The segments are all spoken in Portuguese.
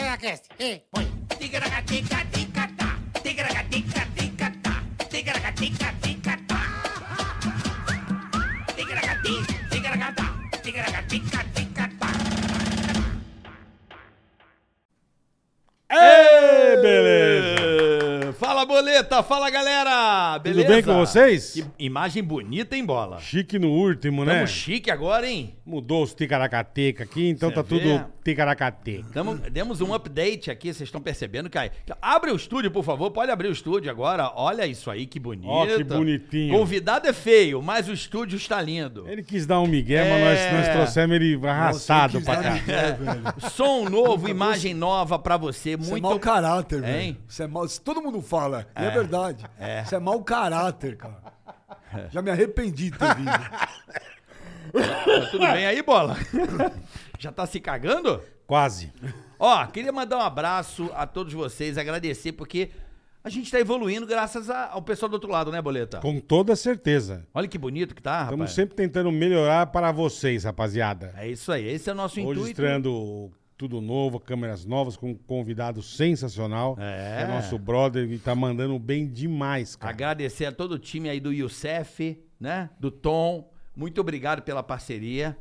Tigracast. Ei, põe. Tigragatica-ticatá, tigragatica-ticatá, tigragatica-ticatá. Tigragati, tigragatá, tigragatica-ticatá. Ê, beleza! Ê, Fala boleta, fala galera! Beleza? bem com vocês? Que imagem bonita, hein, bola? Chique no último, né? Tamo chique agora, hein? Mudou os ticaracateca aqui, então Cê tá vê? tudo ticaracateca. Tamo, demos um update aqui, vocês estão percebendo, Caio? Abre o estúdio, por favor, pode abrir o estúdio agora. Olha isso aí, que bonito. Ó, que bonitinho. Convidado é feio, mas o estúdio está lindo. Ele quis dar um migué, mas É. nós, nós trouxemos ele arrastado pra um cá. É, Som novo, imagem nova pra você. Isso é Muito mau caráter, velho. Hein? Isso é mau... isso Todo mundo fala. É, é verdade. Isso é mau caráter, cara. É. Já me arrependi de ter vindo. Tudo bem aí, bola? Já tá se cagando? Quase. Ó, queria mandar um abraço a todos vocês, agradecer, porque a gente tá evoluindo graças a- ao pessoal do outro lado, né, Boleta? Com toda certeza. Olha que bonito que tá, rapaz. Estamos sempre tentando melhorar para vocês, rapaziada. É isso aí, esse é o nosso Hoje intuito. estreando tudo novo, câmeras novas, com um convidado sensacional. É. É nosso brother e tá mandando bem demais, cara. Agradecer a todo o time aí do Youssef, né? Do Tom. Muito obrigado pela parceria,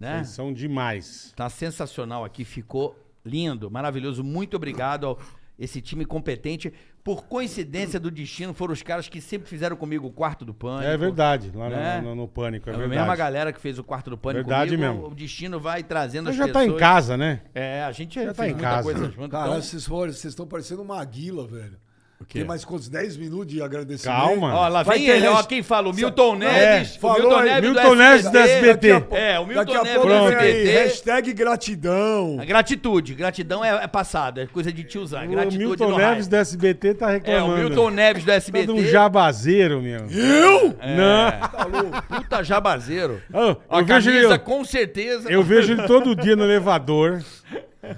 né? Vocês são demais. Tá sensacional aqui, ficou lindo, maravilhoso. Muito obrigado ao esse time competente. Por coincidência do destino, foram os caras que sempre fizeram comigo o quarto do pânico. É verdade, lá no- né? no, no Pânico, é É a verdade. mesma galera que fez o quarto do pânico Verdade comigo, mesmo. o destino vai trazendo Mas as já pessoas. tá em casa, né? É, a gente Já tá fez em muita casa. coisa junto. Caralho, então- vocês foram- vocês estão parecendo uma guila, velho. assim, Tem mais quantos 10 minutos de agradecimento? Calma. Ó, lá Vai vem ter ele, ó, res- quem fala, o Milton É, Neves. o falou Milton aí, Neves Milton do Neves do SBT. Daqui a pouco- É, o Milton Daqui a Neves É. pouco do vem aí. SBT. Hashtag gratidão. A Gratitude, gratidão é, é passado, é coisa de tiozão. é O Gratitude Milton no Neves rádio. do SBT tá É, reclamando. o Milton Neves do Tá de SBT. um jabazeiro, meu. Eu? É. Não. Tá louco. Puta jabazeiro. Ah, a eu, vejo camisa, ele, eu, com certeza. eu vejo ele todo dia no elevador.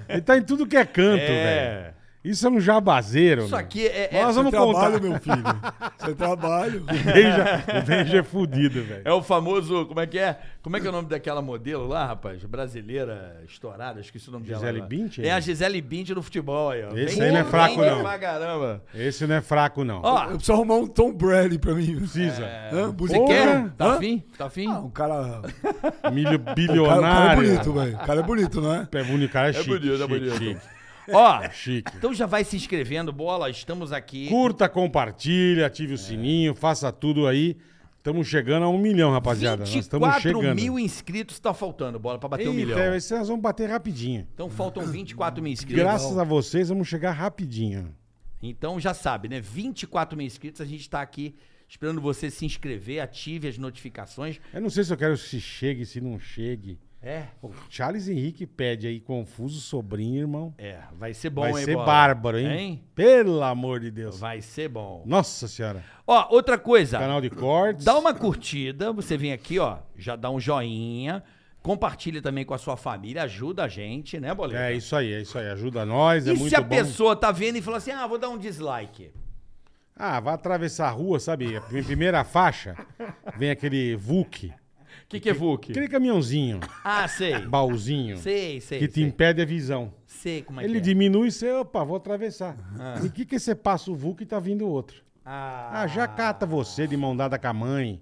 Ele tá em tudo que é canto, É. velho. Isso é um jabazeiro, Isso meu. aqui é, é, Nós Você vamos trabalha, contar. meu filho. Você trabalha. Veja, o Benja é fudido, velho. é o famoso. Como é que é? Como é que é o nome daquela modelo lá, rapaz? Brasileira estourada, esqueci o nome dela. Gisele lá. Bündchen? É a Gisele Bündchen do futebol aí, ó. Esse Bem- aí não é fraco, bem não. pra caramba. Esse não é fraco, não. Ó, Eu preciso arrumar um Tom Brady pra mim. Precisa. Hã? você Porra. quer? Tá Hã? afim? Tá afim? Ah, um cara... Milho O cara, o cara é bilionário. bonito, velho. O cara é bonito, não é? É bonito, cara. É, chique, bonito, é chique, bonito. chique, Ó, chique. então já vai se inscrevendo, bola. Estamos aqui. Curta, compartilha, É. ative o sininho, faça tudo aí. Estamos chegando a um milhão, rapaziada. Nós estamos 24 chegando. mil inscritos tá faltando, bola, pra bater um Eita, é milhão. esse nós vamos bater rapidinho. Então faltam 24 mil inscritos. Graças a vocês, vamos chegar rapidinho. Então já sabe, né? 24 mil inscritos, a gente tá aqui esperando você se inscrever, ative as notificações. Eu não sei se eu quero se chegue, se não chegue. É. Pô, Charles Henrique pede aí, confuso sobrinho, irmão. É, vai ser bom, Vai hein, ser Bola? bárbaro, hein? Pelo amor de Deus. Vai ser bom. Nossa senhora. Ó, outra coisa. Canal de cortes. Dá uma curtida, você vem aqui, ó, já dá um joinha, compartilha também com a sua família, ajuda a gente, né, Boleto? É isso aí, é isso aí. Ajuda nós, é E muito se a bom. pessoa tá vendo e fala assim, ah, vou dar um dislike? Ah, vai atravessar a rua, sabe? A prim- primeira faixa, vem aquele VUC. O que, que é VUC? Aquele caminhãozinho, Ah, sei. baúzinho, Sei, sei. que te sei. impede a visão. Sei como é Ele que é. diminui, você, opa, vou atravessar. E o que, que você passa o VUC e tá vindo outro? Ah, já cata você de mão dada com a mãe.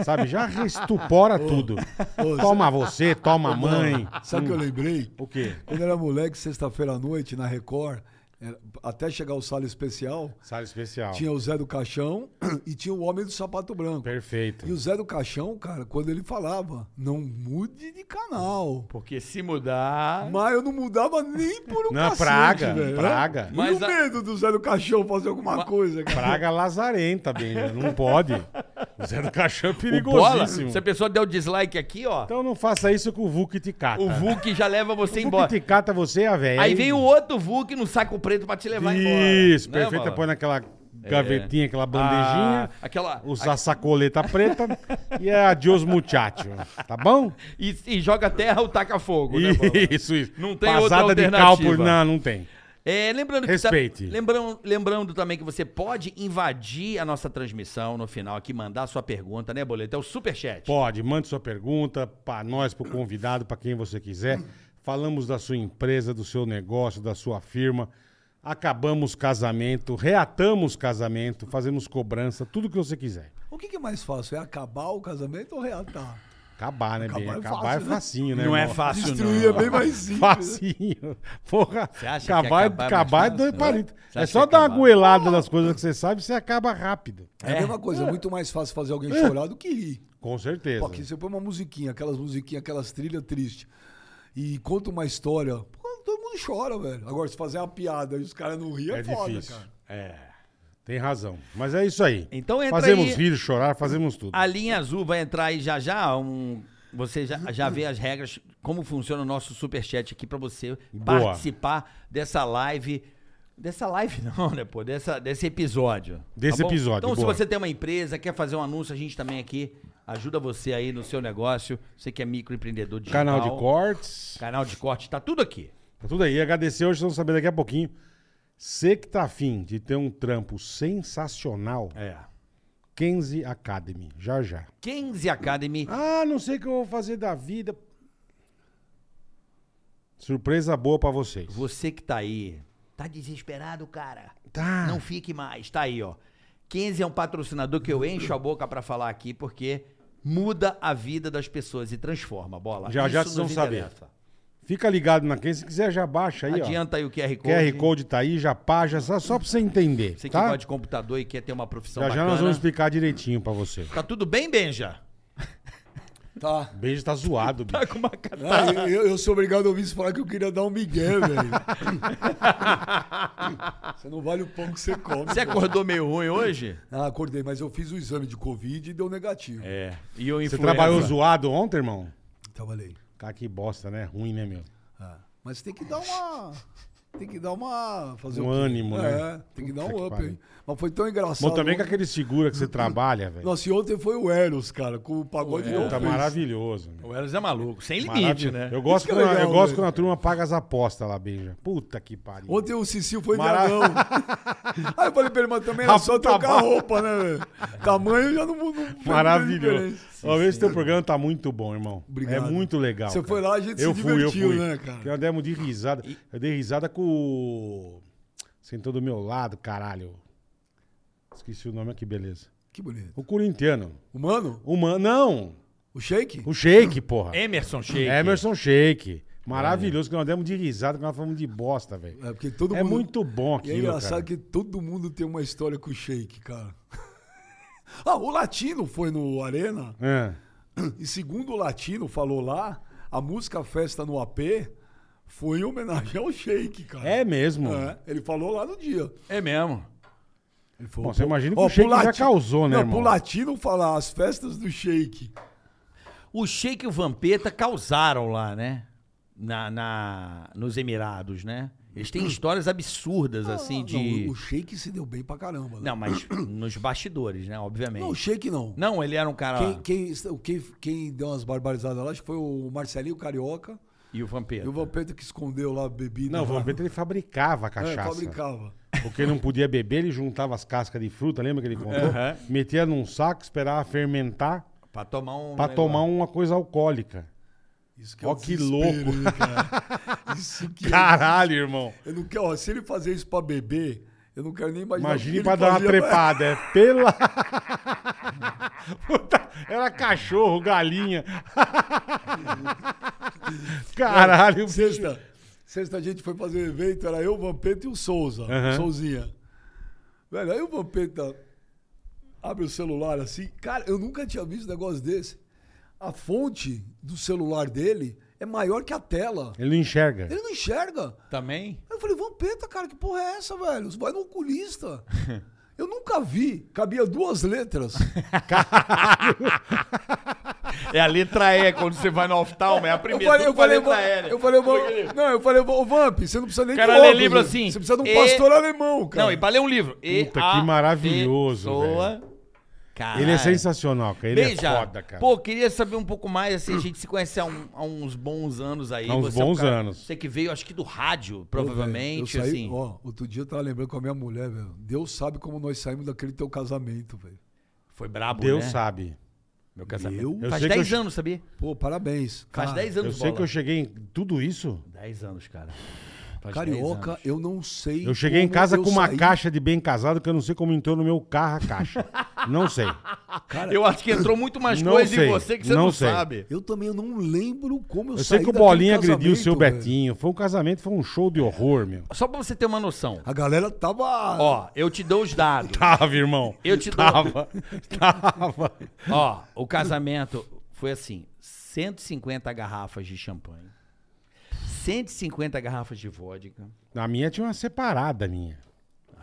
Sabe? Já restupora tudo. ô, toma você, toma a mãe. Sabe o que eu lembrei? O quê? Quando eu era moleque, sexta-feira à noite, na Record, era- até chegar o sala especial, Sala especial. tinha o Zé do Caixão e tinha o Homem do Sapato um Branco. Perfeito. E o Zé do Caixão, cara, quando ele falava, não mude de canal. Porque se mudar... Mas eu não mudava nem por um Não, cacete, praga, velho. praga. E Mas o a- medo do Zé do Caixão fazer alguma coisa, cara. Praga lazarenta, bem, né? não pode. O Zé do Caixão é O Bola, perigosíssimo. se a pessoa der o dislike aqui, ó, Então não faça isso com o Vuk te cata. o VUC já leva você O embora. Vuk te cata você e a velha. Aí vem o outro VUC no saco preto pra te levar embora. Isso, né, perfeita. Bola? É. Põe naquela gavetinha, aquela bandejinha. Ah, aquela... Usar a sacoleta preta e é adios muchacho, tá bom? E, e joga terra ou taca fogo, né, Bola? Isso, isso. Não tem outra Passada de alternativa. cal por... Não, não tem. É, lembrando que Respeite. tá- lembram- lembrando também que você pode invadir a nossa transmissão no final aqui, mandar sua pergunta, né, Boleto? É o superchat. Pode, mande sua pergunta pra nós, pro convidado, pra quem você quiser. Falamos da sua empresa, do seu negócio, da sua firma. Acabamos casamento, reatamos casamento, fazemos cobrança, tudo que você quiser. O que, que é mais fácil? É acabar o casamento ou reatar? Acabar, né, Acabar Bia? é Acabar fácil, é né? facinho, né? Não é irmão? fácil, Destruir não. é bem mais simples. Facinho. Porra, acha que acabar acabar, é mais acabar é fácil? dois palitos. Você É acha só que dar uma acabar- goelada nas coisas que você sabe e você acaba rápido. É, a mesma coisa, é muito mais fácil fazer alguém chorar do que rir. Com certeza. Pô, aqui você põe uma musiquinha, aquelas musiquinhas, aquelas trilhas tristes, e conta uma história, pô, todo mundo chora, velho. Agora, se fazer uma piada e os caras não riam, é, é foda, difícil. cara. É. Tem razão. Mas é isso aí. Então entra Fazemos aí- rir, chorar, fazemos tudo. A linha azul vai entrar aí já já. Um, você já, já vê as regras, como funciona o nosso superchat aqui pra você Boa. participar dessa live. Dessa live não, né, pô? Dessa, desse episódio. tá Desse bom? episódio, Então, boa. se você tem uma empresa, quer fazer um anúncio, a gente também aqui ajuda você aí no seu negócio. Você que é microempreendedor digital. Canal de cortes. Canal de corte, tá tudo aqui. Tá tudo aí. Agradecer hoje, vocês vão saber daqui a pouquinho. Você que tá afim de ter um trampo sensacional, É. Kenzie Academy. Já, já. 15 Academy. Ah, não sei o que eu vou fazer da vida. Surpresa boa pra vocês. Você que tá aí, tá desesperado, cara. Tá. Não fique mais, tá aí, ó. 15 é um patrocinador que eu encho a boca pra falar aqui porque muda a vida das pessoas e transforma a bola. Já, já Isso vocês vão nos saber. interessa. Fica ligado na Kenzie. Se quiser, já baixa aí, Adianta aí o QR ó. Code. QR Code tá aí, já paja, só, só pra você entender. Você que tá? gosta de computador e quer ter uma profissão Já já bacana. nós vamos explicar direitinho pra você. Tá tudo bem, Benja? Tá. Beijo tá zoado, bicho. Tá com uma cara. Ah, eu, eu sou obrigado a ouvir isso falar que eu queria dar um migué, velho. você não vale o pão que você come. Você pô. acordou meio ruim hoje? Ah, acordei, mas eu fiz o exame de Covid e deu negativo. É. E eu Você trabalhou zoado ontem, irmão? Trabalhei. Cara, que bosta, né? Ruim, né, meu? Ah, Mas tem que dar uma. Tem que dar uma. Fazer Um o quê? ânimo, né? É, tem que dar Puta que um up, pariu. hein? Mas foi tão engraçado. Bom, também com ontem. aqueles figuras que você trabalha, velho. Nossa, e ontem foi o Eros, cara, com o pagode não Tá fez. maravilhoso, meu. O Eros é maluco, sem limite, Maravilhoso. né? Eu gosto, Isso que é quando, a- eu legal, gosto velho. quando a turma paga as apostas lá, beija. Puta que pariu. Ontem o Cicil foi Mara- tá dragão. Aí eu falei pra ele, mas também era A só puta trocar a ba- roupa, né, velho? Tamanho já não muda. não fez Maravilhoso. diferença. Ó, esse teu programa tá muito bom, irmão. Obrigado. É muito legal. Você cara. foi lá, a gente se eu fui, eu divertiu, fui. né, cara? Eu demos de risada. Eu dei risada com o. Sentou do meu lado, caralho. Esqueci o nome aqui, beleza. Que bonito. O corintiano. O mano? O man... Não! O Shake? O Shake, porra. Emerson É Sheik. Emerson Shake. Maravilhoso, que nós demos de risada, que nós falamos de bosta, velho. É, porque todo É mundo... muito bom E é aquilo, engraçado cara. que todo mundo tem uma história com o Shake, cara. ah, o Latino foi no Arena. É. E segundo o Latino falou lá, a música Festa no AP foi em homenagem ao Shake, cara. É mesmo. É, ele falou lá no dia. É mesmo. Ele falou, Bom, você pô, imagina que ó, o Sheik pro já Lati- causou, né, Não, irmão? pro Latino falar as festas do Ah, Shake. O Sheik e o Vampeta causaram lá, né? Na, na- nos Emirados, né? Eles têm histórias absurdas, assim, de. Não, o Shake se deu bem pra caramba. Né? Não, mas nos bastidores, né? Obviamente. Não, o Shake não. Não, ele era um cara. Quem, quem, quem, quem deu umas barbarizadas lá, acho que foi o Marcelinho Carioca E o e Vampeta. o Vampeta que escondeu lá a bebida. Não, o lá. Vampeta ele fabricava a Ah. É, cachaça. fabricava. Porque ele não podia beber, ele juntava as cascas de fruta, lembra que ele contou? Aham. Metia num saco, esperava fermentar Pra tomar um. pra tomar uma coisa alcoólica. Isso é Ó, o que desespero, louco. né, cara? Isso que é Caralho, irmão. Eu não quero, ó, se ele fazer isso pra beber, eu não quero nem imaginar. o que Imagine ele pra dar uma fazia né? trepada. É pela. Puta, era cachorro, galinha. Caralho, bicho. Sexta, sexta a gente foi fazer um evento, era eu, o Vampeta e o Souza, Aham. Souzinha. Velho, aí o Vampeta abre o celular assim. Cara, eu nunca tinha visto um negócio desse. A fonte do celular dele é maior que a tela. Ele não enxerga. Ele não enxerga. Também? Aí eu falei, Vampeta, cara, que porra é essa, velho? Vai no oculista. Eu nunca vi. Cabia duas letras. É a letra E, quando você vai no oftalmo, é a Eu primeira. falei, eu tudo com a falei, letra "Va- E, né? eu falei, "Va- não, eu falei, "Va- ô Vamp, você não precisa nem Cara, de lê óculos, livro né? assim, Você precisa de um e- pastor alemão, cara. Não, e pra ler um livro. Puta, que maravilhoso, Caralho. Ele é sensacional, cara. Ele Beija. é foda, cara. Ah, Pô, queria saber um pouco mais, assim, a gente se conhece há, um- há uns bons anos aí. Há uns é um bons anos. Você que veio, acho que do rádio, Pô, provavelmente, velho, eu saí- assim. Ó, outro dia eu tava lembrando com a minha mulher, velho. Deus sabe como nós saímos daquele teu casamento, velho. Foi brabo, Deus né? sabe. Meu casamento. Meu? Eu Faz sei que eu 10 che- anos, sabia? Pô, parabéns. Faz Cara, 10 Eu anos, sei bola. que eu cheguei em tudo isso. 10 anos, cara. Faz 10 Carioca, anos. eu não sei. Eu cheguei em como casa eu com uma saí. caixa de bem casado que eu não sei como entrou no meu carro a caixa. Não sei. Cara, eu... Eu acho que entrou muito mais Não coisa sei, em você que você não não, sei. sabe. também eu não lembro como eu, Eu saí sei que o daquele Bolinha agrediu o seu casamento, né? velho. Betinho. Foi um casamento, foi um show de horror, meu. Só pra você ter uma noção. A galera tava. Ó, eu te dou os dados. Tava, irmão. Eu te dou. Tava. Tava. Ó, o casamento foi assim: 150 garrafas de champanhe, 150 garrafas de vodka. Na minha tinha uma separada minha.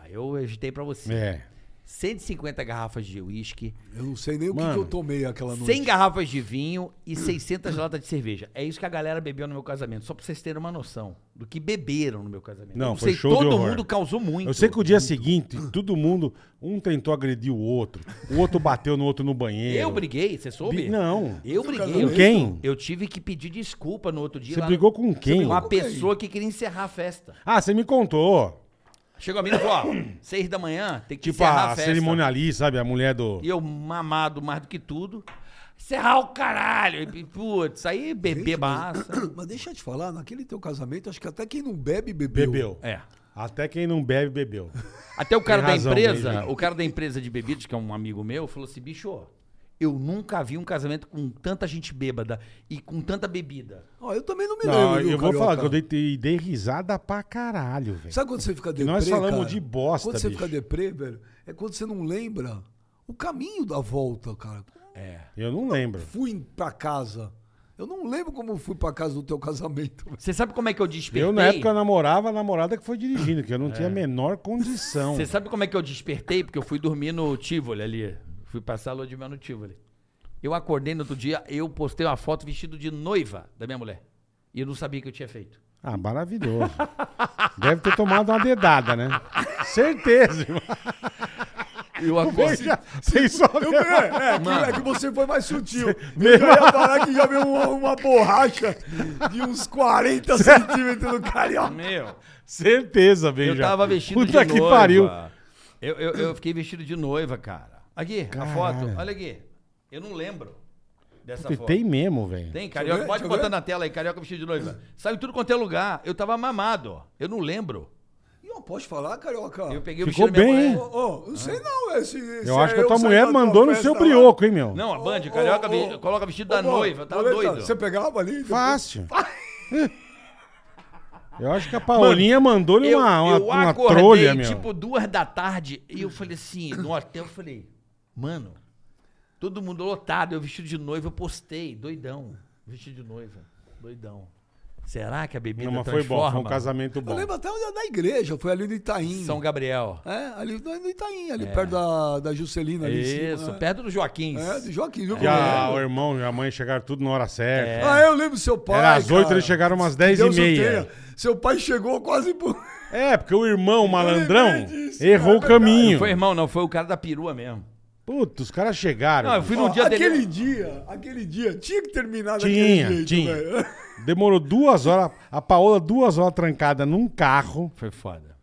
Aí eu evitei pra você. É. 150 garrafas de uísque, Eu não sei nem o que Mano, que, eu tomei aquela noite. 100 garrafas de vinho e 600 latas de cerveja. É isso que a galera bebeu no meu casamento. Só pra vocês terem uma noção do que beberam no meu casamento. Não, Eu foi sei, show de todo horror. mundo causou muito. Eu sei que o dia seguinte, todo mundo, um tentou agredir o outro, o outro bateu no outro no banheiro. Eu briguei, você soube? Bi- Não. Eu briguei. Com quem? Eu tive que pedir desculpa no outro dia. Você lá- brigou com quem? Uma com pessoa que queria encerrar a festa. Ah, você me contou. Chegou a mina e falou, ó, seis da manhã, tem que Tipo encerrar a, a festa. cerimonialista, sabe? A mulher do. E eu mamado mais do que tudo. Encerrar o caralho. E, Putz, aí bebê massa. Mas deixa eu te falar, naquele teu casamento, acho que até quem não bebe, bebeu. Bebeu. É. Até quem não bebe, bebeu. Até o cara Tem da razão, empresa, Benjamin. o cara da empresa de bebidas, que é um amigo meu, falou assim, bicho, eu nunca vi um casamento com tanta gente bêbada e com tanta bebida. Ó, eu também não me Não, lembro. viu, um eu vou Carioca? falar que eu dei, dei risada pra caralho, velho. Sabe quando você fica deprê? nós falamos cara? de bosta, Quando você bicho. fica deprê, velho, é quando você não lembra o caminho da volta, cara. É. Eu não lembro. Fui pra casa. Eu não lembro como eu fui pra casa do teu casamento. velho. Você sabe como é que eu despertei? Eu, na época, eu namorava a namorada que foi dirigindo, que eu não tinha a menor condição. Você É. sabe como é que eu despertei? Porque eu fui dormir no Tivoli ali. Fui passar a lua de mel no Tivoli. Eu acordei no outro dia, eu postei uma foto vestido de noiva da minha mulher. E eu não sabia que eu tinha feito. Ah, maravilhoso. Deve ter tomado uma dedada, né? Certeza, irmão. Eu acordei. Veja, Sem só. Eu, é, é, que, Mano. é que você foi mais sutil. Meu Eu ia falar que já veio uma, uma borracha de uns 40 centímetros no carioca. Meu. Certeza, veja. Eu tava vestido Puta de noiva. que pariu. Eu, eu, eu fiquei vestido de noiva, cara. Aqui, Caralho. a foto. Olha aqui. Eu não lembro dessa Puta, foto. Tem mesmo, velho. Tem, carioca. ver, Pode deixa eu botar ver. na tela aí, carioca vestido de noiva. Saiu tudo quanto é lugar. Eu tava mamado. ó. Eu não lembro. E eu posso falar, carioca? Eu peguei o Ficou vestido da minha bem, mulher. Ô, ô, não sei não, esse. esse é Eu acho que a tua saí mulher da mandou no festa seu lá. brioco, hein, meu? é Não, a Band, Ô, carioca ô, vi- ô, coloca vestido ô, da Bola, noiva, tá Boleta, doido. Você pegava ali? depois- Fácil. eu acho que a Paulinha mandou-lhe Eu, uma, uma, eu uma acordei, trolha, meu. tipo, duas da tarde, e eu falei assim, no hotel, eu falei, mano, todo mundo lotado, eu vestido de noiva, eu postei, doidão, vestido de noiva, doidão. Será que a bebida Não, mas foi bom, transforma? foi um casamento bom. Eu lembro até onde- é da igreja, foi ali no Itaim. São Gabriel. É, ali no no Itaim, ali perto da, da Juscelina. Ali em Isso, Ah, cima, né? perto do Joaquim. É, do Joaquim, viu? Que como a, o é? irmão e a mãe chegaram tudo na hora é. certa. Ah, eu lembro do seu pai. Era às oito, cara. eles chegaram umas dez e Deus o meia. tenha. Seu pai chegou quase por. É, porque o irmão malandrão lembrei disso, errou é o caminho. Não foi irmão, não, foi o cara da perua mesmo. Puta, os caras chegaram. Não, eu fui Ó, no dia aquele dele. dia, aquele dia. Tinha que terminar Tinha, daquele jeito, tinha. velho. Demorou duas horas. A Paola, duas horas trancada num carro. Foi foda.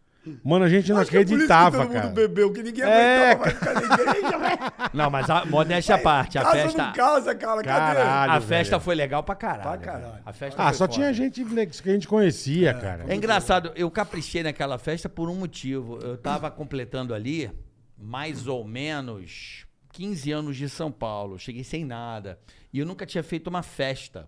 Mano, a gente não Acho que é por isso que acreditava, Todo cara. mundo bebeu, que ninguém É, aguentava mais ficar na igreja, velho. Não, mas a modéstia à parte, a casa festa... não casa, cara. Caralho. Cadê? A velho. festa foi legal pra caralho. Pra caralho. velho. A festa Ah, foi só foda. tinha gente le- que a gente conhecia, cara. É engraçado, eu caprichei naquela festa por um motivo. Eu tava completando ali mais ou menos 15 anos de São Paulo. Cheguei sem nada. E eu nunca tinha feito uma festa,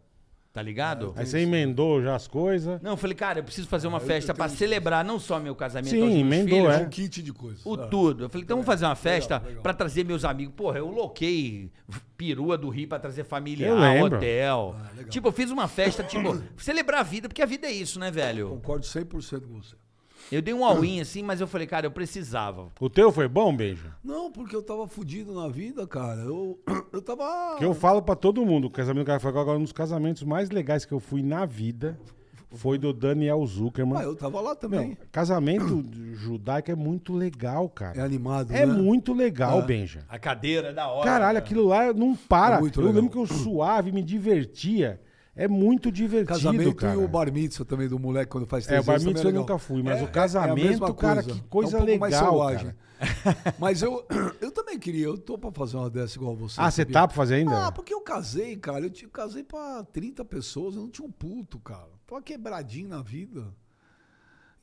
tá ligado? Aí Ah, você é emendou já as coisas. Não, eu falei, cara, eu preciso fazer uma festa pra celebrar não só meu casamento, Sim, aos meus emendou, filhos, é. Um kit de coisa. o Ah. tudo. Eu falei, então vamos fazer uma festa pra trazer meus amigos. Porra, eu loquei perua do Rio pra trazer Eu familiar, lembro. hotel. Ah, legal. tipo, eu fiz uma festa, tipo, celebrar a vida, porque a vida é isso, né, velho? Concordo 100% com você. Eu dei um all-in assim, mas eu falei, cara, eu precisava. O teu foi bom, beijo? Não, porque eu tava fudido na vida, cara. Eu, eu tava. Que eu falo pra todo mundo, o casamento do cara foi agora um dos casamentos mais legais que eu fui na vida foi do Daniel Zuckerman. Ah, eu tava lá também. Meu, casamento judaico é muito legal, É cara. animado. É, né? muito legal, É. Benja. A cadeira é da hora. Caralho, aquilo lá não para. É muito eu legal. lembro que eu suave, me divertia. É muito divertido, Casamento cara. e o bar mitzvah também do moleque quando faz É, três o bar anos também mitzvah eu legal. nunca fui, mas É- o é a casamento, mesma cara, coisa. que coisa é um pouco mais legal, selvagem. Mas eu, eu também queria, eu tô pra fazer uma dessa igual você. Ah, você sabia? tá pra fazer ainda? Ah, porque eu casei, cara. Eu ti- casei pra 30 pessoas, eu não tinha um puto, cara. Tô quebradinho na vida.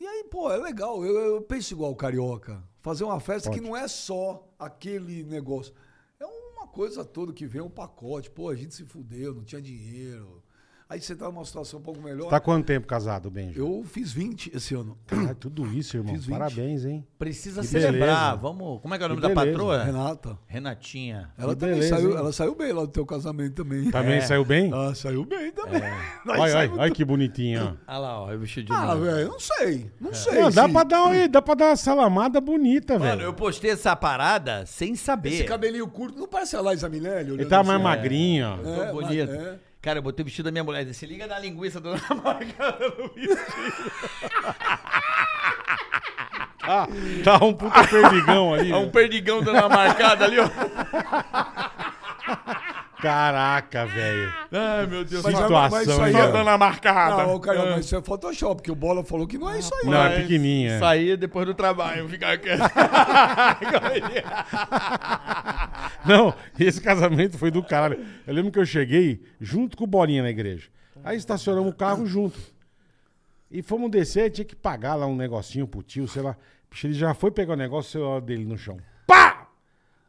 E aí, pô, é legal. Eu, eu penso igual o carioca. Fazer uma festa que não é só aquele negócio. É uma coisa toda que vem um pacote. Pô, a gente se fudeu, não tinha dinheiro. Aí você tá numa situação um pouco melhor. Tá quanto tempo casado, Benjo? Eu fiz 20 esse ano. Caralho, tudo isso, irmão. Fiz 20. Parabéns, hein? Precisa Que celebrar. beleza. Vamos. Como é que é o Que nome da beleza. patroa? Renata. Renatinha. Ela Que também beleza, saiu, hein? ela saiu bem lá do teu casamento também. Também saiu bem? É. Ah, saiu bem também. Nós Olha, saímos olha, olha que bonitinho, ó. Olha lá, ó, o vestidinho. Ah, novo. velho, não sei. Não sei. É. assim. Não, dá, se- pra dar, um- dá pra dar uma salamada bonita, Mano, velho. eu postei essa parada sem saber. Esse cabelinho curto não parece a Liza Minelli? Ele olhando tá assim? mais magrinho, ó. Tô É, bonito. mas- é. Cara, eu botei o vestido da minha mulher. Se liga na linguiça do cara do vestido. Ah, tá um puta perdigão ali. É um né? perdigão dando uma marcada ali, ó. Caraca, velho. Ai, meu Deus. Mas- Só mas Situação isso aí aí, é- ó. dando uma marcada. Não, cara, mas isso é Photoshop, porque o Bola falou que não é isso aí. Não, é pequenininha. Sair depois do trabalho, ficar quieto. Não, esse casamento foi do caralho. Eu lembro que eu cheguei junto com o Bolinha na igreja. Aí estacionamos o carro junto. E fomos descer, tinha que pagar lá um negocinho pro tio, sei lá. Bicho, ele já foi pegar o negócio, o celular dele no chão. Pá!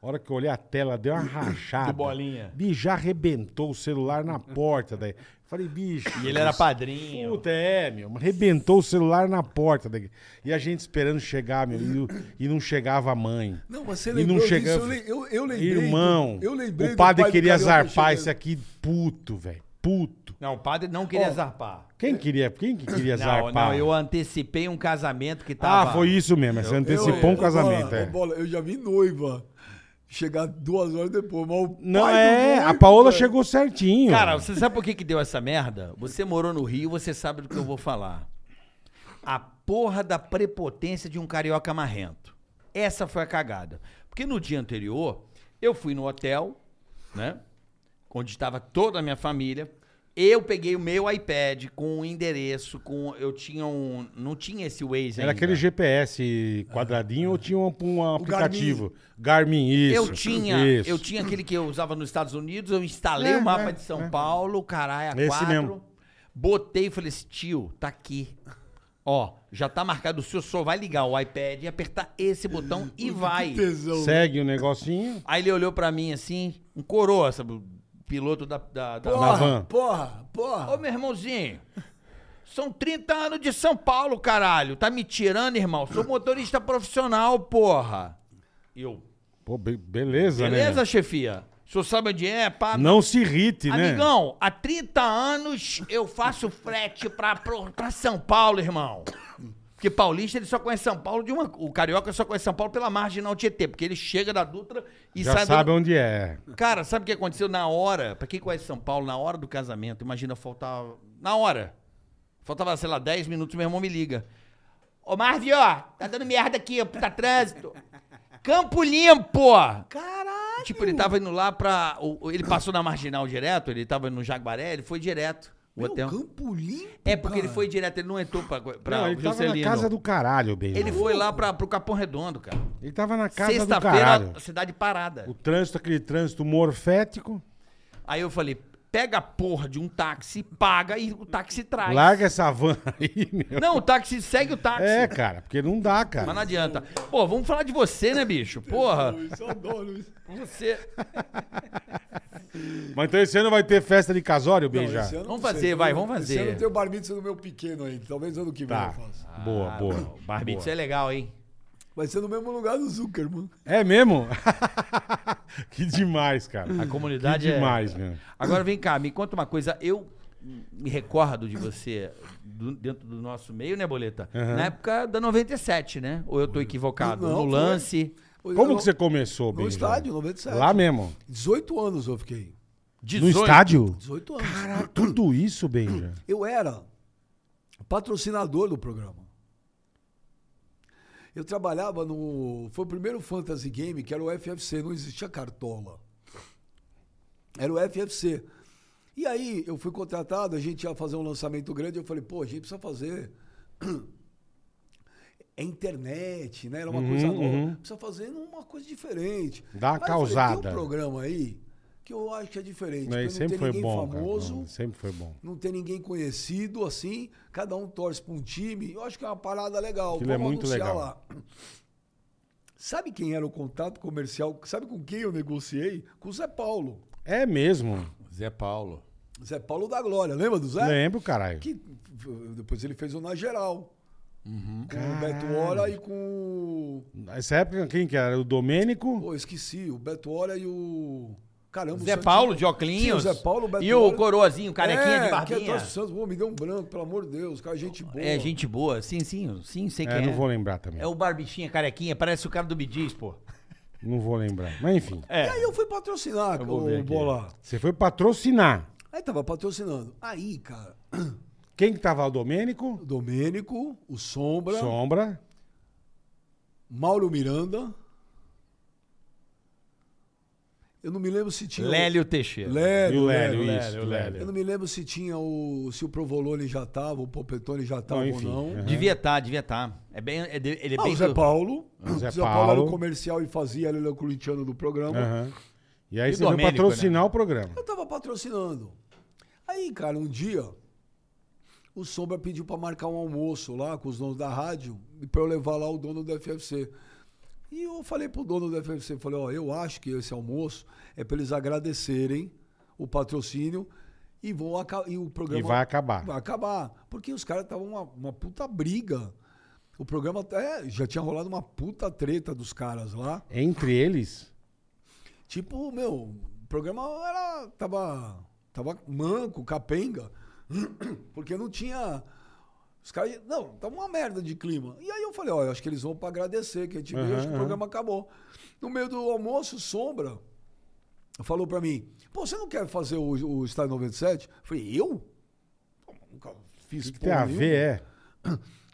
A hora que eu olhei a tela, deu uma rachada. Do Bolinha. Bicho, já arrebentou o celular na porta. Daí. Falei, bicho. E ele era padrinho. Puta, é, meu. Arrebentou o celular na porta. Daí. E a gente esperando chegar, meu. E, o- e não chegava a mãe. Não, mas você E não lembrou disso, chegava- eu le- eu, eu lembrei. do- Irmão, eu lembrei o do padre pai do queria Carioca zarpar chegando. esse aqui puto, velho. Puto. Não, o padre não queria zarpar. É. Quem queria, quem que queria Não, zarpar? não, eu antecipei um casamento que tava. Ah, foi isso mesmo. Você Ô, antecipou um ô, casamento, Bola, é. ô, Bola, eu já vi noiva chegar duas horas depois, mas o Não, pai do é. noivo, A Paola velho. chegou certinho. Cara, você sabe por que, que deu essa merda? Você morou no Rio, você sabe do que eu vou falar. A porra da prepotência de um carioca marrento. Essa foi a cagada. Porque no dia anterior, eu fui no hotel, né? Onde estava toda a minha família. Eu peguei o meu iPad com o endereço, com. Eu tinha um. Não tinha esse Waze ainda. Era aquele GPS quadradinho ou tinha um, um aplicativo? Garmin. isso. Eu tinha, isso. eu tinha aquele que eu usava nos Estados Unidos, eu instalei É, o mapa é, de São Paulo, caralho, a Esse quatro. mesmo. Botei e falei assim, tio, tá aqui. Ó, já tá marcado, o senhor só vai ligar o iPad e apertar esse botão e vai. Que tesão. Segue o negocinho. Aí ele olhou pra mim assim, um coroa, sabe, o piloto da... da, da- na Porra, van. porra, Ô, porra. meu irmãozinho, são 30 anos de São Paulo, caralho. Tá me tirando, irmão? Sou motorista profissional, porra. Eu, Pô, be- beleza, beleza, né? chefia? O senhor sabe onde é, pá, Não se irrite, né? Amigão, há 30 anos eu faço frete pra, pro- pra São Paulo, irmão. Porque paulista ele só conhece São Paulo de uma. O carioca só conhece São Paulo pela marginal Tietê, porque ele chega da Dutra e Já sai sabe da. onde é. Cara, sabe o que aconteceu na hora? Pra quem conhece São Paulo, na hora do casamento, imagina faltar. Na hora. Faltava, sei lá, 10 minutos, meu irmão me liga. Ô, Marvio, tá dando merda aqui, ó, puta trânsito. Campo Limpo! Caralho. Tipo, ele tava indo lá pra. o- o- Ele passou na marginal direto, ele tava no Jaguaré, ele foi direto. O Meu, hotel. campo limpo, um- É, porque ele cara. foi direto, ele não entrou pra, pra Não, ele tava na casa do caralho, Benjo. Ele foi lá pra, pro Capão Redondo, cara. Ele tava na casa do caralho. Sexta-feira, a cidade parada. O trânsito, aquele trânsito morfético. Aí eu falei: pega a porra de um táxi, paga e o táxi traz. Larga essa van aí, meu. Não, o táxi segue o táxi. É, cara, porque não dá, Mas não cara. adianta. Pô, vamos falar de você, né, bicho? Porra. Eu adoro isso. Você. Mas então esse ano vai ter festa de casório, Não, Benja? esse ano Vamos não sei. fazer, vai, Eu- vamos Esse fazer. ano tem o bar mitzvah do meu pequeno ainda. Talvez ano que vem Tá. eu Ah, faça. Boa, boa. Barbito, isso é boa. legal, hein? Vai ser no mesmo lugar do Zucker, mano. É mesmo? que demais, cara. A comunidade que é- demais, meu. Agora vem cá, me conta uma coisa. Eu me recordo de você do- dentro do nosso meio, né, Boleta? Aham. Na época da 97, né? Ou eu tô equivocado? Não, no foi. lance. Como que você começou, No Benja? estádio, 97. Lá mesmo. 18 anos eu fiquei. 18. No estádio? 18 anos. Tudo isso, Benja. Eu era patrocinador do programa. Eu trabalhava no. Foi o primeiro fantasy game que era o FFC, não existia cartola. Era o FFC. E aí eu fui contratado, a gente ia fazer um lançamento grande, eu falei, pô, a gente precisa fazer. É internet, né? Era uma coisa nova. uhum. Precisa fazer uma coisa diferente. Dá uma Aí eu falei, causada. Tem um programa aí que eu acho que é diferente. porque Mas Né, sempre não tem foi ninguém bom, cara. famoso Não, Sempre foi bom. não tem ninguém conhecido assim, cada um torce para um time. Eu acho que é uma parada legal. Aquilo é muito legal. Sabe quem era o contato comercial? Sabe com quem eu negociei? Com o Zé Paulo. É mesmo. Zé Paulo. Zé Paulo da Glória, lembra do Zé? Lembro, caralho. Né? Que depois ele fez o Na Geral. Uhum. Com o Beto Hora e com. o- Nessa época, quem que era? O Domênico? Pô, esqueci. O Beto Hora e o. Caramba, o Zé Santi- Paulo de Oclinhos. Sim, o Zé Paulo, o Beto e o Hora. Coroazinho, carequinha é, de Que é barbinha. Tarso Santos. Pô, me deu um branco, pelo amor de Deus. Cara, gente boa. É, gente boa. Sim, sim, sim, sei É, quem não é. vou lembrar também. É o Barbichinha carequinha, parece o cara do Bidiz, pô. Não vou lembrar. Mas enfim. E aí eu fui patrocinar Eu com vou ver o aqui. Bola. Você foi patrocinar. Aí tava patrocinando. Aí, cara, Quem que tava? O Domênico? o Domênico, o Sombra, Sombra. Mauro Miranda. Eu não me lembro se tinha. o- Lélio Teixeira. E o Lélio, Lélio, Lélio. isso. Lélio, o Lélio. Eu não me lembro se tinha o. se o Provolone já tava, o Popetone já tava enfim, ou não. é. Devia estar, devia estar. É bem, é de- ele é Ah, bem o né? Zé do- Paulo. O O Zé Zé Paulo era Paulo. o comercial e fazia, ele era o corintiano do programa. Aham. E aí E você foi Domênico, patrocinar né? o programa. Eu tava patrocinando. Aí, cara, um dia, o Sombra pediu pra marcar um almoço lá com os donos da rádio e pra eu levar lá o dono do FFC. E eu falei pro dono do FFC, falei, ó, eu acho que esse almoço é pra eles agradecerem o patrocínio e, vão aca- e o programa E vai acabar. vai acabar. Porque os caras estavam uma, uma puta briga. O programa até já tinha rolado uma puta treta dos caras lá. Entre eles, Tipo, meu, o programa era, tava, tava manco, capenga, porque não tinha. Os caras. Não, tava uma merda de clima. E aí eu falei, ó, eu acho que eles vão pra agradecer, que a gente veio, Aham, acho que aham. o programa acabou. No meio do almoço, sombra falou pra mim: pô, você não quer fazer o, o Estádio 97? Eu falei, eu? Pô, Nunca fiz que tem a porra nenhuma. ver, é.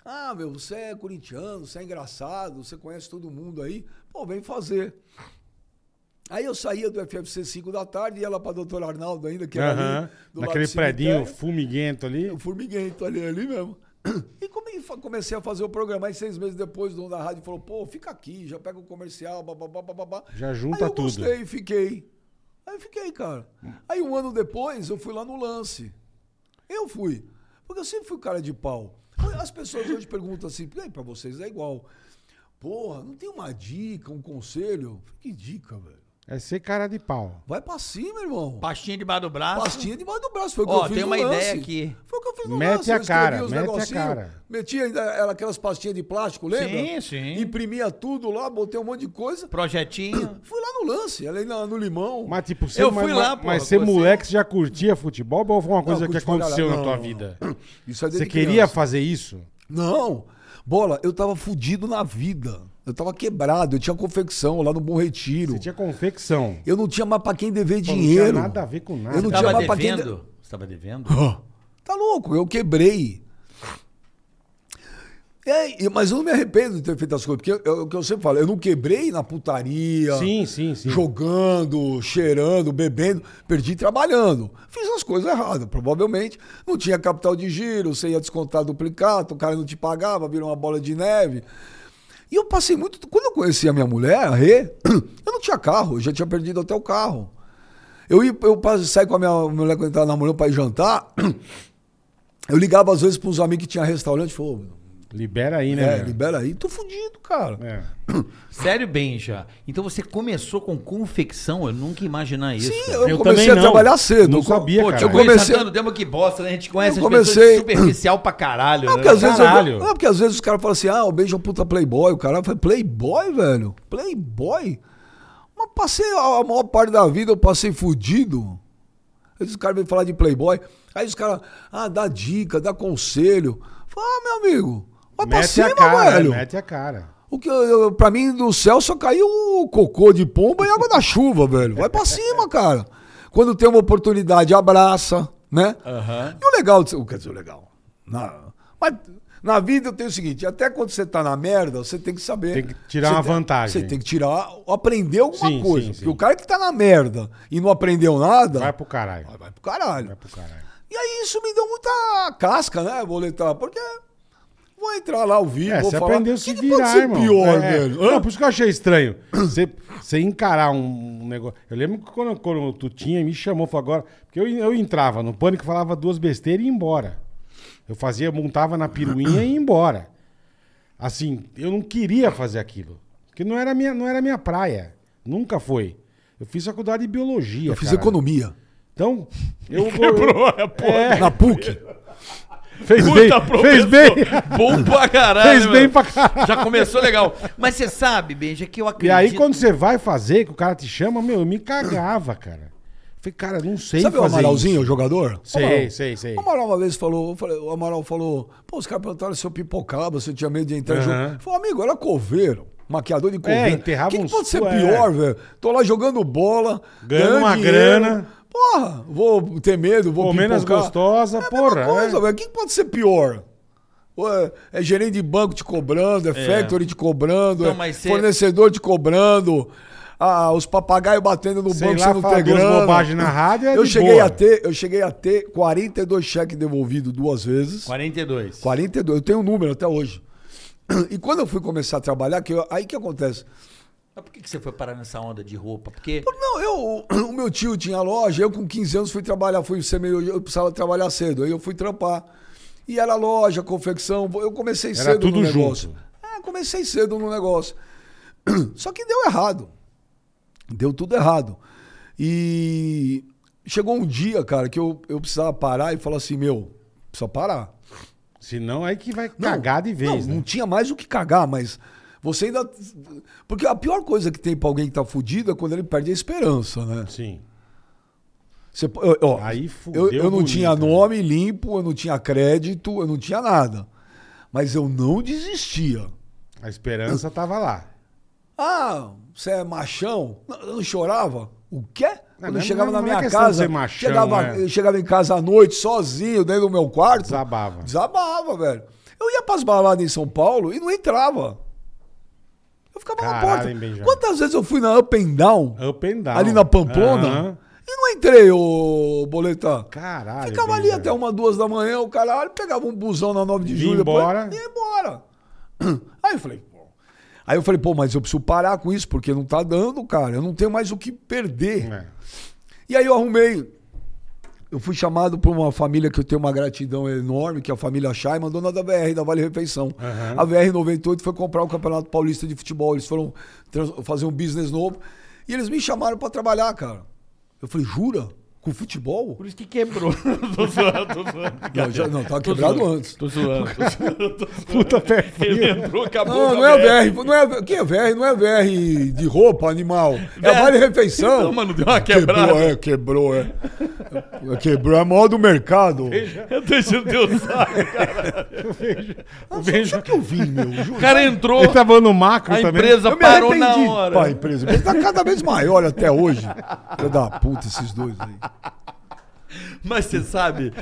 Ah, meu, você é corintiano, você é engraçado, você conhece todo mundo aí. Pô, vem fazer. Aí eu saía do FFC 5 da tarde, ia lá pra Doutor Arnaldo ainda, que era Aham. ali, do lado Naquele do predinho cemitério. fumiguento ali. Eu formiguento ali, ali mesmo. E come- fa- comecei a fazer o programa. Aí seis meses depois, o dono da rádio falou, pô, fica aqui, já pega o comercial, bababá, bababá. Já junta Aí eu tudo. gostei, fiquei. Aí eu fiquei, cara. Aí um ano depois, eu fui lá no lance. Eu fui. Porque eu sempre fui cara de pau. As pessoas hoje perguntam assim, "Ei, pra vocês é igual. Porra, não tem uma dica, um conselho? Que dica, velho? É ser cara de pau. Vai pra cima, irmão. Pastinha debaixo do braço. Pastinha debaixo do braço. Foi o que Ó, eu fiz tem no uma lance. ideia aqui. Foi o que eu fiz no Mete lance. a eu escrevi cara, os mete a negocinhos, cara. Metia ainda era aquelas pastinhas de plástico, Sim, lembra? sim. Imprimia tudo lá, botei um monte de coisa. Projetinho. Fui lá no lance, ali na- no limão. Mas tipo, você, Eu fui mas, lá, mas, pô, mas você você- moleque, você já curtia futebol ou foi uma coisa que curti pra aconteceu caralho. na tua Não, vida? Isso é Você desde queria criança. fazer isso? Não. Bola, eu tava fudido na vida. Eu tava quebrado. Eu tinha confecção lá no Bom Retiro. Você tinha confecção. Eu não tinha mais pra quem dever Pô, dinheiro. Não tinha nada a ver com nada. Eu não Tava tinha mais pra quem- devendo. Você tava devendo? Ah, Tá louco, eu quebrei. É, e- mas eu não me arrependo de ter feito as coisas, porque eu- eu- é o que eu sempre falo, eu não quebrei na putaria, Sim, sim, sim. jogando, cheirando, bebendo, perdi trabalhando. Fiz as coisas erradas, provavelmente. Não tinha capital de giro, você ia descontar duplicata, o cara não te pagava, virou uma bola de neve. E eu passei muito. Quando eu conheci a minha mulher, a Rê, eu não tinha carro, eu já tinha perdido até o carro. Eu, ia, eu passo- saí com a minha mulher quando estava namorando para ir jantar. Eu ligava às vezes para uns amigos que tinham restaurante e falou: Libera aí, né? é, meu? libera aí, tô fudido, cara. É. Sério, Benja. Então você começou com confecção? Eu nunca ia imaginar isso. Sim, cara. eu, Eu também comecei a não. trabalhar cedo. Não Eu co- sabia, cara. Eu Eu conheço comecei. tanto tempo que bosta, né? A gente conhece Eu as pessoas comecei- superficial pra caralho. né? Não, porque às vezes, eu- Caralho. não, porque às vezes os caras falam assim: ah, o beijo é um puta playboy. O cara fala: playboy, velho? Playboy? Mas passei a a maior parte da vida, eu passei fudido. Aí os caras vêm falar de playboy. Aí os caras, ah, dá dica, dá conselho. Fala, ah, meu amigo, vai pra Mete cima, a cara, velho. é, mete a cara. O que eu, eu- pra mim, do céu só caiu o cocô de pomba e água da chuva, velho. Vai pra cima, cara. Quando tem uma oportunidade, abraça, né? E o legal, de ser- quer dizer, o legal. na- mas Na vida eu tenho o seguinte, até quando você tá na merda, você tem que saber. Tem que tirar você uma tem- vantagem. Você tem que tirar, aprender alguma Sim, coisa. sim, porque sim. o cara que tá na merda e não aprendeu nada, Vai pro caralho. vai- vai pro caralho. Vai pro caralho. E aí isso me deu muita casca, né, boletar? Porque vou entrar lá ao vivo, É, vou você falar. aprendeu a "Que se que virar, pode ser irmão. pior, É. velho? Não, por isso que eu achei estranho. Você, você encarar um negócio. Eu lembro que quando, quando o Tutinha me chamou, falou agora. Porque eu, eu entrava no pânico, falava duas besteiras e ia embora. Eu fazia, montava na piruinha e ia embora. Assim, eu não queria fazer aquilo. Porque não era minha, não era minha praia. Nunca foi. Eu fiz faculdade de biologia. Eu fiz caralho. economia. Então, eu vou. Quebrou a porra. É, Na PUC. Fez Puta, bem. Fez professor. bem. Bom pra caralho. Fez bem mano. pra caralho. Já começou legal. Mas você sabe, Benja, que eu E acredito. aí, quando você vai fazer, que o cara te chama, meu, eu me cagava, cara. Falei, cara, não sei Sabe o fazer Amaralzinho, isso. o jogador? Sei, Amaral. sei, sei. O Amaral uma vez falou, eu falei- o Amaral falou, pô, os caras perguntaram se eu pipocava, se eu tinha medo de entrar em jogo. Aham. É, Eu falei, amigo, eu era coveiro. Maquiador de coveiro. enterrava que, que uns pode ser cu- é. pior, velho? Tô lá jogando bola, Ganhando uma grana. Porra, vou ter medo, vou Comendo as pipocar. gostosas, É a porra, mesma coisa, é. velho. O que, que pode ser pior? Pô, É, é gerente de banco te cobrando, é, factory te cobrando, Então, é mas cê- fornecedor te cobrando, ah, os papagaios batendo no Sei banco, lá, você não falar ter duas grana. bobagens na rádio é eu de cheguei boa. a ter, Eu cheguei a ter 42 cheques devolvidos duas vezes. 42. 42, eu tenho o número até hoje. E quando eu fui começar a trabalhar, que eu- aí que acontece? Mas por que que você foi parar nessa onda de roupa? Porque. Pô, Não, eu, o meu tio tinha loja, eu com 15 anos fui trabalhar, fui ser meio, eu precisava trabalhar cedo, aí eu fui trampar. E era loja, confecção, eu comecei Era cedo tudo no negócio. junto. É, comecei cedo no negócio. Só que deu errado. Deu tudo errado. E chegou um dia, cara, que eu, eu precisava parar e falar assim, meu, precisa parar. Senão aí que vai Não, cagar de vez, Não, né? não tinha mais o que cagar, mas você ainda. Porque a pior coisa que tem pra alguém que tá fudido é quando ele perde a esperança, né? Sim. Você po- eu- ó, Aí fudeu eu, eu não bonito, tinha né? nome limpo, eu não tinha crédito, eu não tinha nada. Mas eu não desistia. A esperança tava lá. Ah, você é machão? Não, Eu não chorava? O quê? Quando não eu é- chegava não é na minha questão de casa, ser machão, chegava, é. eu chegava em casa à noite sozinho, dentro do meu quarto. Desabava. Desabava, velho. Eu ia pras baladas em São Paulo e não entrava. Eu ficava Caralho, na porta. hein, Benjamin? Quantas vezes eu fui na Up and Down, Up and down. ali na Pamplona, Aham. e não entrei, ô Boleta. Caralho. Ficava ali Benja. até uma, duas da manhã, o caralho, pegava um busão na 9 de Ia julho embora. depois. Ia embora. Aí eu falei, pô. Aí eu falei, pô, mas eu preciso parar com isso, porque não tá dando, cara. Eu não tenho mais o que perder. É. E aí eu arrumei. Eu fui chamado por uma família que eu tenho uma gratidão enorme, que é a família Scheiman, dona da VR, da Vale Refeição. A VR 98 foi comprar o Campeonato Paulista de Futebol. Eles foram trans- fazer um business novo. E eles me chamaram pra trabalhar, cara. Eu falei, jura? Com futebol? Por isso que quebrou. tô zoando, tô zoando. Não, já, não, tava quebrado antes. Tô zoando. Tô zoando tô zoando. Puta pé Ele frio. entrou, acabou. Não, não é VR. Não é, quem é VR? Não é VR de roupa, animal. É VR. vale refeição. Então, mano, deu uma Quebrou, quebrada. é, quebrou, é. É, Quebrou é a maior do mercado. Eu tô enchendo teu saco. O Benja- é que eu vi, meu? O Juro. cara entrou, Ele tá- tava no macro a também. empresa Eu me parou na arrependi, hora. Pai, empresa. Mas tá cada vez maior até hoje. Filho da puta, esses dois aí. Mas você sabe.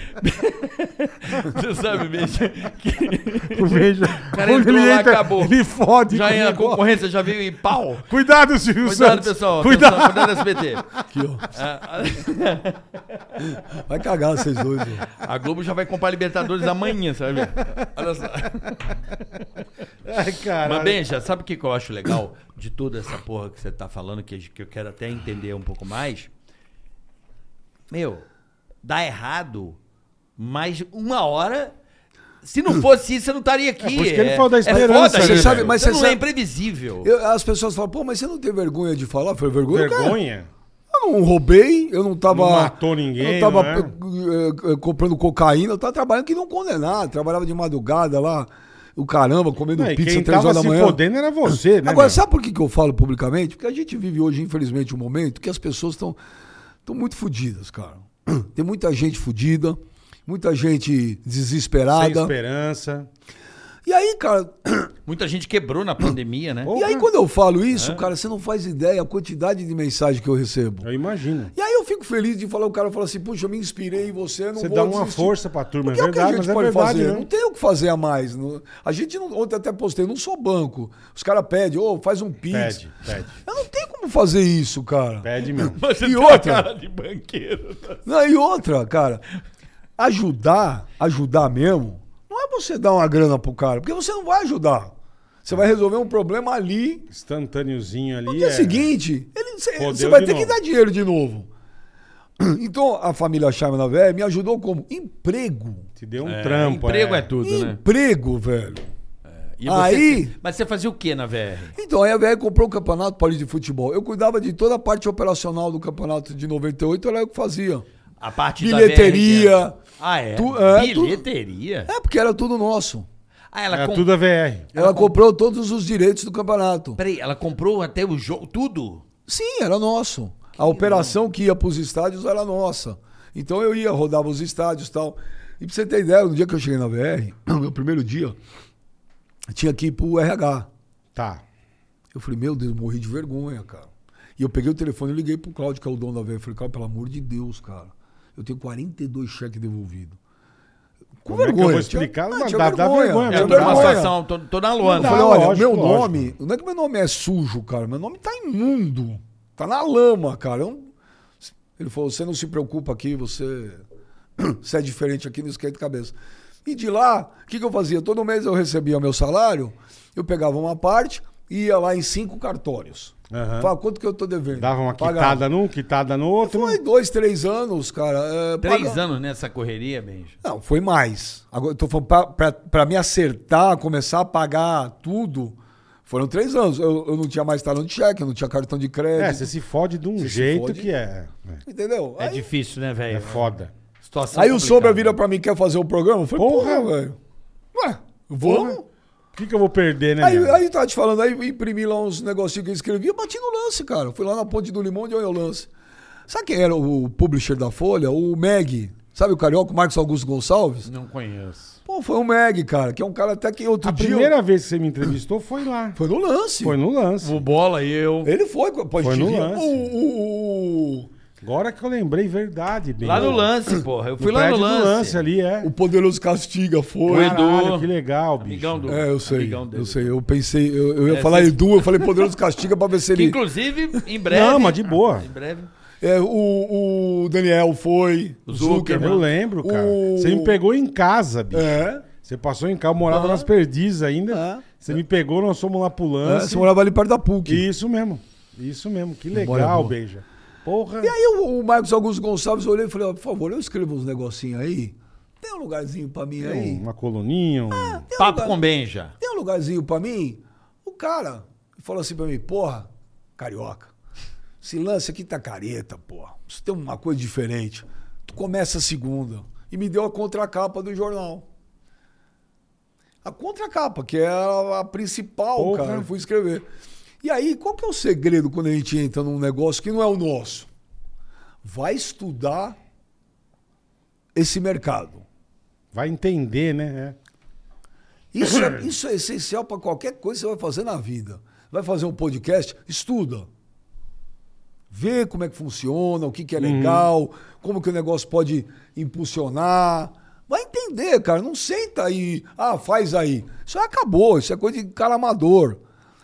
você sabe mesmo que O Benja- cara quando entrou ele lá, entra, acabou. Ele fode. já com o é a negócio. concorrência, já veio e pau. Cuidado, Silvio Cuidado, Santos. pessoal. Cuidado. Atenção, cuidado SBT. Aqui, ó. A, Vai cagar vocês dois, ó. a- a Globo já vai comprar Libertadores amanhã, sabe? Olha só. Ai, caralho. Mas, Benja, sabe o que que eu acho legal de toda essa porra que você tá falando, que, que eu quero até entender um pouco mais? Meu, dá errado, mas uma hora. Se não fosse isso, você não estaria aqui. É, por isso que ele falou da esperança, foda, né, gente? Você sabe, mas Você você não é sabe- imprevisível. Eu- as pessoas falam, pô, mas você não tem vergonha de falar? Eu falei, vergonha? cara? Vergonha? Eu não roubei, eu não tava. Não matou ninguém, Eu não não é? tava eh, eh, comprando cocaína, eu tava trabalhando que não condenado. Trabalhava de madrugada lá, o caramba, comendo Não, e pizza quem três tava horas da se manhã. fodendo era você, né? Agora, meu? sabe por que, que eu falo publicamente? Porque a gente vive hoje, infelizmente, um momento que as pessoas estão muito fodidas, cara. Tem muita gente fodida, muita gente Sem desesperada. esperança. E aí, cara, Muita gente quebrou na pandemia, né? e aí quando eu falo isso, cara, você não faz ideia a quantidade de mensagem que eu recebo. Eu imagino. E aí eu fico feliz de falar, o cara fala assim, puxa, eu me inspirei em você, não Você vou dá uma desistir." força pra turma, é Porque é o que a verdade, gente mas é pode verdade, fazer. né? Não tem o que fazer a mais. Não- A gente não, ontem até postei, não sou banco. Os caras pedem, ô, faz um pix. Pede, pede. Eu não tenho como fazer isso, cara. Pede mesmo. Mas você E tem outra? a cara de banqueiro. tá? Não, e outra, cara, ajudar, ajudar mesmo, não é você dar uma grana pro cara, porque você não vai ajudar. Você vai resolver um problema ali Instantâneozinho ali. No dia é- seguinte, ele- cê- Fodeu você vai de ter novo. que dar dinheiro de novo. Então, a família Charme na Véia me ajudou como? Emprego. Te deu um trampo, Emprego é, tudo, né? Emprego, velho. E Aí- Mas você fazia o que na VR? Então, aí a VE comprou o Campeonato Paulista de Futebol. Eu cuidava de toda a parte operacional do Campeonato de 98, era eu é que fazia. A parte da Bilheteria. VR. Ah, é? Tu- é, tu- Bilheteria? É, porque era tudo nosso. Ah, ela, Era com- É tudo a VR. Ela comprou todos os direitos do campeonato. Peraí, ela comprou até o jogo, tudo? Sim, era nosso. A operação que ia para os estádios era nossa. Então eu ia, rodava os estádios e tal. E pra você ter ideia, no dia que eu cheguei na VR, no meu primeiro dia, eu tinha que ir pro RH. Tá. Eu falei, meu Deus, eu morri de vergonha, cara. E eu peguei o telefone e liguei pro Cláudio, que é o dono da VR. Eu falei, cara, pelo amor de Deus, cara. Eu tenho 42 cheques devolvidos. Com Como é que eu vergonha. vou tinha- explicar? Ah, Dá- tinha dá- dá vergonha, É, tinha eu Não, tô numa não, situação, tô, tô na eu lona. falei, Não, olha, lógico, meu lógico. nome, não é que meu nome é sujo, cara, meu nome tá imundo, tá na lama, cara. Eu não- Ele falou, você não se preocupa aqui, você, você é diferente aqui, não esquenta a cabeça. E de lá, o que, que eu fazia? Todo mês eu recebia meu salário, eu pegava uma parte e ia lá em cinco cartórios. Aham. Falava, quanto que eu tô devendo? Dava uma Pagava. quitada num, quitada no outro. É, Foi dois, três anos, cara. é, Três paga- anos nessa correria, Benjo. não, foi mais. Agora, eu tô falando, pra, pra, pra me acertar, começar a pagar tudo, foram três anos. Eu, eu não tinha mais talão de cheque, eu não tinha cartão de É, crédito. você se fode de um Você se jeito fode. que é. é. Entendeu? É aí difícil, né, É velho? foda. Situação aí o Sombra complicada. vira pra mim, quer fazer o programa? Eu falei, né? Porra. porra, velho. Ué, vamos? Porra, O que, que eu vou perder, né? Aí, meu? aí eu tava te falando, aí eu imprimi lá uns negocinhos que eu escrevi, eu bati no lance, cara. Fui lá na Ponte do Limão, onde eu ia o lance. Sabe quem era o publisher da Folha? O Meg. Sabe o carioca, o Marcos Augusto Gonçalves? Não conheço. Pô, foi o Meg, cara, que é um cara até que outro a dia... primeira vez que você me entrevistou foi lá. Foi no lance. Foi no lance. O Bola e eu. Ele foi, pode Foi te no ver. lance. O, o, o- Agora que eu lembrei, verdade, bem. Lá no lance, porra. Eu fui lá no prédio do lance. ali, é. o poderoso Castiga foi. Edu. Caralho, que legal, bicho. Amigão do. É, eu sei. amigão dele. Eu sei, eu pensei, eu, eu ia É, falar você- Edu, eu falei poderoso Castiga pra ver se Que, ele. inclusive, em breve. Não, mas de boa. Em breve. É, o, o Daniel foi. O Zuckerman. Eu lembro, cara. O- Você me pegou em casa, bicho. né? É. Você passou em casa, eu morava nas perdizes ainda. Ah. Você me pegou, nós fomos lá pro é, lance. Você morava ali perto da PUC. Isso mesmo. Isso mesmo. Que Memória legal, boa. beija. Porra. E aí o, o Marcos Augusto Gonçalves eu olhei e falei, ó, por favor, eu escrevo uns negocinhos aí. Tem um lugarzinho pra mim aí? é Uma coluninha. um- Tem um Papo lugar- com Benja. tem um lugarzinho pra mim? O cara falou assim pra mim, porra, carioca, esse lance aqui tá careta, porra. Isso tem uma coisa diferente. Tu começa a segunda. E me deu a contracapa do jornal. A contracapa, que é a, a principal, Porra. cara. Eu fui escrever. E aí, qual que é o segredo quando a gente entra num negócio que não é o nosso? Vai estudar esse mercado. Vai entender, né? É. Isso é, isso é essencial para qualquer coisa que você vai fazer na vida. Vai fazer um podcast? Estuda. Vê como é que funciona, o que, Uhum. que é legal, como que o negócio pode impulsionar. Vai entender, cara. Não senta aí, ah, faz aí. Isso aí acabou, isso é coisa de cara amador.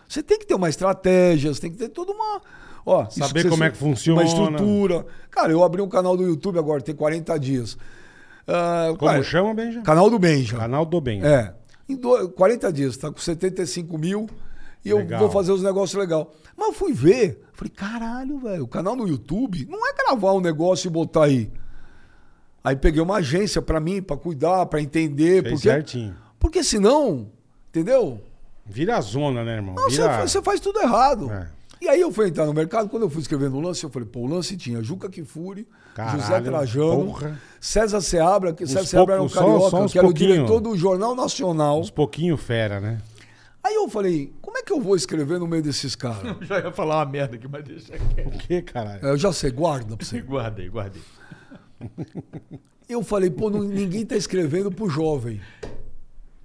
Você tem que ter uma estratégia, você tem que ter toda uma. Ó, isso Saber você- como é que funciona. Uma estrutura. Cara, eu abri um canal do YouTube agora, tem 40 dias. Ah, Como cara, chama, Benja? Canal do Benja. Canal do Bem. É. Em do- 40 dias, tá com 75 mil e eu Legal. vou fazer os negócios legal. Mas eu fui ver, falei, caralho, velho, o canal no YouTube não é gravar um negócio e botar aí. Aí peguei uma agência pra mim, pra cuidar, pra entender. Fez porque, certinho. porque senão, entendeu? Vira a zona, né, irmão? Não, você, Vira... você faz tudo errado. É. E aí eu fui entrar no mercado, quando eu fui escrever no lance, eu falei, pô, o lance tinha Juca Kifuri, Caralho, José Trajano, porra. César Seabra, que César Uns Seabra era um poucos, só- carioca, só uns que era pouquinho. o diretor do Jornal Nacional. Uns pouquinho fera, né? Aí eu falei, como é que eu vou escrever no meio desses caras? Já ia falar uma merda aqui, mas deixa quieto. O que, caralho? É, Eu já sei, guarda pra você. Guardei, guardei. Eu falei, pô, não- ninguém tá escrevendo pro jovem.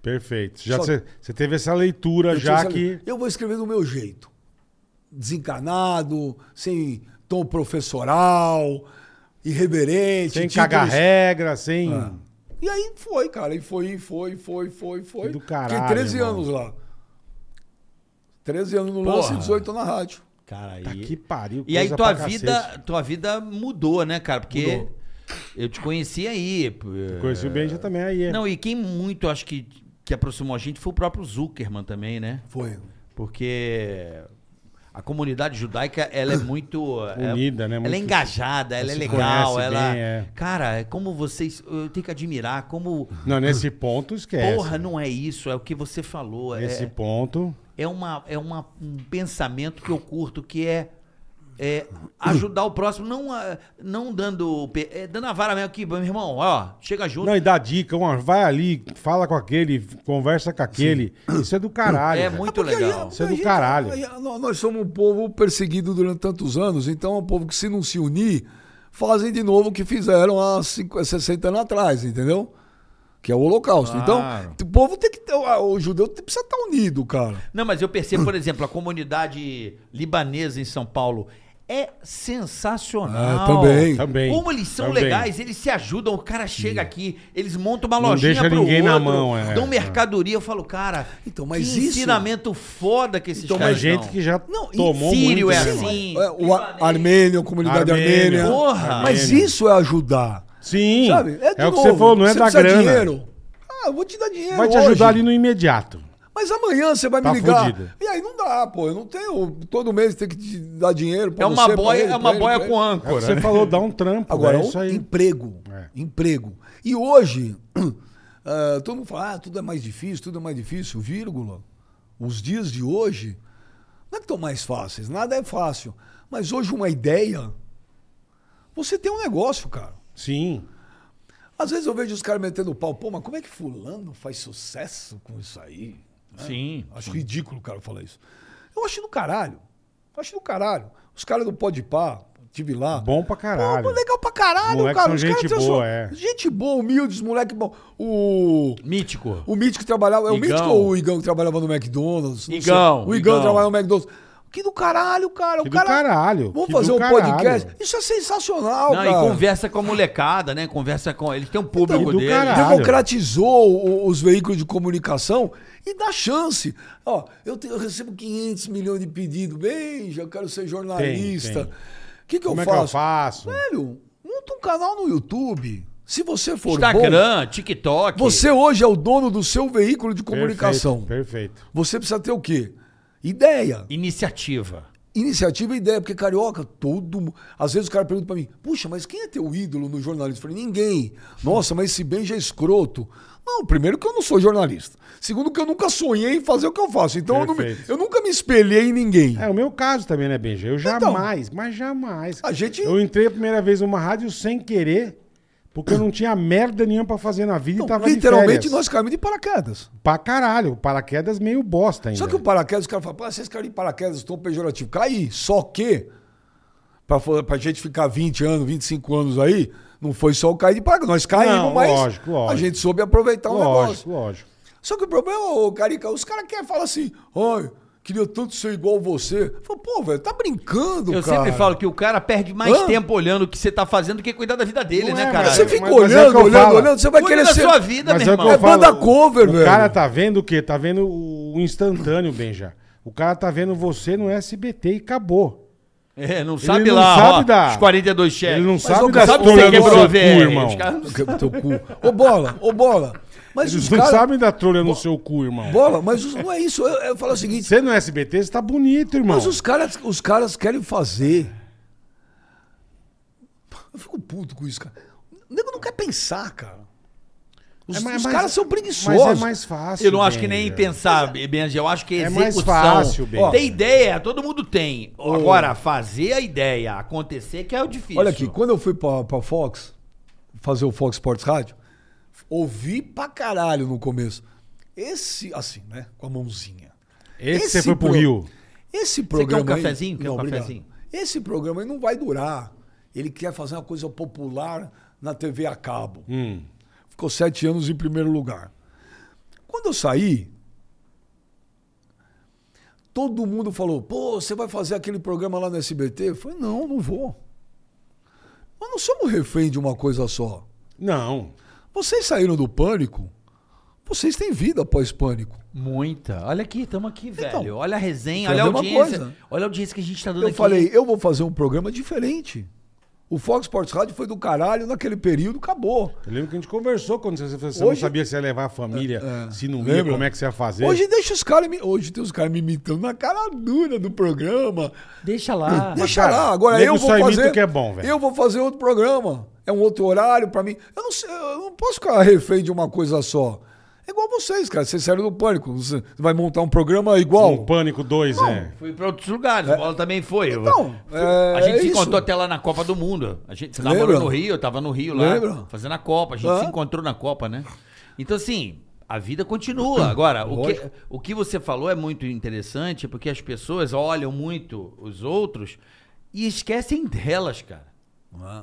Perfeito. Já Só- Você você teve essa leitura Eu já tinha que... essa- Eu vou escrever do meu jeito. Desencanado, sem tom professoral, irreverente. Sem títulos- cagar regra, sem. Ah. E aí foi, cara. E foi, e foi, e foi, foi, foi. Do Fiquei 13 caralho, anos lá. 13 anos no lance e Porra. 18 na rádio. Cara, aí. Tá que pariu. E aí coisa tua pra cacete. vida, tua vida mudou, né, cara? Porque Mudou. eu te conheci aí. p- Conheci o Benja também aí. é. Não, e quem muito acho que, que aproximou a gente foi o próprio Zuckerman também, né? Foi. Porque a comunidade judaica, ela é muito... é- Unida, né? Ela é Muito- engajada, ela é se legal, conhece ela... bem, é. Cara, como vocês... Eu tenho que admirar como... Não, nesse ponto esquece. Porra, não é isso, é o que você falou. né? é- Nesse ponto. é uma, é uma, um pensamento que eu curto, que é, é ajudar o próximo, não, ah, não dando, pe- é, dando a vara mesmo aqui, meu irmão, ó, chega junto. é Não, e dá dica, uma, vai ali, fala com aquele, conversa com aquele. Isso é do caralho. é velho. muito Porque aí- legal. Isso é do porque a gente- caralho. aí, nó- nós somos um povo perseguido durante tantos anos, então é um povo que se não se unir, fazem de novo o que fizeram há 50, 60 anos atrás, entendeu? Que é o holocausto. Claro. Então, o povo tem que ter. O judeu precisa estar unido, cara. Não, mas eu percebo, por exemplo, a comunidade libanesa em São Paulo é sensacional. Ah, também. Também. Como eles são também. legais, eles se ajudam, o cara chega aqui, eles montam uma Não lojinha deixa pro ninguém na outro, mão, é. dão mercadoria, eu falo, cara, Então, mas que isso- ensinamento foda que esses Então, caras mas gente dão. que já Não, e tomou sírio muito. é né, assim. mano? É, o a- armênio, a comunidade Armênio. armênia. Porra! Mas Armênio. isso é ajudar. Sim. Sabe? É, de É o que novo, você falou, não é da precisa de grana. Dinheiro. Ah, eu vou te dar dinheiro. Vai te ajudar hoje. ali no imediato. É Mas amanhã você vai Tá me ligar. fudido. E aí não dá, pô. Eu não tenho. Todo mês tem que te dar dinheiro. Pra É uma você, pra boia, ele, é uma pra ele, boia pra com ele. É o que âncora. né? você falou, dá um trampo. né? Agora, é isso aí. emprego. É. Emprego. E hoje, ah, todo mundo fala, ah, tudo é mais difícil, tudo é mais difícil, vírgula. Os dias de hoje não é que estão mais fáceis, nada é fácil. Mas hoje uma ideia, você tem um negócio, cara. Sim. Às vezes eu vejo os caras metendo pau, pô, mas como é que fulano faz sucesso com isso aí? Sim. Acho ridículo o cara falar isso. Eu acho do caralho. Eu acho do caralho. Os caras do Pode Pá, tive lá. Bom pra caralho. Pô, legal pra caralho, Moleque cara. são Os caras gente transformam- boa, é. Gente boa, humildes, moleque bom. O. Mítico. O Mítico trabalhava. É o Igão. Mítico ou o Igão que trabalhava no McDonald's? Não sei. Igão, O Igão, Igão. trabalhava no McDonald's. Que do caralho, cara. Que do o cara. caralho, Vamos que fazer do um caralho. podcast. Isso é sensacional, Não, cara. e conversa com a molecada, né? Conversa com. Eles têm um público Então, do dele. caralho. democratizou o- os veículos de comunicação e dá chance. Ó, eu, te- eu recebo 500 milhões de pedidos, bem, já quero ser jornalista. tem. O que, que eu Como é que eu faço? faço? Velho, monta um canal no YouTube. Se você for bom, Instagram, TikTok. você hoje é o dono do seu veículo de comunicação. Perfeito. perfeito. Você precisa ter o quê? Ideia. Iniciativa. Iniciativa e ideia, porque carioca, todo mundo. Às vezes o cara pergunta pra mim, puxa, mas quem é teu ídolo no jornalismo? Eu falei, ninguém. Nossa, mas esse Benja é escroto. Não, primeiro que eu não sou jornalista. Segundo que eu nunca sonhei em fazer o que eu faço. Então eu, não me- Perfeito. eu nunca me espelhei em ninguém. É o meu caso também, né, Benja? Eu jamais, mas jamais. Então. A gente- Eu entrei a primeira vez numa rádio sem querer, porque eu não tinha merda nenhuma pra fazer na vida Então, e tava literalmente de férias. nós caímos de paraquedas. Pra caralho, paraquedas meio bosta ainda. Só que o paraquedas, o cara fala, pá, vocês caíram de paraquedas, estão pejorativo. Caí, só que pra, fo- pra gente ficar 20 anos, 25 anos aí, não foi só o cair de paraquedas. Nós caímos, Não, mas lógico, lógico. a gente soube aproveitar o tá um negócio. Lógico, lógico. Só que o problema, ô, Carica, os caras querem falar assim, ai, queria tanto ser igual você. Eu falo, pô, velho, tá brincando, Eu cara. sempre falo que o cara perde mais Hã? tempo olhando o que você tá fazendo do que cuidar da vida dele, Não né, é, cara? mas Você eu fica mas é o olhando, que eu olhando, falo. olhando, você vai Cuida querer da ser... sua vida, Mas meu é o que irmão. eu É falo, banda cover, o velho. cara tá vendo o quê? Tá vendo o instantâneo, Benja. O cara tá vendo você no SBT e acabou. É, não sabe não lá, sabe ó, da- os 42 chefes. Ele não ô, sabe cara, das sabe que você trolhas no quebrou seu a cu, VR, os irmão. caras não- Quebra teu cu. Ô, bola, ô, bola. Mas Eles os não caras... sabem da trolha no seu cu, irmão. Bola, mas os- não é isso. Eu, eu falo o seguinte, Você no SBT, você tá bonito, irmão. mas os caras, os caras querem fazer... Eu fico puto com isso, cara. O nego não quer pensar, cara. Os, É, mas- os mas- caras são Mas preguiçosos. é mais fácil. Eu não acho que nem Benja. pensar, Benja. Eu acho que é É mais execução. fácil, Benja. Ó, Ter ideia, todo mundo tem. Agora, fazer a ideia acontecer que é o difícil. Olha aqui, quando eu fui pra, pra Fox, fazer o Fox Sports Rádio, ouvi pra caralho no começo. Esse, assim, né? Com a mãozinha. Esse, Esse você foi pro pro- Rio. Esse um programa. aí- cafezinho? Quer um obrigado. cafezinho? Esse programa aí não vai durar. Ele quer fazer uma coisa popular na TV a cabo. Hum. Ficou sete anos em primeiro lugar. Quando eu saí, todo mundo falou: pô, você vai fazer aquele programa lá no SBT? Eu falei: não, não vou. Eu não somos refém de uma coisa só. Não. Vocês saíram do pânico, vocês têm vida após pânico. Muita. Olha aqui, estamos aqui, Então, velho. Olha a resenha, foi a olha a mesma audiência. coisa. Olha a audiência que a gente tá dando Eu aqui. falei, eu vou fazer um programa diferente. O Fox Sports Rádio foi do caralho naquele período, acabou. Eu lembro que a gente conversou quando você, você não Hoje- sabia se ia levar a família, se não ia, Lembra? como é que você ia fazer. Hoje deixa os caras. me- Hoje tem os caras me imitando na cara dura do programa. Deixa lá. Deixa cara, lá, agora nego eu vou só imita fazer. o que é bom, velho. eu vou fazer outro programa. É um outro horário pra mim. Eu não, sei, eu não posso ficar refém de uma coisa só. É igual vocês, cara. Vocês saíram do pânico. Você vai montar um programa igual. Um Pânico 2, é. Fui pra outros lugares, o Bola também foi. Então, é, a gente é se isso. encontrou até lá na Copa do Mundo. A gente você tava Lembra? morando no Rio, eu tava no Rio lá, Lembra? fazendo a Copa. A gente Hã? se encontrou na Copa, né? Então, assim, a vida continua. Agora, o que, Lógico. o que você falou é muito interessante, porque as pessoas olham muito os outros e esquecem delas, cara.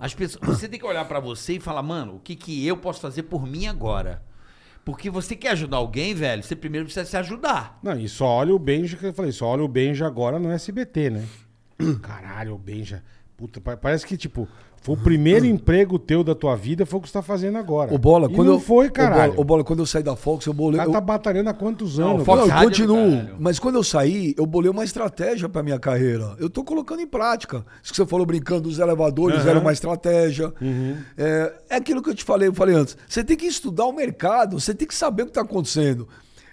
As pessoas, você tem que olhar pra você e falar, mano, o que, que eu posso fazer por mim agora? Porque você quer ajudar alguém, velho, você primeiro precisa se ajudar. Não, e só olha o Benja, que eu falei, só olha o Benja agora no SBT, né? Caralho, o Benja. Puta, pa- parece que, tipo, foi o primeiro emprego teu da tua vida, foi o que você tá fazendo agora. O Bola, E quando não eu, foi, o caralho. Bola, o Bola, quando eu saí da Fox, eu O bolei. cara eu- tá batalhando há quantos anos? o Fox velho? Não, eu Rádio do continuo. caralho. Mas quando eu saí, eu bolei uma estratégia pra minha carreira. Eu tô colocando em prática. Isso que você falou brincando dos elevadores, Aham. Uhum. era uma estratégia. É, é aquilo que eu te falei, eu falei antes. Você tem que estudar o mercado, você tem que saber o que tá acontecendo.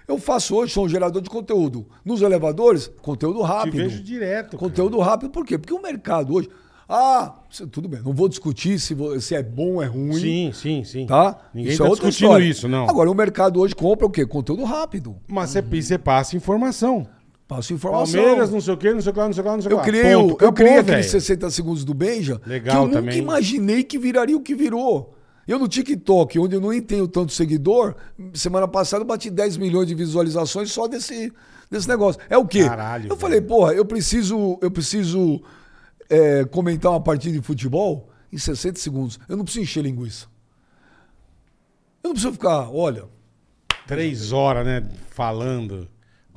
Eu faço hoje, sou um gerador de conteúdo. Nos elevadores, conteúdo Te rápido. vejo direto. cara. Conteúdo rápido, por quê? Porque o mercado hoje. Ah, cê- tudo bem, não vou discutir se, vo- se é bom ou é ruim. Sim, sim, sim. Tá? Ninguém Isso tá é outra discutindo história. isso, não. Agora, o mercado hoje compra o quê? Conteúdo rápido. Mas você, e você passa informação. Passo informação. Palmeiras, não sei o quê, não sei o que lá, não sei o que lá, não sei o Eu que lá. criei, o- Ponto. eu Acabou, criei aqueles velho. 60 segundos do Benja Legal que eu nunca também. imaginei que viraria o que virou. Eu no TikTok, onde eu não tenho tanto seguidor, semana passada eu bati 10 milhões de visualizações só desse, desse negócio. É o quê? Caralho, eu falei, velho. porra, eu preciso, eu preciso é, comentar uma partida de futebol em 60 segundos. Eu não preciso encher linguiça. Eu não preciso ficar, olha, Três horas, né? Falando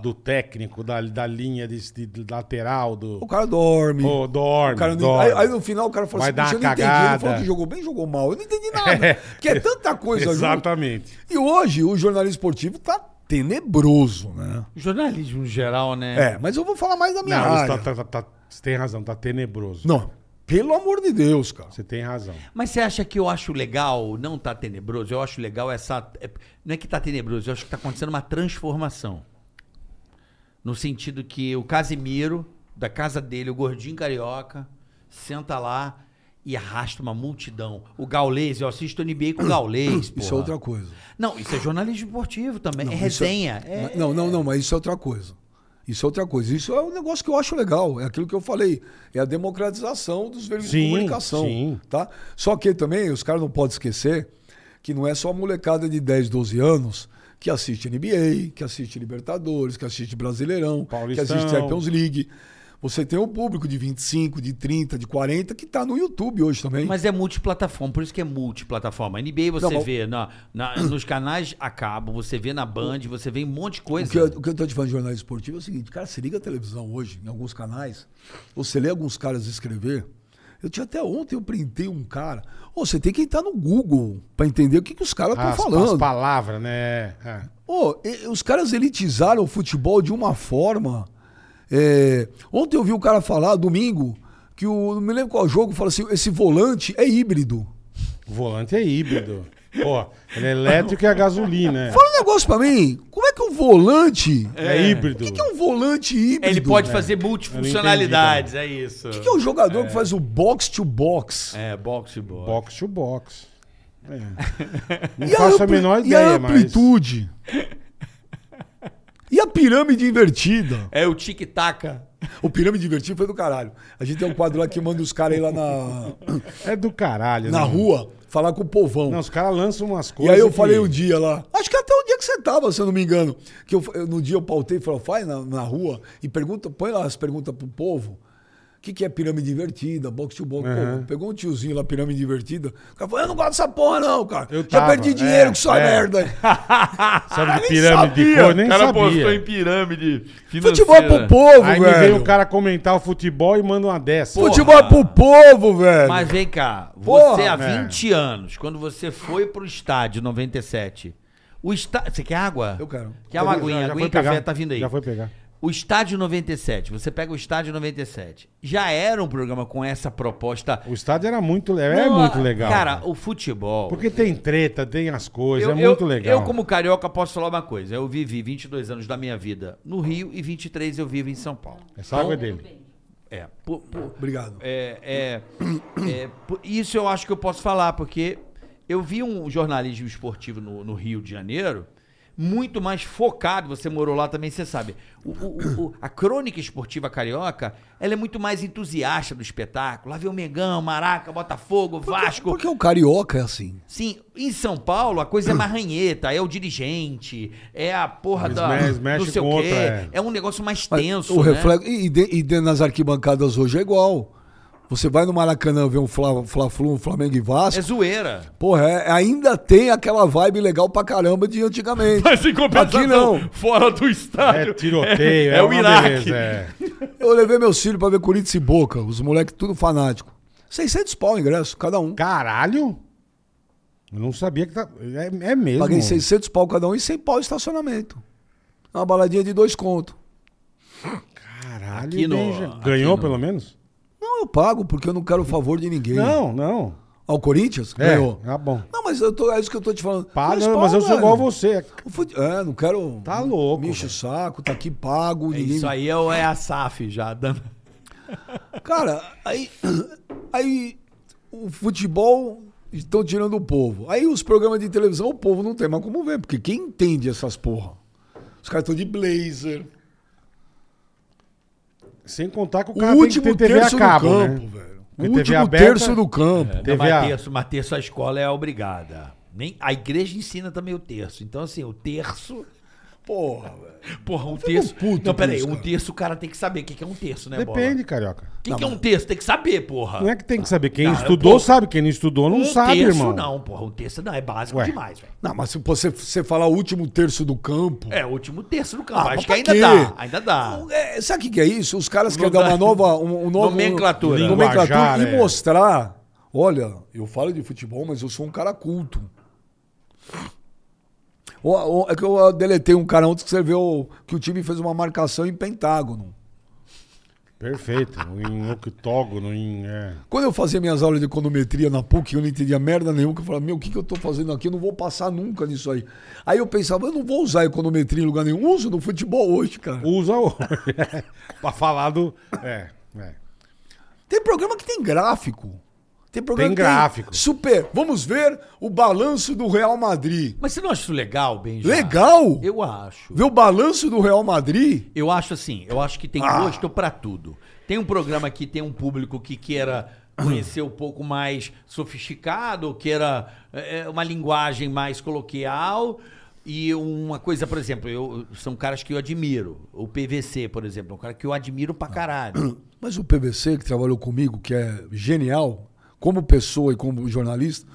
do técnico, da, da linha de, de- de lateral, do. o cara dorme. Ô, dorme. O cara não- dorme. aí, aí no final o cara fala Vai assim, dar "Puxa, eu uma não entendi. Ele falou cagada." que jogou bem, jogou mal. Eu não entendi nada. Porque é tanta coisa junto. Exatamente. E hoje o jornalismo esportivo tá tenebroso, né? Jornalismo no geral, né? É, mas eu vou falar mais da minha Não, você, tá- área. tá- tá- tá- você tem razão, tá tenebroso. Não, pelo amor de Deus, cara. Você tem razão. Mas você acha que eu acho legal, não tá tenebroso? Eu acho legal essa. é- Não é que tá tenebroso, eu acho que tá acontecendo uma transformação. No sentido que o Casimiro, da casa dele, o gordinho carioca, senta lá e arrasta uma multidão. O Gaulês, eu assisto NBA com o Gaulês. Isso é porra. outra coisa. Não, isso é jornalismo esportivo também. é Não, isso resenha. É... Mas- Não, não, não, mas isso é outra coisa. Isso é outra coisa. Isso é um negócio que eu acho legal. É aquilo que eu falei. É a democratização dos veículos de Sim, comunicação. sim. Tá? Só que também os caras não podem esquecer que não é só a molecada de 10, 12 anos que assiste NBA, que assiste Libertadores, que assiste Brasileirão, Paulistão. que assiste Champions League. Você tem um público de 25, de 30, de 40 que está no YouTube hoje também. Mas é multiplataforma, por isso que é multiplataforma. NBA você Não, mas- vê na, na- nos canais a cabo, você vê na Band, você vê em um monte de O coisa. que, eu, o que eu tô te falando de jornalismo esportivo é o seguinte, cara, se liga a televisão hoje, em alguns canais, você lê alguns caras escrever. Eu tinha até ontem, eu printei um cara. Ô, você tem que entrar no Google pra entender o que, que os caras estão Ah, As, as falando. palavras, né? É. Ô, e- os caras elitizaram o futebol de uma forma. é, ontem eu vi um cara falar, domingo, que o. Não me lembro qual jogo, fala assim: esse volante é híbrido. O volante é híbrido. Pô, ele é elétrico e a gasolina. é. Fala um negócio pra mim, como é que o volante. É, híbrido. O que, que é um volante híbrido? Ele né? pode fazer multifuncionalidades, é isso. O que é o jogador que faz o box to box? É, boxe, boxe. Box to box. É. Não E a faço a ampli- menor E a ideia, mas. amplitude? E a pirâmide invertida? É o tic-tac. O pirâmide invertida foi do caralho. A gente tem um quadro lá que manda os caras ir lá na, É do caralho, na né? rua falar com o povão. Não, os caras lançam umas e coisas. aí eu falei que- um dia lá, acho que até o dia que você tava, se eu não me engano, que eu, eu- no dia eu pautei e falei, vai na, na rua e pergunta, põe lá as perguntas pro povo, que, que é pirâmide invertida, box to box. Aham. Pô, pegou um tiozinho lá, pirâmide invertida. O cara falou, eu não gosto dessa porra, não, cara. Eu Já tava, perdi dinheiro é, com essa é. merda aí. Ah, Sabe de pirâmide de cor? Nem o cara postou em sabia. pirâmide financeira. Futebol é pro povo, Aí me velho. veio o cara comentar o futebol e manda uma dessa. Futebol é pro povo, velho. Mas vem cá, Porra, você há né? 20 anos, quando você foi pro estádio 97, o estádio. Você quer água? Eu quero. Quer uma Já- aguinha, aguinha já foi e café pegar. tá vindo aí. Já foi pegar. O estádio 97, você pega o estádio 97. Já era um programa com essa proposta. O estádio era muito, le- é Não, ah, muito legal. Cara, cara. o futebol. Porque tem treta, tem as coisas, Eu- é eu- muito legal. Eu, como carioca, posso falar uma coisa. Eu vivi 22 anos da minha vida no Rio e 23 eu vivo em São Paulo. Essa água é dele. É. Por, por- Obrigado. é, é, é, por- isso eu acho que eu posso falar, porque eu vi um jornalismo esportivo no, no Rio de Janeiro muito mais focado. Você morou lá também, você sabe. O- o- o- a crônica esportiva carioca ela é muito mais entusiasta do espetáculo. Lá vê o Mengão, Maraca, Botafogo, Vasco. Porque o carioca é assim. Sim, em São Paulo a coisa é marranheta, é o dirigente, é a porra Eles da. mexe- não mexe sei com o quê. outra, é. É um negócio mais Mas tenso. O né? reflexo, e, de- e de- nas arquibancadas hoje é igual. Você vai no Maracanã ver um Fla- Fla-Flu, um Flamengo e Vasco. É zoeira. Porra, é- ainda tem aquela vibe legal pra caramba de antigamente. Mas em compensação, Aqui não. fora do Então, estádio. É tiroteio, é, é, o uma Iraque. beleza, é. Eu levei meus filhos pra ver Corinthians e Boca, os moleques tudo fanático. 600 pau o ingresso, cada um. Caralho! Eu não sabia que tá. É, é mesmo. Paguei 600 pau cada um e 100 pau de estacionamento. É Uma baladinha de dois conto. Caralho, Aqui no- Benja. aqui Ganhou no- pelo menos? Não, eu pago porque eu não quero o favor de ninguém. Não, não. Ao Corinthians? É, Ganhou. tá bom. Não, mas eu tô, é isso que eu tô te falando. Paga, Dois pau, mas eu sou velho. igual a você. O fute- É, não quero. Tá louco, Me enche o velho. saco, tá aqui pago. É ninguém... Isso aí é, o- é a SAF já dando. Cara, aí. Aí. O futebol estão tirando o povo. Aí os programas de televisão, o povo não tem mais como ver, porque quem entende essas porra? Os caras estão de blazer. Sem contar que o O cara último tem que ter TV terço a cabo, do campo, né? velho. O Porque TV último aberta- é terço do campo. TV Mas a- terço, mas terço a escola é obrigada. Nem, a igreja ensina também o terço. Então, assim, o terço. Porra, velho. Porra, um é terço. puto não, com peraí, isso, um cara. terço o cara tem que saber o que que é um terço, né, Bola? Depende, carioca. O que, que é um terço? Tem que saber, porra. Não é que tem que saber. Quem Não, eu estudou tô- sabe, quem não estudou não Ah. um sabe, terço, irmão. não, porra. Um terço não, é básico Ué. demais, velho. Não, mas se você, você falar o último terço do campo. É, o último terço do campo. Ah, mas Acho que pra ainda quê? dá, ainda dá. É, sabe o que, que é isso? Os caras Não querem dar dá. uma nova. Um, um novo, Nomenclatura. um- nomenclatura Linguajar, e é. mostrar. Olha, eu falo de futebol, mas eu sou um cara culto. O- o- É que eu deletei um cara ontem que você viu que o time fez uma marcação em pentágono. Perfeito. Em octógono, em. é. Quando eu fazia minhas aulas de econometria na PUC, eu não entendia merda nenhuma, que eu falava, meu, o que, que eu tô fazendo aqui? Eu não vou passar nunca nisso aí. Aí eu pensava, eu não vou usar econometria em lugar nenhum, uso no futebol hoje, cara. Usa o. pra falar do. É, é. Tem programa que tem gráfico. Tem programa Tem que gráfico. super. Vamos ver o balanço do Real Madrid. Mas você não acha isso legal, Benjamin? Legal! Eu acho. Ver o balanço do Real Madrid. Eu acho assim, eu acho que tem Ah. gosto pra tudo. Tem um programa que tem um público que queira conhecer um pouco mais sofisticado, queira é, uma linguagem mais coloquial e uma coisa, por exemplo, eu são caras que eu admiro. O PVC, por exemplo, é um cara que eu admiro pra caralho. Mas o PVC, que trabalhou comigo, que é genial, como pessoa e como jornalista,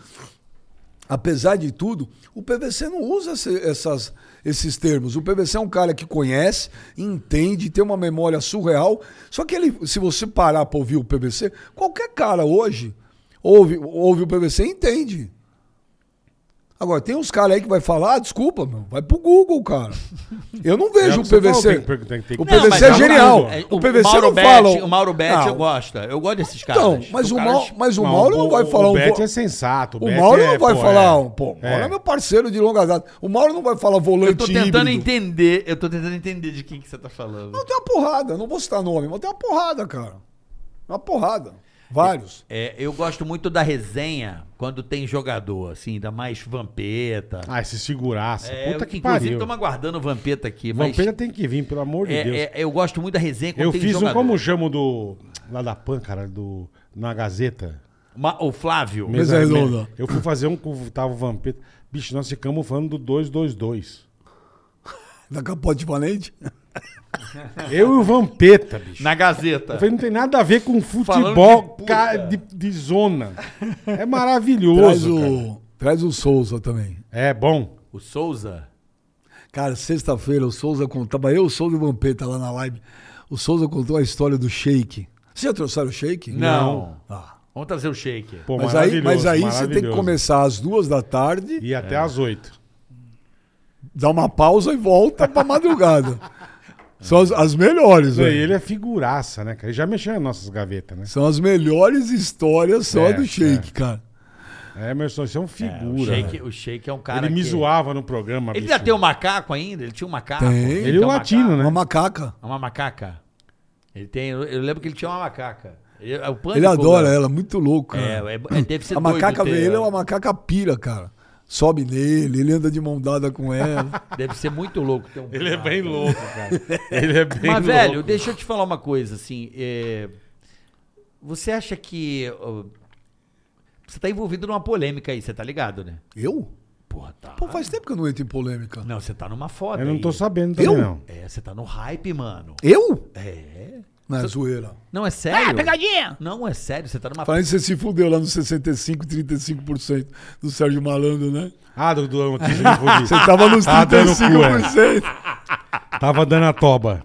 apesar de tudo, o PVC não usa esse- essas- esses termos. O PVC é um cara que conhece, entende, tem uma memória surreal. Só que ele, se você parar para ouvir o PVC, qualquer cara hoje ouve, ouve o PVC e entende. Agora, tem uns caras aí que vai falar, ah, desculpa, meu, vai pro Google, cara. Eu não É vejo o o que você falou, PVC. tem que- tem que- tem que- Não, O PVC mas é não genial. dá. É, O PVC Mauro não Bet- fala. O Mauro Bet é Não, eu gosto. Eu gosto desses caras. é Então, mas São o, caras- Mauro, mas o Mauro não vai falar O um Bet vo- é sensato. O Bet Mauro é, não vai pô, falar. é. um- Pô, o Mauro é. É. meu parceiro de longa data. O Mauro não vai falar volante Eu tô tentando híbrido. entender, eu tô tentando entender de quem que você tá falando. Não, tem uma porrada. Não vou citar nome, mas tem uma porrada, cara. Uma porrada. Vários. É, eu gosto muito da resenha quando tem jogador, assim, ainda mais Vampeta. Ah, se seguraça. É, Puta que inclusive, pariu. estamos aguardando o Vampeta aqui, mas. Vampeta tem que vir, pelo amor de é, Deus. é, eu gosto muito da resenha quando Eu tem fiz um, jogador. como chamo do. Lá da PAN, cara, do. Na Gazeta. Ma- o Flávio. Mesa redonda. me- Eu fui fazer um com o Tava Vampeta. Bicho, nós ficamos falando do 222. Da capote valente. Eu e o Vampeta, bicho. Na Gazeta. Eu falei, não tem nada a ver com Falando de futebol puta. ca- de, de zona. É Traz maravilhoso. cara. o, traz o Souza também. É bom. O Souza. Cara, sexta-feira o Souza contava, eu, Souza e o Vampeta lá na live. O Souza contou a história do shake. Vocês já trouxeram o shake? Não. Ah. Vamos trazer o shake. Pô, mas aí, mas maravilhoso, aí você tem que maravilhoso. começar às duas da tarde, E até às oito. dar uma pausa e volta pra madrugada. São as, as melhores, Não, e velho. ele é figuraça, né, cara? Ele já mexeu nas nossas gavetas, né? São as melhores histórias só É, do shake, cara. É, Emerson, isso é um O figura. shake, velho. o shake é um cara. ele me que- zoava no programa. Ele bicho. ainda tem um macaco ainda? Ele tinha um macaco? Tem. Ele é tem um latino, macaco? É né? Uma macaca. Uma macaca. Ele tem. Eu, eu lembro que ele tinha uma macaca. Ele, o Pânico, Ele adora né? ela, muito louco. É, cara. é, é, deve ser a macaca doido ter- vermelha é uma macaca pira, cara. Sobe nele, ele anda de mão dada com ela. Deve ser muito louco ter um Ele é macaco. bem louco, cara. Ele é bem Mas, louco. velho, deixa eu te falar uma coisa, assim. é, Você acha que. ó, Você tá envolvido numa polêmica aí, você tá ligado, né? eu? Porra, tá. Pô, Ah. faz tempo que eu não entro em polêmica. Não, você tá numa foda. Eu não tô aí. sabendo também, Eu? não. É, você tá no hype, mano. Eu? É. Não, é zoeira. Não, é sério. Ah, pegadinha! Não, é sério, você tá Ah. numa. Falando que você se fudeu lá nos 65, 35% do Sérgio Malandro, né? Ah, do, do notícia de fudido. Você tava nos Ah, dando cu, é. 35%. Tava dando a toba.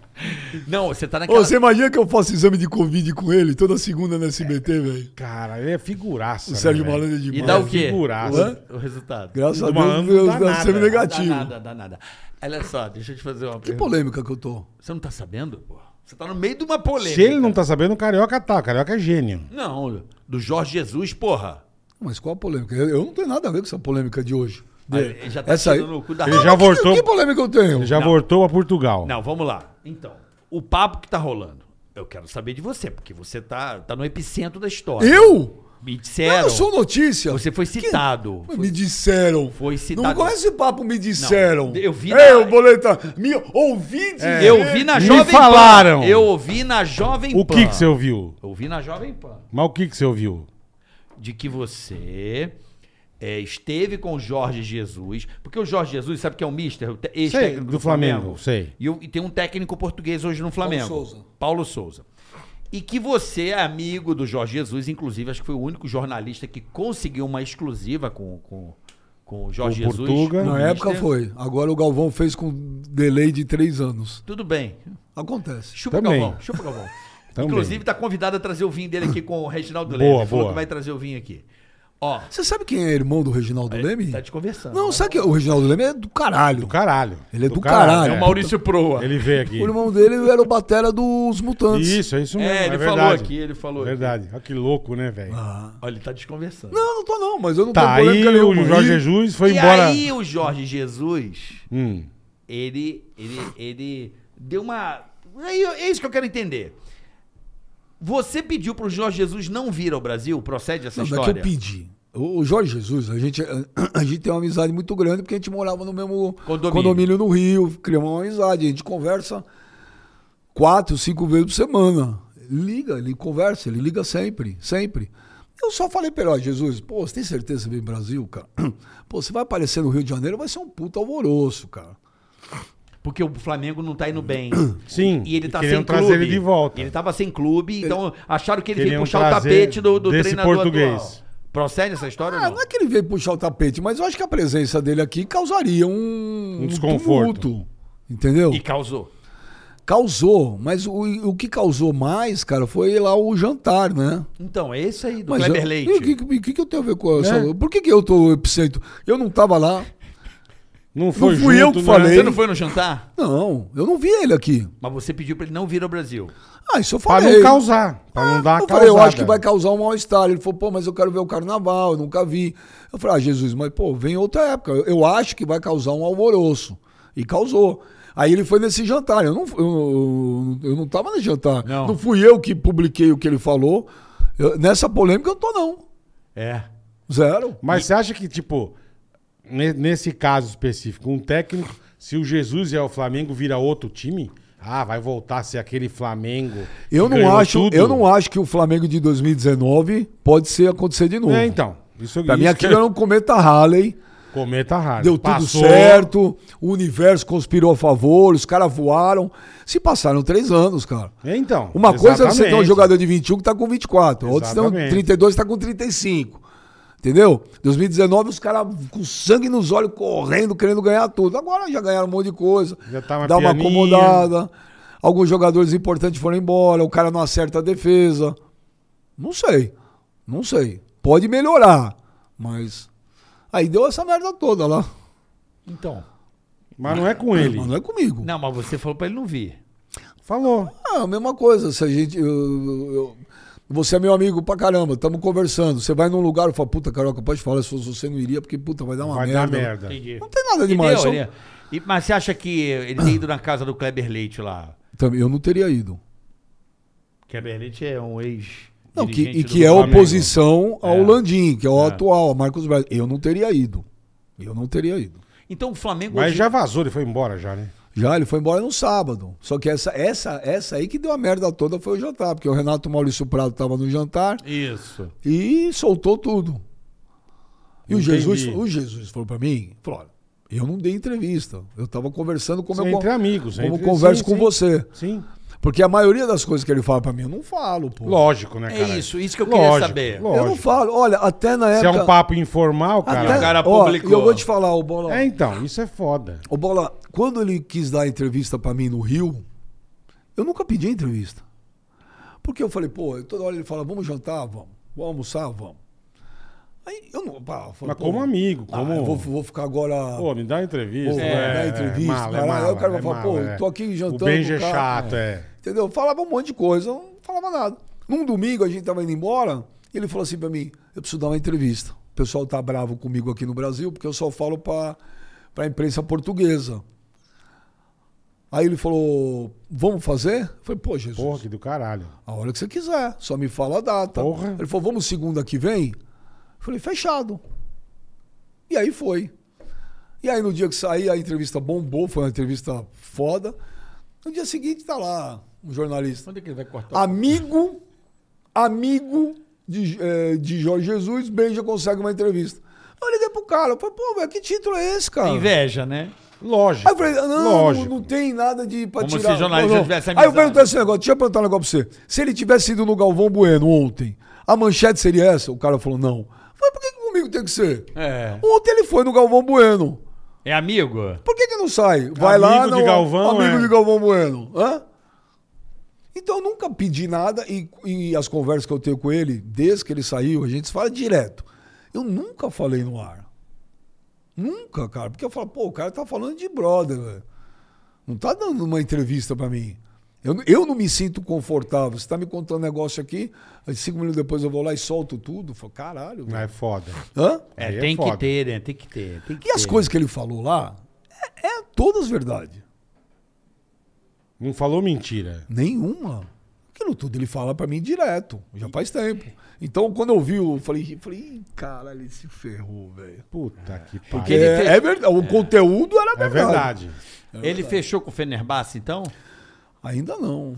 Não, você tá Ô, naquela. você imagina que eu faço exame de Covid com ele toda segunda no SBT, velho? Cara, ele é figuraça. O né, Sérgio velho? Malandro é E demais. dá o quê? Figuraça. O, o resultado. Graças a O Deus, malandro eu não dá dá sempre nada. Dá negativo. nada, dá nada. Olha só, deixa eu te fazer uma Que pergunta. polêmica que eu tô. Você não tá sabendo, pô? Você tá no meio de uma é polêmica. Se ele não tá sabendo, o Carioca tá. O Carioca é gênio. Não, do Jorge Jesus, porra. Mas qual a polêmica? Eu eu não tenho nada a ver com essa polêmica de hoje. Ah, ele já tá Essa aí. tirando o cu da Ele raba. já Que- voltou. Que polêmica eu tenho? Ele já Não. voltou a Portugal. Não, vamos lá. Então, o papo que tá rolando. Eu quero saber de você, porque você tá, tá no epicentro da história. Eu? Me Eu disseram. não sou um notícia. Você foi citado. Mas Me disseram. Foi citado. Não conhece esse papo, me disseram. eu vi na- É. É, o boleta. Me ouvi dizer. Eu vi na Me Jovem Pan. falaram. Eu ouvi na Jovem Pan. O que que você ouviu? Eu ouvi na Jovem Pan. Mas o que que você ouviu? de que você é, esteve com o Jorge Jesus, porque o Jorge Jesus sabe que é o mister, o te- ex-técnico do Flamengo, sei. E, o- e tem um técnico português hoje no Flamengo, Paulo Souza. Souza. E que você é amigo do Jorge Jesus, inclusive acho que foi o único jornalista que conseguiu uma exclusiva com, com, com o Jorge Com o Jesus. Portuga. no Na Mister. época foi. Agora o Galvão fez com delay de três anos. Tudo bem. Acontece. Chupa o Também. Galvão, chupa o Galvão. Também. Inclusive tá convidado a trazer o vinho dele aqui com o Reginaldo Boa, Leme. Falou boa. que vai trazer o vinho aqui. Ó, Você sabe quem é irmão do Reginaldo Leme? tá te conversando. Não, né? sabe que o Reginaldo Leme é do caralho. Do caralho. Ele é do caralho. um é. É. Maurício Proa. Ele veio aqui. O irmão dele era o batera dos Mutantes. Isso, é isso É, mesmo. É, ele falou verdade. É aqui, ele falou aqui. Verdade. Olha que louco, né, velho? Ah. Olha, ele tá desconversando. Não, não tô não, mas eu não tá, tenho aí polêmica o nenhuma. Jorge E- Jesus foi e embora. aí o Jorge Jesus, Hum. ele, ele, ele deu uma... Aí, É isso que eu quero entender. Você pediu pro Jorge Jesus não vir ao Brasil? Procede essa Não, não é que história? eu pedi. O o Jorge Jesus, a gente, a gente tem uma amizade muito grande porque a gente morava no mesmo Condomínio. condomínio, no Rio, criamos uma amizade, a gente conversa quatro, cinco vezes por semana. Ele Liga, ele conversa, ele liga sempre, sempre. Eu só falei pra ele, ó, Jesus, pô, você tem certeza que vem pro Brasil, cara? Pô, você vai aparecer no Rio de Janeiro, vai ser um puta alvoroço, cara. Porque o Flamengo não tá indo bem. Sim, E ele e tá queriam sem clube. trazer ele de volta. Ele tava sem clube, então acharam que ele veio Queriam puxar o trazer tapete do, do desse treinador português. atual. Procede essa história ou Ah, não? não é que ele veio puxar o tapete, mas eu acho que a presença dele aqui causaria um, Um desconforto. tumulto, entendeu? E causou. Causou, mas o, o que causou mais, cara, foi lá o jantar, né? Então, é isso aí, do Mas Kleber eu- Leite. e O que, e o que, que eu tenho a ver com essa? É. Por que, que eu tô epicentro? Eu não tava lá. Não foi fui eu junto, né? que não era- falei. Você não foi no jantar? Não, eu não vi ele aqui. Mas você pediu pra ele não vir ao Brasil. Ah, isso eu Pra falei. Ah, não causar. Pra não dar eu uma falei, eu acho que causada. vai causar um mal-estar. Ele falou, pô, mas eu quero ver o carnaval, eu nunca vi. Eu falei, ah, Jesus, mas pô, vem outra época. Eu, eu acho que vai causar um alvoroço. E causou. Aí ele foi nesse jantar. Eu não, eu, eu não tava nesse jantar. Não. fui eu que publiquei o que ele falou. Eu- nessa polêmica eu não tô, não. É. Zero. Mas você acha que, tipo, ne- nesse caso específico, um técnico, se o Jesus é o Flamengo, vira outro time? Ah, vai voltar a ser aquele Flamengo. que Eu não, ganhou acho, tudo? eu não acho que o Flamengo de 2019 pode ser acontecer de novo. É, então. Isso, Pra mim, isso aquilo era um cometa Halley. Cometa Harley. Deu tudo Passou. certo, o universo conspirou a favor, os caras voaram. Se passaram três anos, cara. Então. Uma coisa é você ter um exatamente. jogador de 21 que tá com 24, outros tem um Exatamente. 32 que tá com 35. Entendeu? 2019 os caras com sangue nos olhos, correndo, querendo ganhar tudo. Agora já ganharam um monte de coisa. Já tá uma dá uma pianinha. acomodada. Alguns jogadores importantes foram embora, o cara não acerta a defesa. Não sei. Não sei. Pode melhorar, mas aí deu essa merda toda lá. Então. Mas não é com ele. Mas não é comigo. Não, mas você falou pra ele não vir. Falou. Ah, a mesma coisa. Se a gente. eu- eu- eu- você é meu amigo pra caramba, estamos conversando. Você vai num lugar e fala, puta, Caroca, pode falar, se fosse você não iria, porque puta, vai dar uma Vai merda. dar merda. É. Entendi. Não tem nada demais. só- um- é- mas você acha que ele tem ido na casa do Kleber Leite lá? Também, eu não teria ido. Kleber Leite é um ex. Não, que, e dirigente que do é Flamengo. oposição ao É. Landim, que é o É. atual, a Marcos Braz. Eu não teria ido. Eu não teria ido. Então o Flamengo. Mas hoje- já vazou, ele foi embora já, né? Já, ele foi embora no sábado. Só que essa, essa, essa aí que deu a merda toda foi o jantar, porque o Renato Maurício Prado tava no jantar. Isso. e soltou tudo. E o Entendi. Jesus, o Jesus falou pra mim, falou, olha, eu não dei entrevista, eu tava conversando como Você eu con- entre amigos. como entre- converso sim, com sim. você, Sim. porque a maioria das coisas que ele fala pra mim eu não falo, pô. Lógico, né, É cara? isso, isso que eu Lógico, queria saber. eu não lógico. falo, olha, até na Se época. é um papo informal, então, até, o cara. cara ó, publicou. e eu vou te falar, o bola. É, então, isso é foda. O bola, quando ele quis dar a entrevista pra mim no Rio, eu nunca pedi a entrevista. Porque eu falei, pô, toda hora ele fala, vamos jantar, vamos, vamos almoçar, vamos. Aí eu não, pá, eu falei, Mas pô, como amigo, Ah, como. eu vou, vou ficar agora. Pô, me dá uma entrevista. É, Pô, me dá entrevista, mala, caralho. mala, Aí o cara vai falar, pô, mala, é. tô aqui jantando O Benji é com o cara. chato, é. Entendeu? Falava um monte de coisa, eu não falava nada. Num domingo a gente tava indo embora, e ele falou assim pra mim: eu preciso dar uma entrevista. O pessoal tá bravo comigo aqui no Brasil, porque eu só falo pra, pra imprensa portuguesa. Aí ele falou: vamos fazer? Eu falei, pô, Jesus, Porra, que do caralho. a hora que você quiser, só me fala a data. Porra. Ele falou: vamos segunda que vem? Eu falei, fechado. E aí foi. E aí no dia que saí, a entrevista bombou, foi uma entrevista foda. No dia seguinte tá lá um jornalista. Onde é que ele vai cortar? Amigo, amigo de, eh, de Jorge Jesus, beija, consegue uma entrevista. Eu liguei pro cara, eu falei, pô, velho, que título é esse, cara? Inveja, né? Lógico. Aí eu falei, "Ah, não, não, lógico. não tem nada de pra Como se tirar. jornalista não, não. tivesse Aí eu amizade. perguntei esse negócio, deixa eu perguntar um negócio pra você. Se ele tivesse ido no Galvão Bueno ontem, a manchete seria essa? O cara falou, não. Eu falei, por que que comigo tem que ser? É. Ontem ele foi no Galvão Bueno. É amigo? Por que que não sai? Vai lá, Amigo não, de Galvão, amigo é. de Galvão Bueno. Hã? Então eu nunca pedi nada e, e as conversas que eu tenho com ele, desde que ele saiu, a gente se fala direto. Eu nunca falei no ar. Nunca, cara. Porque eu falo, pô, o cara tá falando de brother, velho. Não tá dando uma entrevista pra mim. Eu, n- eu não me sinto confortável. Você tá me contando um negócio aqui, aí cinco minutos depois eu vou lá e solto tudo. Eu falo, caralho, Não, velho. é É. foda. Hã? É, Aí é tem foda. que ter, né? Tem que ter. Tem que E as ter. coisas que ele falou lá, é, é todas verdade. Não falou mentira. Nenhuma. Aquilo tudo ele fala pra mim direto, já faz tempo. Então, quando eu vi, eu falei, eu falei "Ih, caralho, ele se ferrou, velho. Puta que É, pariu. ele fez- é verdade, o conteúdo era É verdade. verdade. Ele fechou com o Fenerbahçe, então? Ainda não.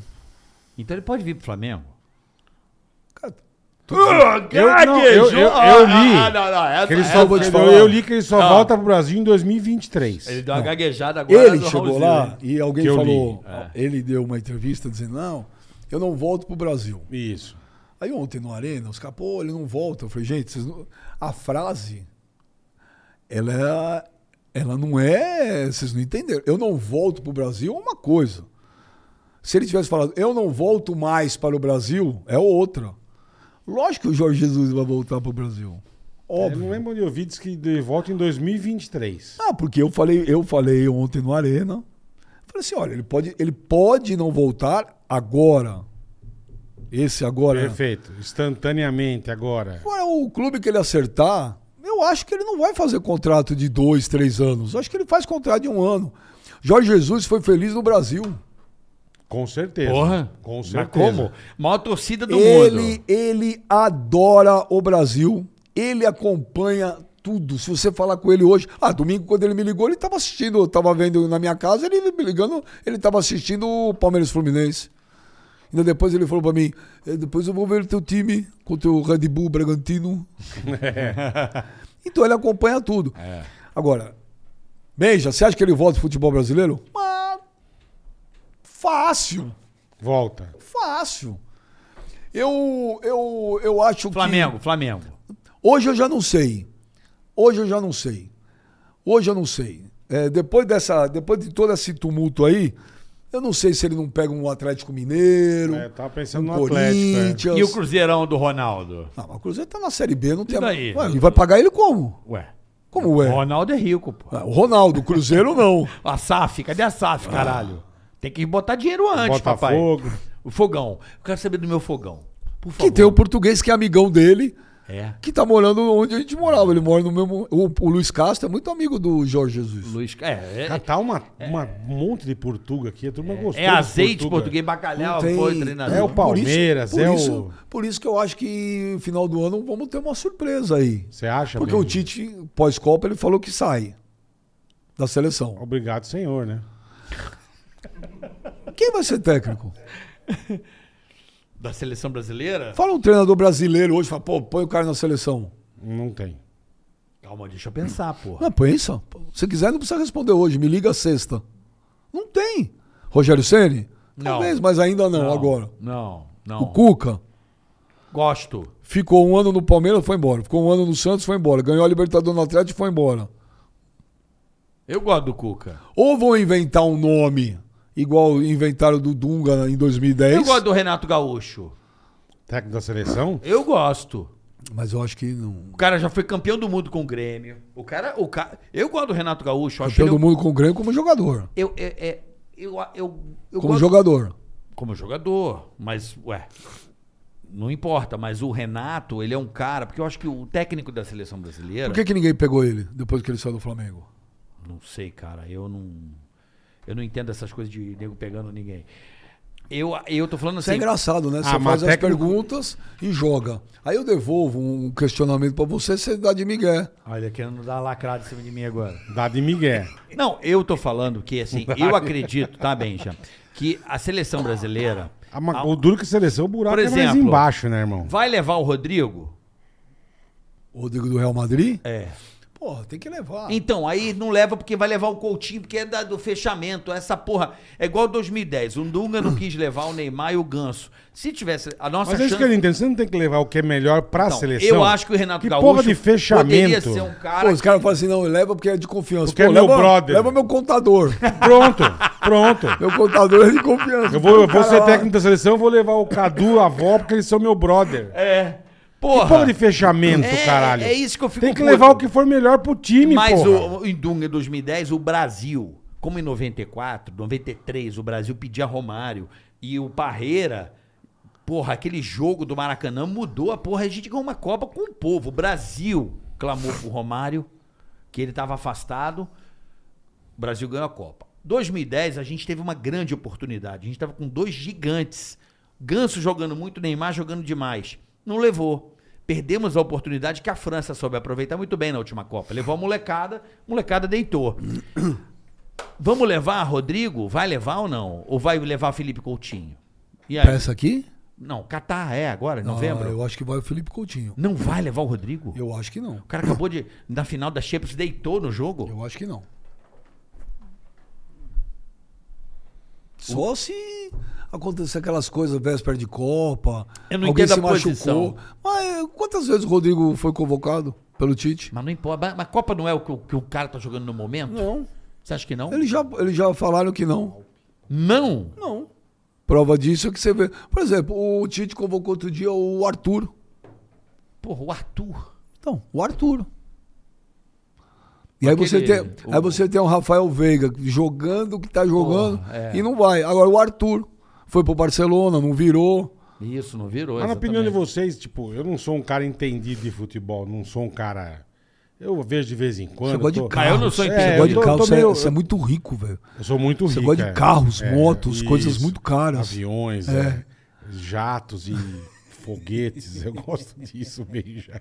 Então ele pode vir pro Flamengo. Cara, Ah, Eu, não, eu, eu, Ah, eu li. que ele só, eu Ah, vou te eu- falar. eu li que ele só Não. volta pro Brasil em 2023. Ele deu uma gaguejada agora. ele do chegou Raulzinho, lá né? e alguém Que eu falou, li, é. ele deu uma entrevista dizendo, não, eu não volto pro Brasil. Isso. Aí ontem no Arena, os caras, pô, ele não volta. Eu falei, gente, vocês não- a frase, ela, é ela não é. Vocês não entenderam. Eu não volto pro Brasil é uma coisa. Se ele tivesse falado, eu não volto mais para o Brasil, é outra. Lógico que o Jorge Jesus vai voltar pro Brasil. Eu É, não Óbvio. lembro onde eu vi, diz que ele volta em 2023. Ah, porque eu falei, eu falei ontem no Arena. Falei assim, olha, ele pode, ele pode não voltar agora. Esse agora. Perfeito. Instantaneamente, agora. Agora, o um clube que ele acertar, eu acho que ele não vai fazer contrato de dois, três anos. Eu acho que ele faz contrato de um ano. Jorge Jesus foi feliz no Brasil. Com certeza. Porra. Com Mas certeza. como? Maior torcida do Ele, mundo. ele adora o Brasil. Ele acompanha tudo. Se você falar com ele hoje. Ah, domingo, quando ele me ligou, ele estava assistindo. Eu estava vendo na minha casa, ele me ligando, ele estava assistindo o Palmeiras Fluminense. Ainda depois ele falou pra mim: "Eh, depois eu vou ver o teu time contra o Red Bull Bragantino. então ele acompanha tudo. Agora, beija, você acha que ele volta pro futebol brasileiro? Mas, fácil, Volta. fácil. Eu, eu, eu acho que... Flamengo, Flamengo. Hoje eu já não sei. Hoje eu já não sei. Hoje eu não sei. É, depois dessa, depois de todo esse tumulto aí, eu não sei se ele não pega um Atlético Mineiro, É, eu tava pensando um no Atlético. é. Corinthians. E o Cruzeirão do Ronaldo? Não, mas o Cruzeiro tá na Série B, não tem. daí? Ué, e vai pagar ele como? Ué. Como é? O Ronaldo é rico, pô. Ah, O Ronaldo, o Cruzeiro não. A SAF, cadê a Ah. SAF, caralho? Tem que botar dinheiro antes, Botafogo. papai. O fogão. Eu quero saber do meu fogão. Por favor. Que tem o português que é amigão dele, É. que tá morando onde a gente morava. Ele mora no mesmo. O, o Luiz Castro é muito amigo do Jorge Jesus. Luiz. É, é, Cara, tá uma, uma monte de portuga aqui. A turma gostou. é dos azeite portuga. português, bacalhau, Não tem- foi treinador. É o Palmeiras, por é o- Isso, por isso que eu acho que no final do ano vamos ter uma surpresa aí. Você acha? Porque mesmo? o Tite, pós-Copa, ele falou que sai da seleção. Obrigado, senhor, né? Quem vai ser técnico? Da seleção brasileira? Fala um treinador brasileiro hoje, fala, pô, põe o cara na seleção. Não tem. Calma, deixa eu pensar, porra. Não, é pensa. Se quiser, não precisa responder hoje. Me liga sexta. Não tem. Rogério Ceni? Não. Talvez, mas ainda não, agora. Não, não. O Cuca Gosto. ficou um ano no Palmeiras, foi embora. Ficou um ano no Santos, foi embora. Ganhou a Libertadores no Atlético, foi embora. Eu gosto do Cuca. Ou vão inventar um nome igual inventaram do Dunga em 2010. Eu gosto do Renato Gaúcho. Técnico da seleção? Eu gosto. Mas eu acho que não. O cara já foi campeão do mundo com o Grêmio. O cara, o cara, eu gosto do Renato Gaúcho. eu Acho Campeão um ele, do mundo com o Grêmio como jogador. Eu, eu, é- eu, eu, eu como gosto- jogador. como jogador, mas ué, não importa. Mas o Renato, ele é um cara, porque eu acho que o técnico da seleção brasileira, Por que, que ninguém pegou ele depois que ele saiu do Flamengo? não sei, cara, eu não, eu não entendo essas coisas de nego pegando ninguém. Eu, eu tô falando Isso é assim, engraçado, né? Você Ah, mas faz as técnico- perguntas e joga. Aí eu devolvo um questionamento pra você, você dá de migué. olha querendo dar lacrada em cima de mim agora. Dá de Miguel. Não, eu tô falando que assim, eu acredito, tá, Benja, que a seleção brasileira Ah, mas O duro que seleção, o buraco Por é mais exemplo, embaixo, né, irmão? vai levar o Rodrigo. O Rodrigo do Real Madrid? É. Pô, tem que levar. Então, aí não leva porque vai levar o Coutinho, porque é da- do fechamento. Essa porra. É igual 2010. O Dunga não quis levar o Neymar e o Ganso. Se tivesse a nossa Mas é isso que eu não entendo. Você não tem que levar o que é melhor pra Então, seleção. Eu acho que o Renato que Gaúcho porra de poderia fechamento. ser um cara. Pô, os caras falam assim, não, leva porque é de confiança. Porque Pô, é meu leva, brother. Leva meu contador. Pronto, pronto. meu contador é de confiança. Eu vou, eu vou O cara ser lá- técnico da seleção, eu vou levar o Cadu, a avó, porque eles são meu brother. É. Que Porra. porra de fechamento, É, caralho. é isso que eu fico Tem que puto. levar o que for melhor pro time, Mas porra. o, em Dunga em 2010, o Brasil, como em 94, 93, o Brasil pedia Romário e o Parreira. Porra, aquele jogo do Maracanã mudou a porra. A gente ganhou uma Copa com o povo. O Brasil clamou pro Romário, que ele estava afastado. O Brasil ganhou a Copa. 2010, a gente teve uma grande oportunidade. A gente estava com dois gigantes. Ganso jogando muito, Neymar jogando demais. Não levou. Perdemos a oportunidade que a França soube aproveitar muito bem na última Copa. Levou a molecada, molecada deitou. Vamos levar Rodrigo? Vai levar ou não? Ou vai levar Felipe Coutinho? E aí? Peça aqui? Não, Catar é agora, em novembro. Ah, eu acho que vai o Felipe Coutinho. Não vai levar o Rodrigo? Eu acho que não. O cara acabou de, na final da Champions, deitou no jogo. Eu acho que não. Só se acontecer aquelas coisas véspera de Copa, Eu não alguém entendo se a posição. machucou. Mas eh, quantas vezes o Rodrigo foi convocado pelo Tite? Mas não importa. Mas- Mas a Copa não é o que, o que o cara tá jogando no momento? Não. Você acha que não? Eles já, eles já falaram que não. Não! Não. Prova disso é que você vê. Por exemplo, o Tite convocou outro dia o Arthur. Porra, o Arthur. Então, o Arthur. E aí você, tem, Aquele- aí o- você tem o Rafael Veiga jogando o que tá jogando é. e não vai. Agora o Arthur foi pro Barcelona, não virou. Isso, não Ah, virou. Mas Tá na opinião de exatamente. vocês, tipo, eu não sou um cara entendido de futebol, não sou um cara. Eu vejo de vez em quando. gosta de tô- carro. Ah, eu não sou É, entendido. Você eu gosta de tô- carro, tô você, é, meio- você é muito rico, velho. Eu sou muito Você rico. gosta de é. carros, motos, coisas muito caras. Aviões, é, jatos e foguetes. Eu gosto disso, beija.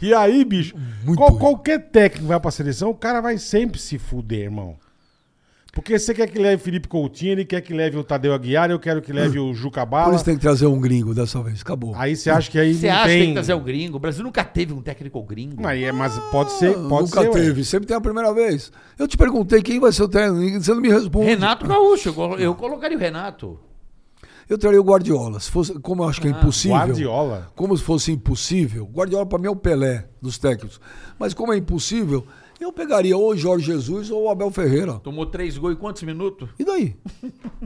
E aí, bicho, qual- rico. qualquer técnico vai pra seleção, o cara vai sempre se fuder, irmão. Porque você quer que leve Felipe Coutinho, ele quer que leve o Tadeu Aguiar, eu quero que leve o Juca Bala. Por isso tem que trazer um gringo dessa vez. Acabou. Aí você acha que aí Você não acha que tem... tem que trazer o gringo? O Brasil nunca teve um técnico gringo. Mas, é- mas pode ser, pode Ah, Nunca ser. ué. teve. Sempre tem a primeira vez. Eu te perguntei quem vai ser o técnico. Você não me responde. Renato Gaúcho, eu colo- eu colocaria o Renato. Eu traria o Guardiola. Se fosse, como eu acho Ah, que é impossível. Guardiola. Como se fosse impossível. Guardiola para mim é o Pelé dos técnicos. Mas como é impossível, eu pegaria ou o Jorge Jesus ou o Abel Ferreira. Tomou três gols em quantos minutos? E daí?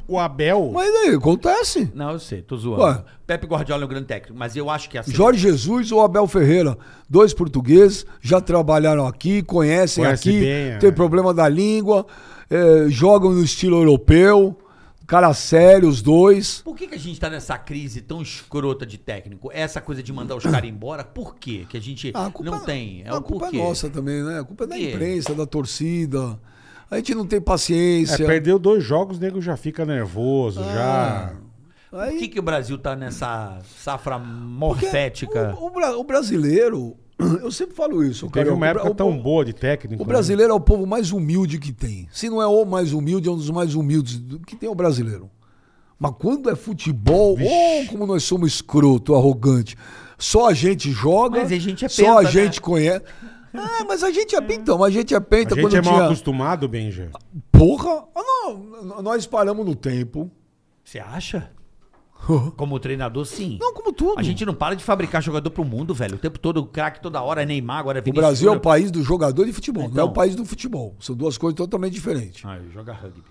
O Abel... Mas e daí? Acontece. Não, eu sei, tô zoando. Ué. Pepe Guardiola é um grande técnico, mas eu acho que assim. Jorge Jesus ou Abel Ferreira, dois portugueses, já trabalharam aqui, conhecem Conhece aqui, bem, é. tem problema da língua, eh, jogam no estilo europeu, cara sério os dois. Por que, que a gente tá nessa crise tão escrota de técnico? Essa coisa de mandar os caras embora, por quê? Que a gente Ah, a culpa- não tem. É a um culpa porquê. é nossa também, né? A culpa é da Por quê? imprensa, da torcida. A gente não tem É, paciência. perdeu dois jogos, o nego já fica nervoso, Ah. já... Aí- Por que, que o Brasil tá nessa safra Porque morfética? O, o bra- o brasileiro, eu sempre falo isso. Teve cara, o uma bra- época o- tão boa de técnico. O né? brasileiro é o povo mais humilde que tem. Se não é o mais humilde, é um dos mais humildes do- que tem o brasileiro. Mas quando é futebol, ou como nós somos escroto, arrogante. Só a gente joga, Mas a gente é só a né? penta, gente conhece. É, mas a gente é penta, então, a gente é penta A gente quando é mal tinha... acostumado, Benja. Porra! Ah, não, n- nós paramos no tempo. Você acha? Como treinador, sim. Não, como tudo. A gente não para de fabricar jogador pro mundo, velho. O tempo todo, craque toda hora, é Neymar, agora é O Vinícius Brasil é o Júnior. país do jogador de futebol, não é o Então. país do futebol. São duas coisas totalmente diferentes. Ah, joga rugby.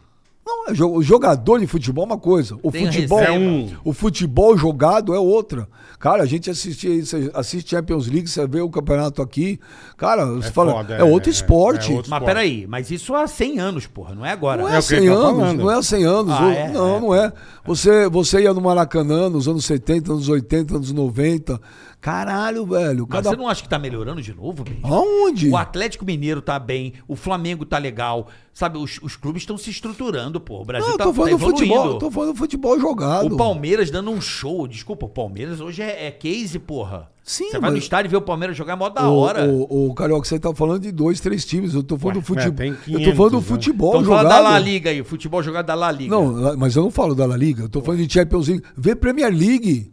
Não, é jo- o jogador de futebol é uma coisa. O Tem a futebol reserva. É um- o futebol jogado é outra. Cara, a gente assiste, você assiste Champions League, você vê o campeonato aqui. Cara, você fala, foda, é, é, outro é, esporte. é outro Mas Esporte. peraí, mas isso há 100 anos, porra, não é agora. Não É é, o há que ele 100 tá anos, falando. não é há 100 anos. Ah, Ou- é, não, é. não é. Você, você ia no Maracanã nos anos 70, anos 80, anos 90. Caralho, velho. Mas Cada... você não acha que tá melhorando de novo, bicho? Aonde? O Atlético Mineiro tá bem, o Flamengo tá legal. Sabe, os, os clubes estão se estruturando, pô. O Brasil Não, eu tá, tô falando tá do futebol, evoluindo. tô falando do futebol jogado. O Palmeiras dando um show. Desculpa, o Palmeiras hoje é, é case, porra. Sim, Você vai no mas- estádio e vê o Palmeiras jogar é mó da O- hora. O, o Carioca, você tá falando de dois, três times. Eu tô falando Ué, do futebol. né, tem eu tô falando 500, né? do futebol então fala jogado. da La Liga aí, futebol jogado da La Liga. Não, lá- mas eu não falo da La Liga, eu tô falando de Champions League. Vê Premier League.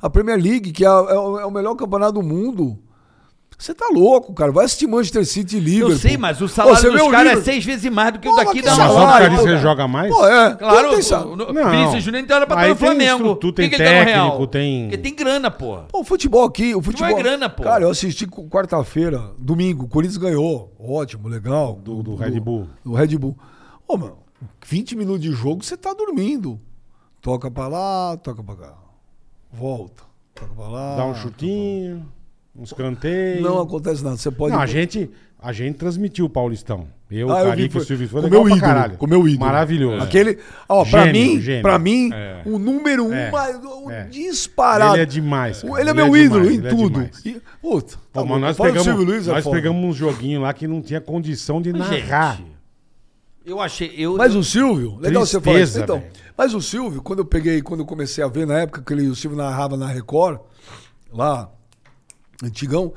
A Premier League, que é, a- é o é o melhor campeonato do mundo. Você tá louco, cara. Vai assistir Manchester City e eu Liverpool. sei, mas o Ô, você salário vê dos o caras é Liverpool- seis vezes mais do que o Pô, daqui que da Mas só por salário, causa disso pô, ele cara. joga mais? Pô, é. Claro, Quanto tem sa- o, o, Não. Vinícius Júnior então era pra estar Aí no tem Flamengo. estrutura, Por que tem que ele tá no técnico, Real? tem- Porque tem grana, porra. Pô, o futebol aqui, o futebol. é grana, pô. Cara, eu assisti cu- quarta-feira, domingo, o Corinthians ganhou. Ótimo, legal. Do- do Red Bull. Do Red Bull. Ô, mano, 20 minutos de jogo, você tá dormindo. Toca pra lá, toca pra cá. Volta. Toca pra lá. Dá um chutinho, uns canteios. Não acontece nada. Você pode. Não, a gente, a gente transmitiu o Paulistão. Eu, Ah, o eu vi, Carico e o foi- Silvio foi com legal meu pra ídolo, caralho. com meu ídolo. Maravilhoso. Aquele. Ó, pra Gênio, mim, gênio. pra mim, É. o número um, É. mas o É. disparado. Ele é demais, cara. Ele é Ele meu é ídolo demais, ele em é tudo. demais. E- Puta, tá Pô, mas louco. nós Fala do pegamos, Silvio Luiz, é nós foda. pegamos um joguinho lá que não tinha condição de narrar. Gente, eu achei... Eu, Mas o Silvio, legal você falar isso. Tristeza, Então, velho. mas o Silvio, quando eu peguei, quando eu comecei a ver na época que ele, o Silvio narrava na Record, lá, antigão,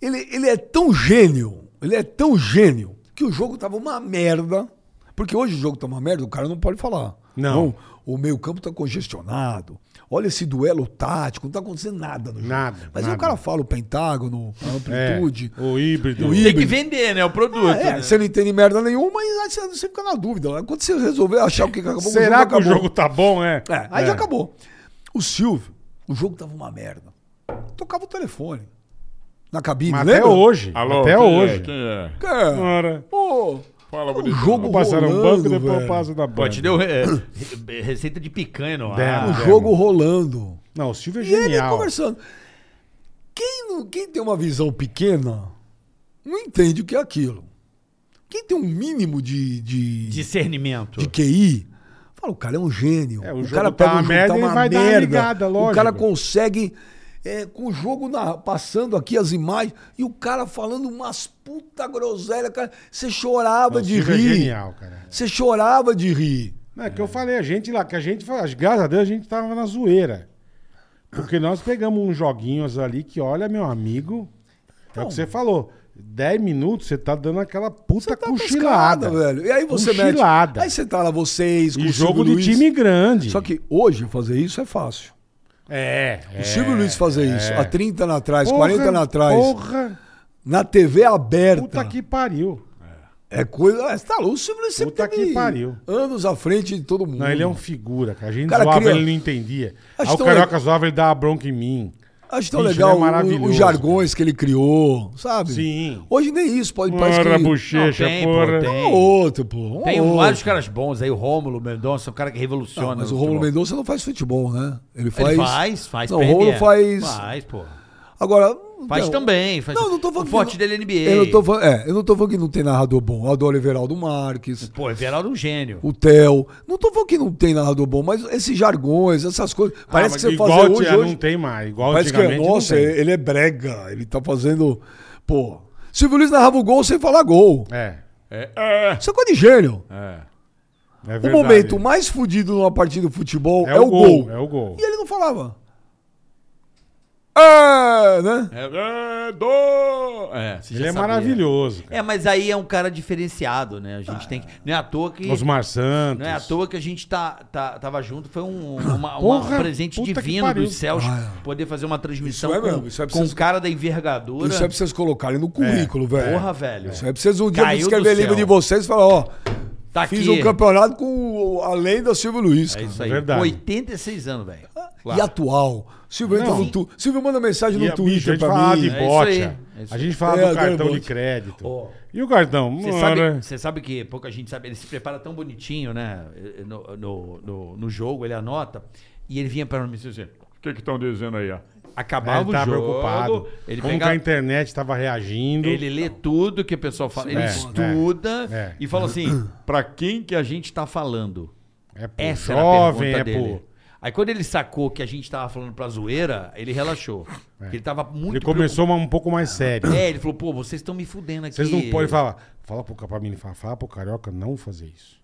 ele, ele é tão gênio, ele é tão gênio, que o jogo tava uma merda. Porque hoje o jogo tá uma merda, o cara não pode falar. Não. o meio-campo tá congestionado. Olha esse duelo tático, não tá acontecendo nada no jogo. Nada, Mas aí nada. o cara fala o pentágono, a É, amplitude. o híbrido. O Tem híbrido. que vender, né? O produto. É, né? você não entende merda nenhuma, mas aí você, você fica na dúvida. né? Quando você resolver achar o que acabou, Será que o acabou. jogo tá bom, é? É, aí já acabou. O Silvio, o jogo tava uma merda. Tocava o telefone. Na cabine, Mas lembra? até hoje. até quem é? hoje. Quem é? É. Ora, Pô, Fala, o bonito. jogo passaram um Tá rolando, banco, depois velho. eu passo na Pô, banca. te deu é, re- receita de picanha no ar. Dela. O Um jogo rolando. Não, o Silvio é E ele um genial. conversando. Quem, não- quem tem uma visão pequena não entende o que é aquilo. Quem tem um mínimo de- de, Discernimento. de QI. Fala, o cara é um gênio. É, o o, jogo cara tá pega uma um jogo, merda, tá ele uma vai dar uma merda. ligada, o cara lógico. consegue, é, com o jogo na- passando aqui as imagens, e o cara falando umas puta groselha, cara. Você chorava Não, o de Silvio é rir. genial, cara. Você chorava de rir. Não, é que eu falei, a gente lá, que a gente, fa- graças a Deus, a gente tava na zoeira. Porque nós pegamos uns joguinhos ali que, olha, meu amigo, é o que você falou. 10 minutos, você tá dando aquela puta cochilada. cochilada, velho. E aí você mete. Cochilada. Aí você tá lá, vocês, com E o jogo Silvio de Luiz. time grande. Só que hoje fazer isso é fácil. É. O Silvio Luiz fazer isso há 30 anos atrás, Porra, 40 anos atrás, Porra, na TV aberta. puta que pariu. É coisa. É, tá louco, o Silvio Luiz sempre Puta que teve pariu. anos à frente de todo mundo. Não, ele é um figura, cara. A gente Hum. Cara, zoava, cria- ele não entendia. Acho Aí o tão Carioca zoava, ele dava bronca em mim. Acho tão Bicho, legal ele é maravilhoso, o- os jargões que ele criou, sabe? Sim. Hoje nem isso pode parecer. Porra, Que... bochecha, Não, tem, pô, porra. tem. Um ou outro, pô. Um Tem ou outro. vários caras bons aí, o Rômulo Mendonça, um cara que revoluciona. Não, mas no o Romulo futebol. Mendonça não faz futebol, né? Ele faz. Ele faz, faz Não, o Romulo PMR. faz. Faz, pô. Agora. Faz então, também. Faz... Não, não tô falando O que forte não- dele é NBA. Eu não, tô falando, é, eu não tô falando que não tem narrador bom. Eu adoro Everaldo Marques, Pô, Everaldo é um gênio. o Theo. Não tô falando que não tem narrador bom, mas esses jargões, essas coisas. Parece Ah, que você mas igual fazer tinha- hoje, hoje Não tem mais. Igual Parece que é, antigamente, não nossa, tem. ele é brega, ele tá fazendo. Pô. Silvio Luiz narrava o gol sem falar gol. É. Um Isso é coisa de gênio. é o verdade. momento mais fudido numa partida de futebol é, o gol. É o gol. E ele não falava. É, né? É, você já Ele sabia. é maravilhoso. cara. É, mas aí é um cara diferenciado, né? A gente tem que. Não é à toa que. Osmar Santos. Não é à toa que a gente tá, tá, tava junto. Foi um, uma- uma- Porra, um presente puta que divino pariu. dos céus Ah, poder fazer uma transmissão Isso é com, mesmo, isso é com preciso- um cara da envergadura. Isso é pra vocês colocarem no currículo, velho. Porra, velho. Isso é pra vocês um dia Caiu do escrever céu. livro de vocês e falar, ó, Tá fiz aqui. um campeonato com o- a lenda Silvio Luiz. É cara. isso aí. Verdade. 86 anos, velho. E atual. Silvio, entra Não. no tu... Silvio, manda mensagem E no a- bicho, a Twitter gente pra falava de mim. É isso bocha. aí, é isso a aí. gente falava É, do agora cartão bocha. de crédito. Ó. E o cartão? é, Você Mora. sabe, você sabe que pouca gente sabe, ele se prepara tão bonitinho, né? No, no, no, no jogo, ele anota. E ele vinha pra mim e dizia assim: O que que estão dizendo aí, ó? É, acabava ele o tava jogo. preocupado. Ele Como tá pegava, que a internet tava reagindo. Ele lê tudo que o pessoal fala, ele É, estuda é, é. e fala assim: pra quem que a gente tá falando? É pro Essa jovem, era é a pergunta dele. pro... Aí quando ele sacou que a gente tava falando pra zoeira, ele relaxou. Porque Ele tava muito É. Ele começou uma- um pouco mais sério. preocupado. É, ele falou: pô, vocês estão me fudendo aqui. Vocês não podem falar. Fala pro Capamini, fala, fala pro Carioca não fazer isso.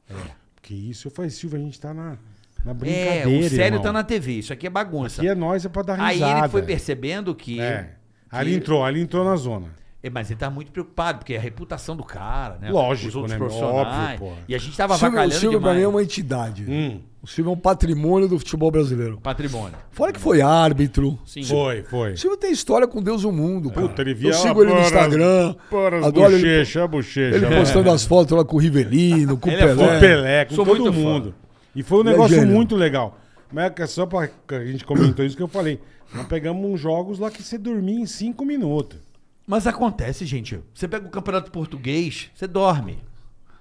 Porque isso eu falei, Silvio, a gente tá na, na É, brincadeira. o sério irmão. tá na TV, isso aqui é bagunça. Aqui é nós, é pra dar Aí risada. ele foi percebendo que. É. que- Aí ele entrou, aí ele entrou na zona. É, Mas ele tá muito preocupado, porque é a reputação do cara, né? Lógico, Os outros né? Óbvio, profissionais. porra. e a gente tava Silvio, o avacalhando Silvio pra demais. mim é uma entidade. Hum. O Silvio é um patrimônio do futebol brasileiro. Patrimônio. Fora que foi árbitro. Sim. Foi, foi. O Silvio tem história com Deus e o mundo, cara. É. Puta, ele via Eu sigo ele no para as- Instagram. Para as Adoro ele, bochechas, né? a bochecha. ele postando as fotos lá com o Rivelino, com o Ele é Com Pelé. o Pelé, com Sou todo muito fã. mundo. E foi um Ele é negócio gênio. muito legal. Mas é só pra. A gente comentou isso que eu falei. Nós pegamos uns jogos lá que você dormia em cinco minutos. Mas acontece, gente. Você pega o campeonato português, você dorme.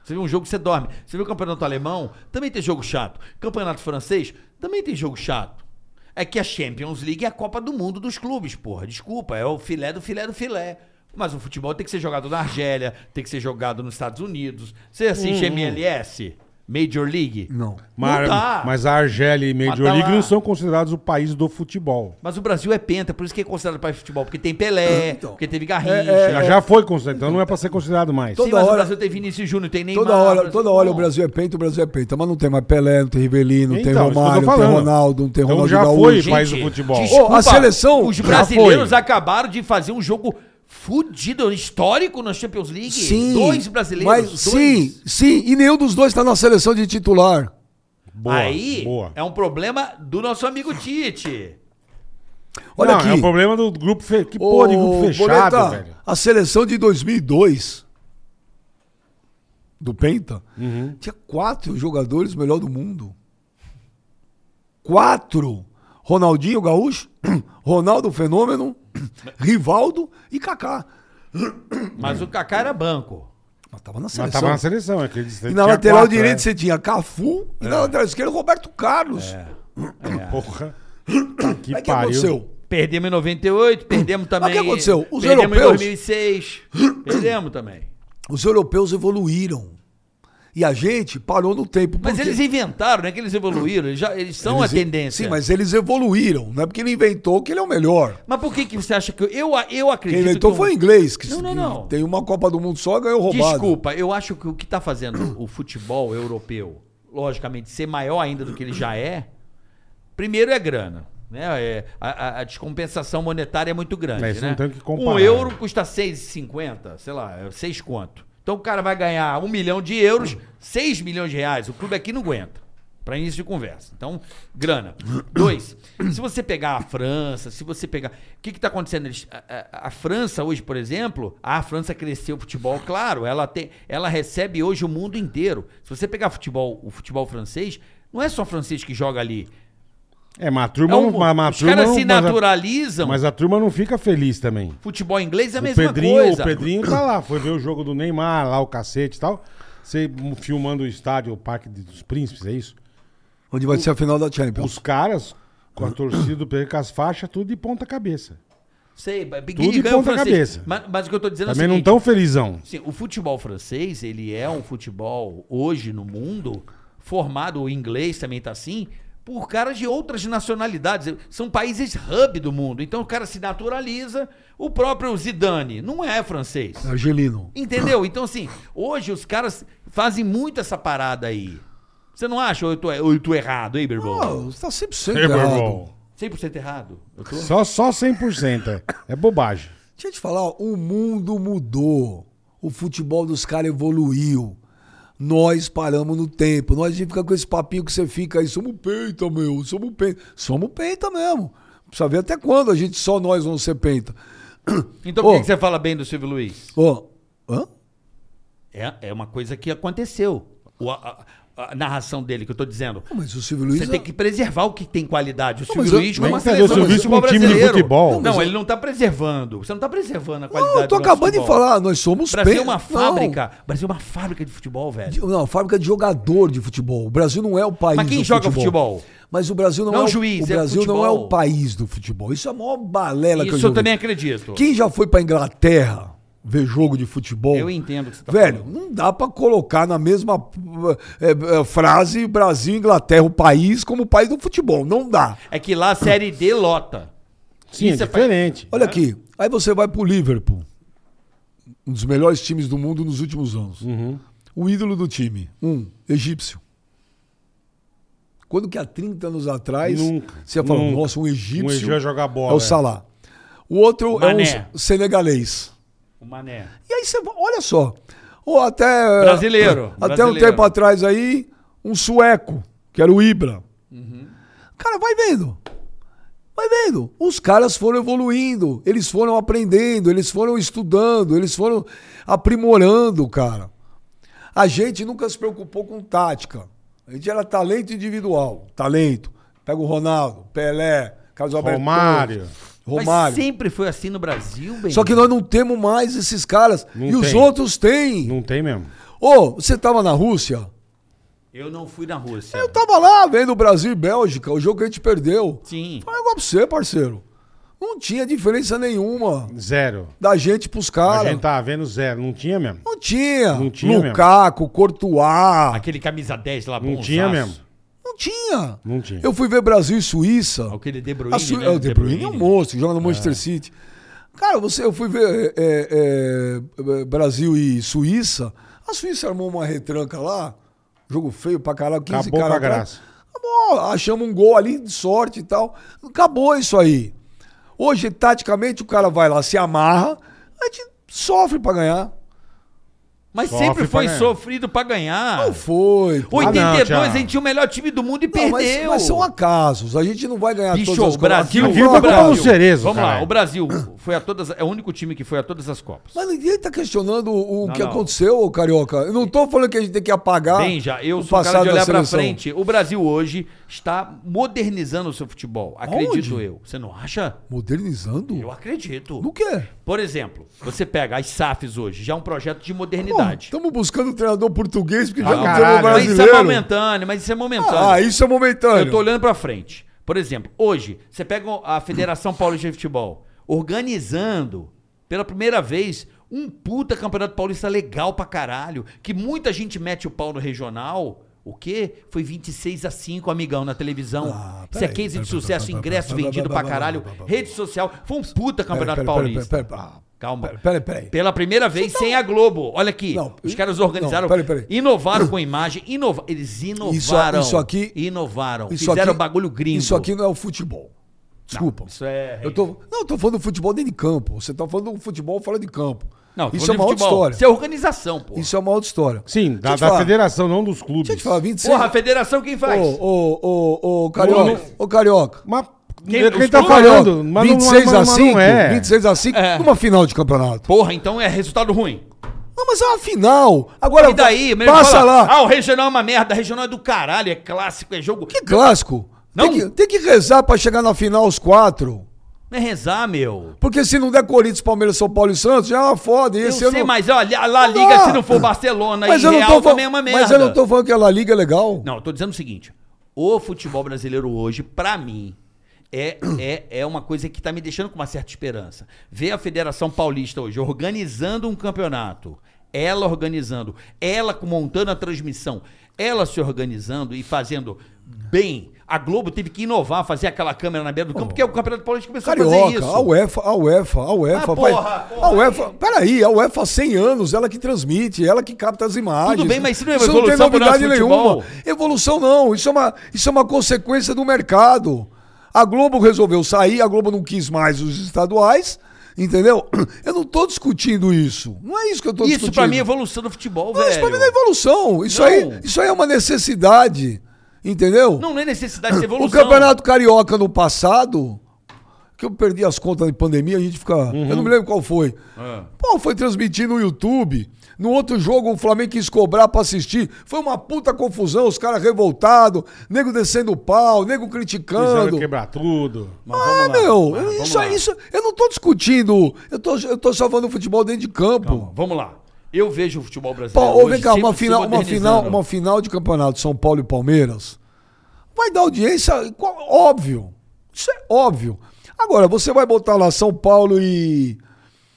Você vê um jogo, você dorme. Você vê o campeonato alemão, também tem jogo chato. Campeonato francês, também tem jogo chato. É que a Champions League é a Copa do Mundo dos clubes, porra. Desculpa, é o filé do filé do filé. Mas o futebol tem que ser jogado na Argélia, tem que ser jogado nos Estados Unidos. Você assiste MLS, Major League? Não. Mas, não dá. Mas... mas a Argélia e Major Mas tá League lá. não são considerados o país do futebol. o Brasil é penta, por isso que é considerado país de futebol. Porque tem Pelé, Então. é, porque teve Garrincha. Já, já foi considerado, então não é pra ser considerado mais. Todo- Sim, Toda mas hora- o Brasil tem Vinícius Júnior, tem Neymar. Toda hora, Brasil- toda hora o Bom, Brasil é peito, o Brasil é peito. Mas não tem mais Pelé, não tem Rivelino, não tem Então, isso que eu tô Romário, não tem falando. Ronaldo, não tem Então Ronaldo já Gaúcho. foi, mas- país do futebol. Ô, a seleção Os já brasileiros foi. acabaram de fazer um jogo fudido, um histórico na Champions League. Sim. Dois brasileiros. Mas, dois. Sim, sim. E nenhum dos dois tá na seleção de titular. Boa, Aí boa. é um problema do nosso amigo Tite. Olha Não, aqui. É o problema do grupo. fe- Que Ô, porra de grupo fechado, Boleta, velho. A seleção de 2002 do Penta Uhum. tinha quatro jogadores melhor do mundo. Quatro. Ronaldinho Gaúcho, Ronaldo Fenômeno, Rivaldo e Kaká. Mas o Kaká era banco. Mas tava na Mas seleção. tava na seleção, é que eles E na tinha lateral quatro, direita é. você tinha Cafu e na lateral esquerda Roberto Carlos. Porra. É. Que Aí o que pariu. aconteceu? Perdemos em 98, perdemos também. o que aconteceu? Os perdemos europeus- em 2006. perdemos também. Os europeus evoluíram. E a gente parou no tempo. Mas porque- eles inventaram, não é que eles evoluíram. Eles, já, eles são a Eles- tendência. Sim, mas eles evoluíram. Não é porque ele inventou que ele é o melhor. Mas por que, que você acha que. Eu, eu, acredito. Quem inventou que o- foi o inglês. Que Não, não, não. Tem uma Copa do Mundo só, ganhou roubado. Desculpa, eu acho que o que tá fazendo o futebol europeu, logicamente, ser maior ainda do que ele já é, primeiro é grana. Né? É, a, a- a descompensação monetária é muito grande. Mas né? não tem o que comparar. né? Um euro custa 6,50, sei lá, é 6 quanto. Então o cara vai ganhar um milhão de euros, 6 milhões de reais. O clube aqui não aguenta. Para início de conversa. Então, grana. Dois, se você pegar a França, se você pegar. O que está acontecendo? Eles- a, a- a França, hoje, por exemplo, a França cresceu o futebol, claro, ela, tem, ela recebe hoje o mundo inteiro. Se você pegar futebol, o futebol francês, não é só francês que joga ali. É, mas a turma É um- não. Mas, mas a os turma caras não- se mas a- naturalizam. Mas a turma não fica feliz também. Futebol inglês é a o mesma Pedrinho, coisa. O Pedrinho tá lá, foi ver o jogo do Neymar, lá o cacete e tal. Você filmando o estádio, o Parque dos Príncipes, é isso? Onde vai ser a final da Champions. Os caras, com a torcida do Pedrinho, com as faixas, tudo de ponta cabeça. Sei, mas Tudo de ganha o ponta francês. cabeça. Mas, mas o que eu tô dizendo é o Também não seguinte, tão felizão. Sim, o futebol francês, ele é um futebol hoje no mundo formado, o inglês também tá assim, por caras de outras nacionalidades. São países hub do mundo. Então o cara se naturaliza. O próprio Zidane não é francês. Argelino. Entendeu? Então, assim, hoje os caras fazem muito essa parada aí. Você não acha? Ou eu tô, ou eu tô errado, hein, Não, Birbão? você tá 100% É, meu errado. irmão. 100% errado. Eu tô? Só, só 100%. É, é bobagem. Deixa eu te falar, ó, o mundo mudou. O futebol dos caras evoluiu. Nós paramos no tempo. Nós de ficar com esse papinho que você fica aí. Somos peita, meu. Somos peita. Somos peita mesmo. Precisa ver até quando a gente só nós vamos ser peita. Então por que Ô. que você fala bem do Silvio Luiz? Ó, hã? É, é uma coisa que aconteceu. O- a, a- a narração dele que eu tô dizendo. Não, mas o Silvio Luiz. é Você tem que preservar o que tem qualidade. O mas Silvio eu- Luiz foi nem uma que você seleção deu o do Silvio Luiz pra um futebol time de brasileiro. futebol. Não, Não, mas ele não tá preservando. Você não tá preservando a qualidade Não, eu tô do nosso acabando de futebol. falar. Nós somos O Brasil é peita. uma Não. fábrica. O Brasil é uma fábrica de futebol, velho. De- Não, fábrica de jogador de futebol. O Brasil não é o país Mas quem do joga futebol. futebol? Mas o Brasil não, Não é o juiz, o é Brasil não é o futebol. país do futebol. Isso é a maior balela que eu Isso já eu ouvi. também acredito. Quem já foi pra Inglaterra ver jogo de futebol? Eu entendo o que você tá Velho, falando. não dá pra colocar na mesma eh, eh, frase Brasil, Inglaterra, o país, como o país do futebol. Não dá. É que lá a Série D lota. Sim, Isso é é pra- diferente. Olha aqui, aí você vai pro Liverpool, um dos melhores times do mundo nos últimos anos. Uhum. O ídolo do time, um, egípcio. Quando que há 30 anos atrás Nunca, você falou, nunca. nossa, um egípcio, Um egípcio vai jogar bola, é é. o Salah. O outro Mané. é um senegalês. O Mané. E aí você, va- olha só, ou até Brasileiro, até um brasileiro. tempo atrás aí, um sueco, que era o Ibra. Uhum. Cara, vai vendo. Vai vendo. Os caras foram evoluindo, eles foram aprendendo, eles foram estudando, eles foram aprimorando, cara. A gente nunca se preocupou com tática. A gente era talento individual, talento. Pega o Ronaldo, Pelé, Carlos Alberto. Romário. Torres, Mas Romário. sempre foi assim no Brasil, bem. Só que nós não temos mais esses caras. Não e os tem. outros têm. Não tem mesmo. Ô, você tava na Rússia? Eu não fui na Rússia. Eu tava lá vendo Brasil e Bélgica, o jogo que a gente perdeu. Sim. Fala igual pra você, parceiro. Não tinha diferença nenhuma Zero. da gente pros a caras. gente tava vendo zero. Não tinha mesmo. Não tinha. Não tinha Lukaku, Courtois. Aquele camisa 10 lá, Não bonzaço. tinha mesmo. Não tinha. Não tinha. Eu fui ver Brasil e Suíça. Aquele De Bruyne, A Su- né? é, O De Bruyne é um monstro, joga no Manchester City. Cara, você, eu fui ver é, é, é, Brasil e Suíça. A Suíça armou uma retranca lá. Jogo feio pra caralho. 15 Acabou cara com a atrás. graça. Acabou, achamos um gol ali de sorte e tal. Acabou isso aí. Hoje, taticamente, o cara vai lá, se amarra, a gente sofre pra ganhar. Mas Sofre sempre pra foi ganhar. Ah, sofrido pra ganhar. Não foi. pô. 82 Thiago. a gente tinha o melhor time do mundo e Não, perdeu. mas, mas são acasos. A gente não vai ganhar Bicho, todas as o Brasil, Aquilo aquilo foi foi uma pra Copa- Brasil. Cerezo, Vamos lá, caralho. o Brasil foi a todas, é o único time que foi a todas as copas. Mas ninguém tá questionando o Não, que não. aconteceu, ô Carioca. Eu não tô falando que a gente tem que apagar Bem, já, eu ah, o sou um cara passado de da olhar pra seleção. frente. O Brasil hoje está modernizando o seu futebol. Acredito Aonde? eu. Você não acha? Modernizando? Eu acredito. No quê? Por exemplo, você pega as SAFs hoje, já é um projeto Tá de modernidade. Estamos buscando um treinador português porque já não caralho. temos mas isso é brasileiro. momentâneo, mas isso é momentâneo. ah, isso é momentâneo. Eu tô olhando pra frente. Por exemplo, hoje, você pega a Federação Paulista de Futebol organizando pela primeira vez um puta campeonato paulista legal pra caralho, que muita gente mete o pau no regional. O quê? Foi 26 a 5, amigão, na televisão. Ah, Isso é peraí, case peraí, de sucesso, peraí, peraí, ingresso peraí, vendido pra peraí, peraí, caralho, peraí, peraí, rede social. Foi um puta campeonato peraí, peraí, paulista. peraí, peraí, peraí. Calma. Peraí, peraí. Pela primeira vez sem a Globo. Olha aqui. Então- Não, Os e- caras organizaram. não, peraí, peraí. Inovaram com imagem. Inova... Eles inovaram. isso aqui- Inovaram. Isso fizeram aqui- bagulho gringo. Isso aqui não é o futebol. Desculpa. isso é- Eu tô, não, eu tô falando do futebol dentro de campo. Você tá falando do futebol fora de campo. Não, tô isso é falando uma de outra futebol. história. Isso é organização, pô. Isso é uma outra história. Sim, Deixa da, eu te da falar. federação, não dos clubes. Deixa eu te falar, 26. Porra, a federação quem faz? é- Ô, ô, ô, ô, Carioca. Ô, Carioca. Mas Quem- quem, quem os tá clubes- falando? Mas 26 não, mas, a 5, Mas não é. 26 a 5 É. numa final de campeonato. Porra, então é resultado ruim. Não, mas é uma final. Agora, E daí, meu irmão tá- passa fala, lá. Ah, o regional é uma merda, o regional é do caralho, é clássico, é jogo. Que clássico. Não? Tem, que, tem que rezar pra chegar na final os quatro. Não é rezar, meu. Porque se não der Corinthians, Palmeiras, São Paulo e Santos, já é uma foda. E Eu esse sei, ano- mas olha, a La Liga, dá. se não for Barcelona Mas e eu, não Real, tô também é falando, uma merda. mas eu não tô falando que a La Liga é legal. Não, eu tô dizendo o seguinte: o futebol brasileiro hoje, pra mim, é, é, é uma coisa que tá me deixando com uma certa esperança. Ver a Federação Paulista hoje organizando um campeonato, ela organizando, ela com- montando a transmissão, ela se organizando e fazendo bem. A Globo teve que inovar, fazer aquela câmera na beira do campo, porque o Campeonato Paulista começou a fazer Carioca, isso. Ah, a UEFA, a UEFA, a UEFA. porra, faz- porra, a UEFA, peraí, a UEFA há 100 anos, ela que transmite, ela que capta as imagens. bem, mas isso não é tem evolução pro novidade nosso nenhuma. futebol? Evolução não, isso é, uma, isso é uma consequência do mercado. A Globo resolveu sair, a Globo não quis mais os estaduais, entendeu? Eu não tô discutindo isso. Não é isso que eu tô discutindo. Isso pra mim é evolução do futebol, Não, velho. isso pra mim não é evolução. Isso, Não. Aí, isso aí é uma necessidade, entendeu? Não, não é necessidade de evolução. O Campeonato Carioca no passado, que eu perdi as contas de pandemia, a gente fica. Eu Uhum. não me lembro qual foi. É. Pô, foi transmitir no YouTube. No outro jogo, o Flamengo quis cobrar pra assistir. Foi uma puta confusão, os caras revoltados, nego descendo o pau, nego Quiseram criticando. quebrar tudo. Mas Ah, vamos lá, meu, mas vamos isso, lá. aí, isso. Eu não tô discutindo. Eu tô, eu tô salvando o futebol dentro de campo. Calma, vamos lá. Eu vejo o futebol Pô, brasileiro. ô, É, hoje vem cá, sempre uma né, se final, uma, modernizando. final, uma final de campeonato São Paulo e Palmeiras vai dar audiência, qual- óbvio. Isso é óbvio. Agora, você vai botar lá São Paulo e.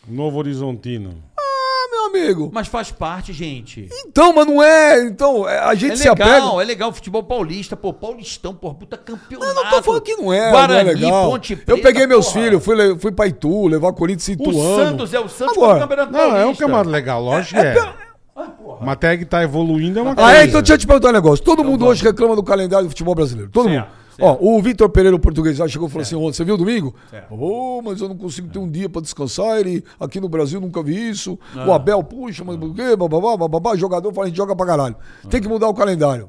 Novo Horizontino. Ah, meu amigo. Mas faz parte, gente. Então, mas não é. Então, é, a É gente se apega. legal, é legal. Futebol paulista, pô, paulistão, pô, puta campeonato. Eu não tô falando que não é, Guarani, não é legal. Ponte Preta, eu peguei meus porra. filhos, fui, le- fui pra Itu, levar Corinthians e O Ituano. Santos é o Santos Agora, do campeonato Não, é um paulista. campeonato legal, lógico que é. Mas até que tá evoluindo é uma Ah, é? Então deixa eu te perguntar um negócio. Todo mundo hoje reclama do calendário do futebol brasileiro. Todo Certo, mundo. Ó, o Vitor Pereira, o português, lá chegou e É. falou assim ontem, você viu domingo? Ô, mas eu não consigo ter um dia pra descansar, ele aqui no Brasil nunca vi isso. É. O Abel, puxa, mas por quê? Bababá, bababá, jogador fala, a gente joga pra caralho. É. Tem que mudar o calendário,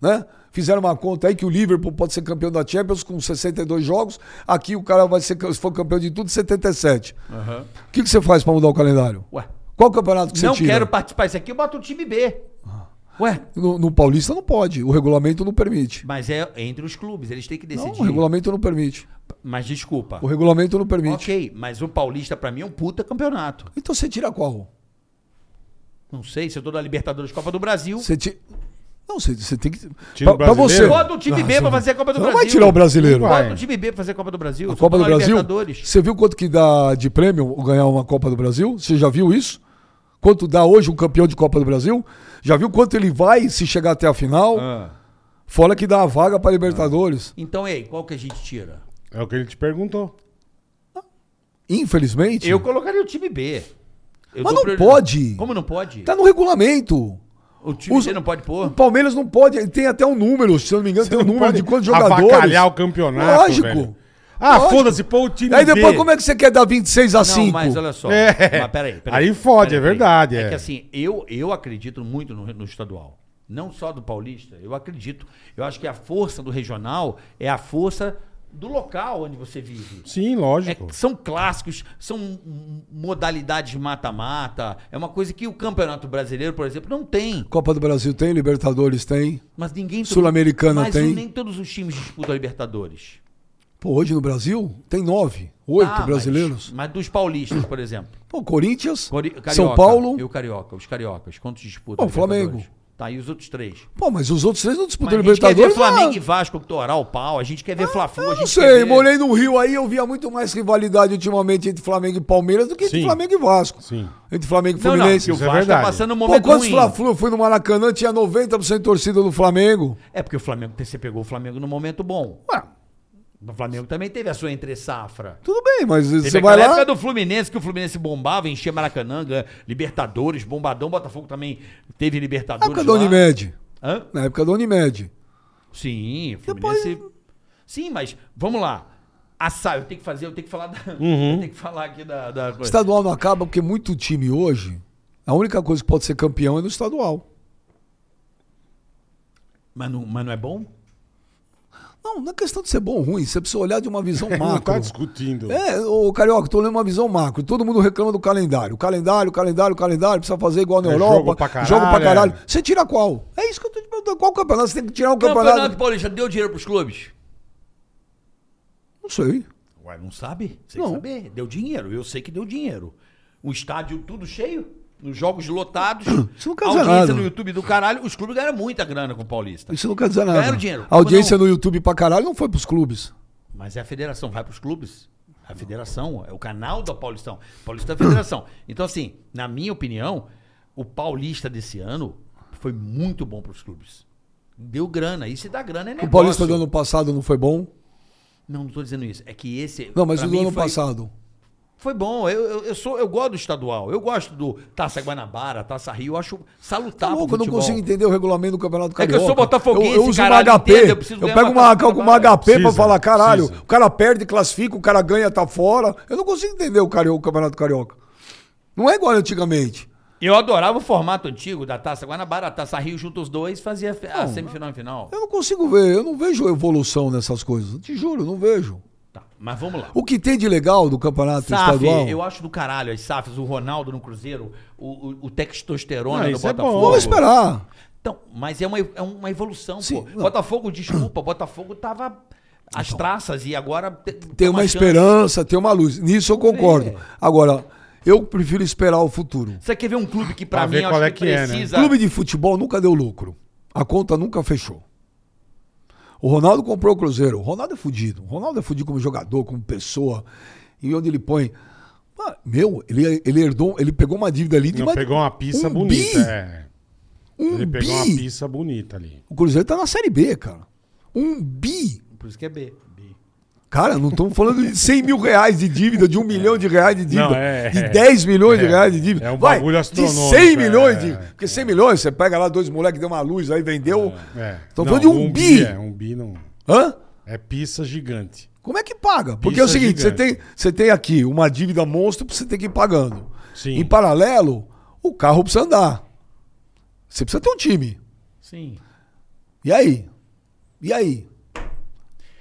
né? Fizeram uma conta aí que o Liverpool pode ser campeão da Champions com 62 jogos. Aqui o cara vai ser, se for campeão de tudo, 77. O que, que você faz pra mudar o calendário? Ué, Qual campeonato que você não tira? Ah. quero participar disso aqui, eu boto o time B. Ué, No, no Paulista não pode, o regulamento não permite. mas é entre os clubes, eles têm que Não, decidir. o regulamento não permite. Mas desculpa. O regulamento não permite. Ok, mas o paulista pra mim é um puta campeonato. Então você tira qual? Não sei, se eu tô na Libertadores Copa do Brasil. Você tira. Não, você, você tem que. Tira o pra, pra você. brasileiro? Bota o time B pra fazer a Copa do Ah, Não Brasil. vai tirar o brasileiro. Vai. Bota o time B pra fazer a Copa do Brasil. A Copa do Brasil. Libertadores. Você viu quanto que dá de prêmio ganhar uma Copa do Brasil? Você já viu isso? Quanto dá hoje um campeão de Copa do Brasil? Já viu quanto ele vai se chegar até a final? Fora que dá a vaga pra Libertadores. Então, ei, qual que a gente tira? É o que ele te perguntou. Infelizmente. Eu colocaria o time B. Eu dou Mas não priori- pode. Como não pode? Tá no regulamento. O time Os- B não pode O um pôr? Palmeiras não pode, ele tem até um número, se eu não me engano, tem um Não número pode de quantos jogadores. Avacalhar o campeonato, Lógico. velho. Ah, Lógico. foda-se, pô, o time Aí depois, B. como é que você quer dar 26 a 5? Não, mas olha só. É. Mas peraí, peraí. Aí Peraí, fode, é peraí. verdade, É é. que assim, eu, eu acredito muito no, no estadual. Não só do paulista, eu acredito. Eu acho que a força do regional é a força do local onde você vive. Sim, É- lógico. são clássicos, são hum, modalidades mata-mata. É uma coisa que o Campeonato Brasileiro, por exemplo, não tem. Copa do Brasil tem, Libertadores tem. Mas ninguém. Sul-Americana mas tem. nem todos os times disputam a Libertadores. Pô, hoje no Brasil tem nove, oito Ah, mas- brasileiros. Mas, dos paulistas, por exemplo. Pô, Corinthians, Cori- Carioca, São Paulo. E o Carioca, os cariocas. Quantos disputam? Bom, a Libertadores? Flamengo. Tá, e os outros três? Pô, mas os outros três não Mas a disputam gente quer ver Libertadores. não. Flamengo e Vasco torar o pau. A gente quer ver Fla-Flu. a Eu gente não quer sei, ver- morei no Rio aí, eu via muito mais rivalidade ultimamente entre Flamengo e Palmeiras do que entre Sim. Flamengo e Vasco. Sim. Entre Flamengo e Não, não, Fluminense. porque o Isso é Vasco tá verdade. passando um Pô, momento quantos ruim. Fla-Flu? Eu Fui no Maracanã, tinha 90% de torcida do Flamengo. É porque o Flamengo, você pegou o Flamengo num momento bom. Ué, O Flamengo também teve a sua entre-safra. tudo bem, mas Teve você aquela vai lá... época do Fluminense, que o Fluminense bombava, enchia Maracanã, ganha Libertadores, bombadão, Botafogo também teve Na Libertadores época da lá. Unimed. Hã? Na época da Unimed. Sim, o Fluminense... Sim, mas vamos lá. assar. Eu tenho que fazer, eu tenho que falar. Da, Uhum. Eu tenho que falar aqui da, da coisa. Estadual não acaba porque muito time hoje, a única coisa que pode ser campeão é no estadual. Mas, não, mas não é bom? Não, não é questão de ser bom ou ruim, você precisa olhar de uma visão Não macro. tá discutindo. É, ô Carioca, tô lendo uma visão macro. Todo mundo reclama do calendário. Calendário, calendário, calendário, precisa fazer igual na É Europa. jogo pra caralho, Jogo pra caralho. é. Você tira qual? É isso que eu tô te perguntando. Qual campeonato? Você tem que tirar um campeonato. Campeonato Paulista deu dinheiro pros clubes? Não sei. Ué, não sabe? Você Não. não. saber. Deu dinheiro, eu sei que deu dinheiro. Um estádio tudo cheio, nos jogos lotados, Isso é um não quer dizer audiência nada. no YouTube do caralho, os clubes ganharam muita grana com o Paulista. Isso não quer dizer nada. Ganharam dinheiro. A audiência Como no YouTube pra caralho não foi pros clubes. Mas é a federação, vai pros clubes. A federação, é o canal da Paulistão. Paulista é a federação. Então, assim, na minha opinião, o Paulista desse ano foi muito bom pros clubes. Deu grana, e se dá grana é negócio. O Paulista do ano passado não foi bom? Não, não tô dizendo isso. É que esse. Não, mas pra o do mim, ano foi- passado. Foi bom, eu, eu, eu sou, eu gosto do estadual, eu gosto do Taça Guanabara, Taça Rio, eu acho salutar Tá pro louco, eu não futebol. consigo entender o regulamento do Campeonato É que Carioca. eu sou botafoguense, Eu, eu uso caralho, uma HP, entendo, eu preciso eu, ganhar pego uma uma, taça calco- uma pra HP pra Precisa, falar, caralho, precisa. o cara perde, classifica, o cara ganha, tá fora. Eu não consigo entender o, Cario- o Campeonato Carioca. Não é igual antigamente. Eu adorava o formato antigo da Taça Guanabara, Taça Rio junto os dois, fazia fe- a semifinal e final. Eu não consigo ver, eu não vejo evolução nessas coisas. Te juro, eu não vejo. Tá, mas vamos lá. O que tem de legal do Campeonato SAF, Estadual... eu acho do caralho as SAFs, o Ronaldo no Cruzeiro, o, o, o Não, Ah, Textosterona no isso é bom. Botafogo. Vamos esperar. Então, mas é uma, é uma evolução, Sim, pô. não. Então. Botafogo, desculpa, Botafogo tava as traças e agora te- Tem uma chance. esperança, tem uma luz. Nisso eu concordo. Agora, eu prefiro esperar o futuro. Você quer ver um clube que pra Pra ver mim eu qual acho é que que é, né? precisa... Clube de futebol nunca deu lucro. A conta nunca fechou. O Ronaldo comprou o Cruzeiro. O Ronaldo é fudido. O Ronaldo é fudido como jogador, como pessoa. E onde ele põe. Ah, Meu, ele, ele herdou, ele pegou uma dívida ali de Não uma- pegou uma pista um bonita, bi, é. Um Ele pegou bi. uma pista bonita ali. O Cruzeiro tá na Série B, cara. Um bi. Por isso que é B. Cara, não estamos falando de 100 mil reais de dívida, de um milhão de reais de dívida, Não, é, de é. 10 milhões de É, reais de dívida. é um Vai, bagulho astronômico, De 100 é, milhões de. é. Porque 100 milhões, você pega lá dois moleques, deu uma luz, aí vendeu. É. Tô Não, falando de um bi. É, um bi não. Hã? É pista gigante. Como é que paga? Porque Isso é o é seguinte, você gigante. tem, você tem aqui uma dívida monstro que você tem que ir pagando. Sim. Em paralelo, o carro precisa andar. Você precisa ter um time. Sim. E aí? E aí?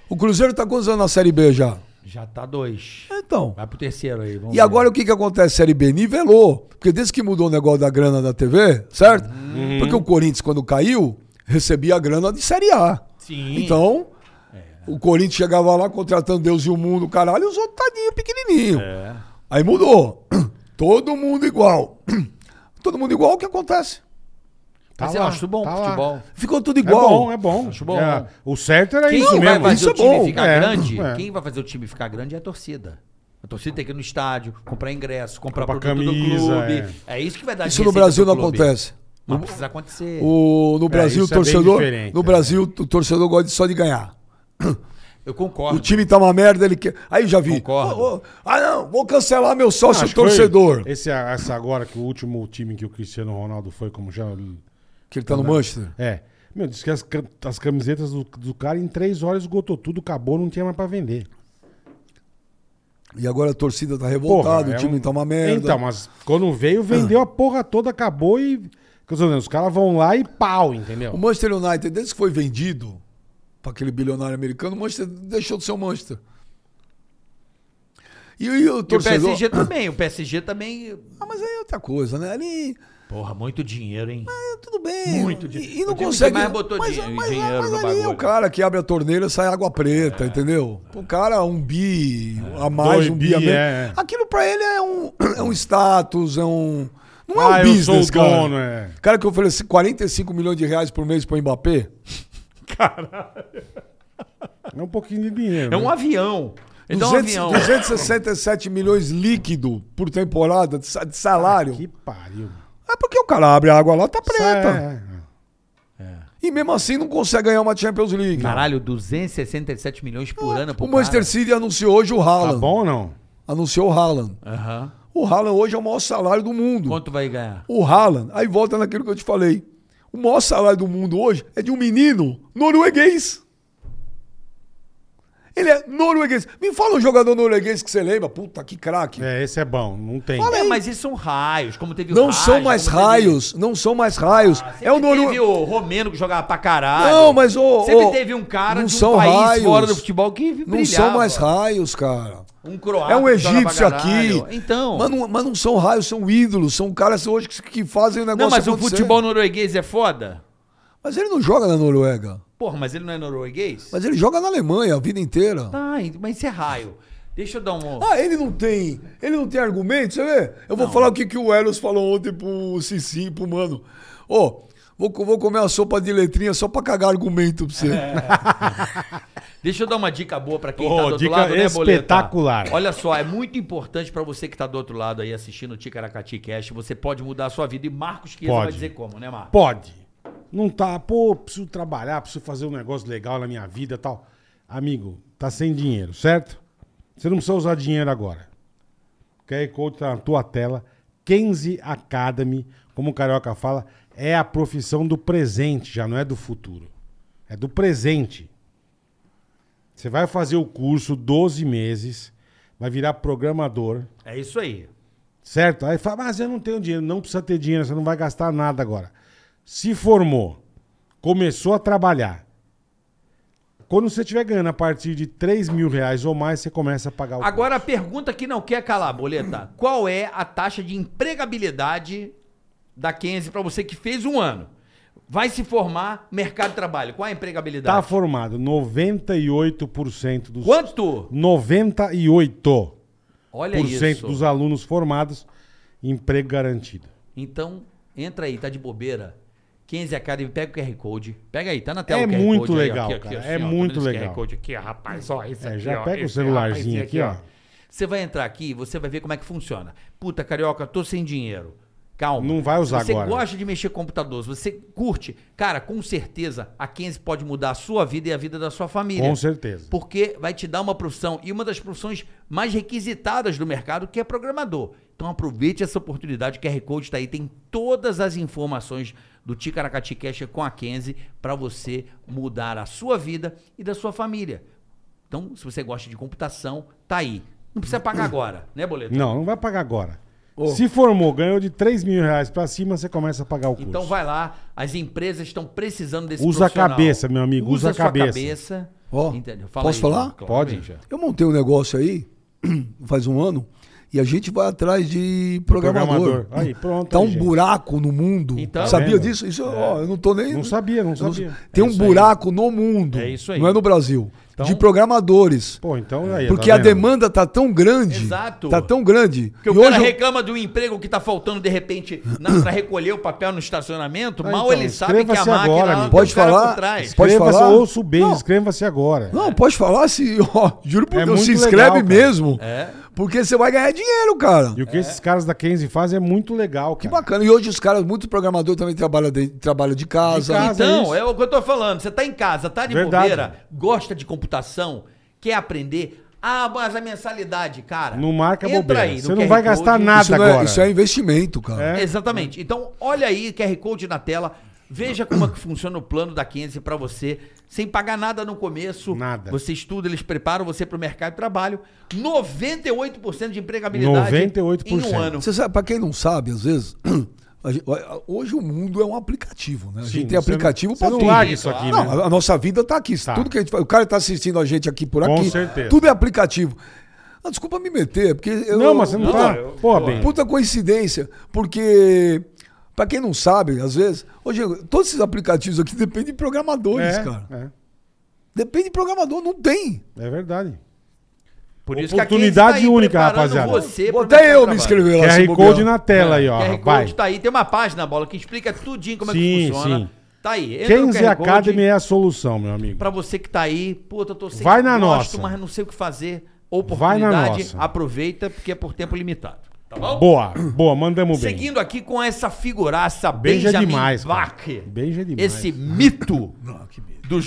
O Cruzeiro tá quantos anos na Série B já? Já tá dois. Então. Vai pro terceiro aí. Vamos E agora o que, que acontece? Série B nivelou. Porque desde que mudou o negócio da grana da TV, certo? Uhum. Porque o Corinthians, quando caiu, recebia a grana de Série A. Sim. Então, É. o Corinthians chegava lá contratando Deus e o mundo, caralho, e os outros tadinho pequenininho. É. Aí mudou. Todo mundo igual. Todo mundo igual, o que acontece? Tá Mas eu lá, acho bom tá pro lá. futebol. Ficou tudo É igual. bom, é bom. Acho bom. É, o certo era Quem isso vai mesmo. fazer isso o é time bom. ficar É, grande? é. Quem vai fazer o time ficar grande é a torcida. A torcida tem que ir no estádio, comprar ingresso, comprar Comprar produto do camisa, clube. É. isso que vai dar Isso no receita Brasil pro não clube. acontece. Mas precisa acontecer. O, no Brasil, o isso é bem torcedor, diferente, no é. Brasil, o torcedor gosta só de ganhar. Eu O concordo. time tá uma merda, ele quer. Aí já vi. Concordo. Ô, ô, ah, não, vou cancelar meu Ah, sócio acho que foi torcedor. Esse, essa agora que o último time que o Cristiano Ronaldo foi, como já. Que ele tá no Manchester. É. Meu, disse que as, cam- as camisetas do, do cara em três horas esgotou tudo, acabou, não tinha mais pra vender. E agora a torcida tá Porra, revoltada, é o time um- tá uma merda. Então, mas quando veio, vendeu a porra toda, acabou e. Quer dizer, Os caras vão lá e pau, entendeu? O Manchester United, desde que foi vendido para aquele bilionário americano, o Manchester deixou de ser o Manchester. E, e o E o torcedor... PSG também. O PSG também. Ah, mas aí é outra coisa, né? Ali, Porra, muito dinheiro, hein? é, tudo bem. Muito e, dinheiro. e não O time que consegue... mais botou mas, dinhe- mas- dinheiro mas no ali é o bagulho. cara que abre a torneira e sai água preta, entendeu? O cara, um bi a mais, É. Dois um bi a bi, menos. é. Aquilo para ele é um, é um status, é um... Não é um Ah, eu business, sou o cara. dono, é. Cara que oferece 45 milhões de reais por mês pro Mbappé... É um pouquinho de dinheiro. É um né? avião. Ele dá um 200, avião. 267 milhões líquido por temporada de, sa- de salário. Que pariu. É, É porque o cara abre a água lá, tá preta. Sai- E mesmo assim não consegue ganhar uma Champions League. Caralho, 267 milhões por ano pro o Ah, Manchester cara. City anunciou hoje o Tá Haaland. bom ou não? anunciou o Haaland. Aham. O Haaland hoje é o maior salário do mundo. Quanto vai ganhar? O Haaland, aí volta naquilo que eu te falei. O maior salário do mundo hoje é de um menino norueguês. Ele é norueguês. Me fala um jogador norueguês que você lembra. Puta, que craque. É, esse é bom, não tem. Fala É, aí. mas isso são raios, como teve o Não Raj, são mais como teve- raios. Não são mais raios. Ah, é o sempre Teve norueguês. o Romeno que jogava pra caralho. Não, mas o- Sempre o- teve um cara não de um são país raios. fora do futebol que brilhava. Não são mais raios, cara. Um croata É um que joga pra egípcio aqui. um caralho. Então. Mas não, mas não são raios, são ídolos. São caras hoje que, que fazem o negócio não, mas o acontecer. futebol norueguês é foda? Mas ele não joga na Noruega. Porra, mas ele não é norueguês? Mas ele joga na Alemanha a vida inteira. Tá, ent- mas isso é raio. Deixa eu dar um. Ah, ele não tem. Ele não tem argumento, você vê? Eu vou falar o que, que o Eros falou ontem pro Cici, pro mano. Ô, vou, co- vou comer uma sopa de letrinha só pra cagar argumento pra você. É. Deixa eu dar uma dica boa pra quem Ô, tá do outro dica lado, né, Boleta? espetacular. Olha só, é muito importante pra você que tá do outro lado aí assistindo o Ticaracati Cast, você pode mudar a sua vida e Marcos Chiesa vai Pode. dizer como, né, Marcos? Pode. Não tá, pô, preciso trabalhar, preciso fazer um negócio legal na minha vida e tal. Amigo, tá sem dinheiro, certo? Você não precisa usar dinheiro agora. O QR Code tá na tua tela. Kenzie Academy, como o Carioca fala, é a profissão do presente, já não é do futuro. É do presente. Você vai fazer o curso 12 meses, vai virar programador. É isso aí. Certo? Aí fala, mas eu não tenho dinheiro. Não precisa ter dinheiro, você não vai gastar nada agora. Se formou, começou a trabalhar. Quando você estiver ganhando a partir de 3 mil reais ou mais, você começa a pagar o Agora a pergunta que não quer calar, Boleta. Qual é a taxa de empregabilidade da Kenzie pra você que fez um ano? Vai se formar mercado de trabalho. Qual é a empregabilidade? Está tá formado 98% dos... Quanto? 98% Olha isso. dos alunos formados, emprego garantido. Então, entra aí, tá de bobeira. 15 Academy, pega o QR Code. Pega aí, tá na tela É o QR muito Code. aí, ó, legal, aqui, aqui, cara, assim, é ó, tá muito vendo esse legal. QR Code aqui, rapaz, ó, esse É, aqui, já ó, pega o esse celularzinho aqui, rapazinho ó. Você vai entrar aqui e você vai ver como é que funciona. Puta, carioca, tô sem dinheiro. Calma. Não vai usar se você agora. gosta de mexer com computador, se você curte, cara, com certeza a 15 pode mudar a sua vida e a vida da sua família. Com certeza. Porque vai te dar uma profissão e uma das profissões mais requisitadas do mercado, que é programador. Então aproveite essa oportunidade, o QR Code está aí, tem todas as informações do Ticaracati Cash com a Kenzie para você mudar a sua vida e da sua família. Então, se você gosta de computação, tá aí. Não precisa pagar agora, né, Boleto? Não, não vai pagar agora. Se formou, ganhou de 3 mil reais pra cima, você começa a pagar o curso. Então vai lá, as empresas estão precisando desse Usa a profissional. cabeça, meu amigo, usa a sua cabeça. Ó, entendeu? posso falar? Claro, Pode. veja. Eu montei um negócio aí, faz um ano, e a gente vai atrás de programador. Programador. Aí, pronto, Tá aí, um gente. buraco no mundo. Então- Sabia Tá vendo? disso? Isso, ó, eu não tô nem. Não sabia, não eu não- sabia. Tem É um isso aí. buraco no mundo. É isso aí. Não é no Brasil. Então- de programadores. Pô, então aí. porque tá a vendo? demanda tá tão grande. Exato. Tá tão grande. Porque e o cara hoje eu- reclama do emprego que tá faltando de repente na, pra recolher o papel no estacionamento, Ah, mal então, ele sabe que a inscreva-se máquina agora, lá amigo. tem Pode um cara falar? por trás. Pode Inscreva-se, falar? ouço bem, Não. inscreva-se agora. Não, pode falar se. Ó, juro por É Deus, se muito inscreve legal, cara. mesmo. É. Porque você vai ganhar dinheiro, cara. E o que esses caras da Kenzie fazem é muito legal, Que cara. bacana. E hoje os caras, muito programador também trabalha de, trabalha de casa. De casa. é Então, isso. é, o que eu tô falando. Você tá em casa, tá de Verdade. bobeira, gosta de computação, quer aprender. Ah, mas a mensalidade, cara. Não marca entra bobeira. aí no Você não QR vai gastar Code. nada isso, não é- agora. isso é investimento, cara. É. Exatamente. Então, olha aí, QR Code na tela. Veja como é que funciona o plano da 15 para você, sem pagar nada no começo. Nada. Você estuda, eles preparam você para o mercado de trabalho. 98% de empregabilidade 98%. em um ano. Você sabe, pra quem não sabe, às vezes. a gente- hoje o mundo é um aplicativo, né? A gente Sim, tem você aplicativo não- pra Você tudo. não larga isso aqui, Não, né? a- a nossa vida tá aqui. Tá. Tudo que a gente faz. O cara tá assistindo a gente aqui por Com aqui. certeza. Tudo é aplicativo. Ah, desculpa me meter, porque eu. Não, mas você não, Não, tá. eu- Pô, pô, bem. Puta coincidência, porque. Pra quem não sabe, às vezes. Hoje, todos esses aplicativos aqui dependem de programadores, é, cara. é, Depende de programador, não tem. é verdade. Por Oportunidade tá aí única, preparando rapaziada. é Você pro Até mercado eu É, de me trabalho. inscrever lá. se QR bobear. Code na tela aí, ó. QR Code Vai. tá aí. Tem uma página, Bola, que explica tudinho como é Sim, que funciona. sim. Tá aí. Entra no Kenzie QR Code. Academy é a solução, meu amigo. Pra você que tá aí, puta, eu tô sem Vai na gosto, nossa. mas não sei o que fazer. Vai na Oportunidade, nossa. aproveita, porque é por tempo limitado. Tá Então, bom? Boa, boa, mandamos bem. Seguindo aqui com essa figuraça, Benja Benjamin demais, cara. Bach. Benja demais. Esse mito do Vamos parar de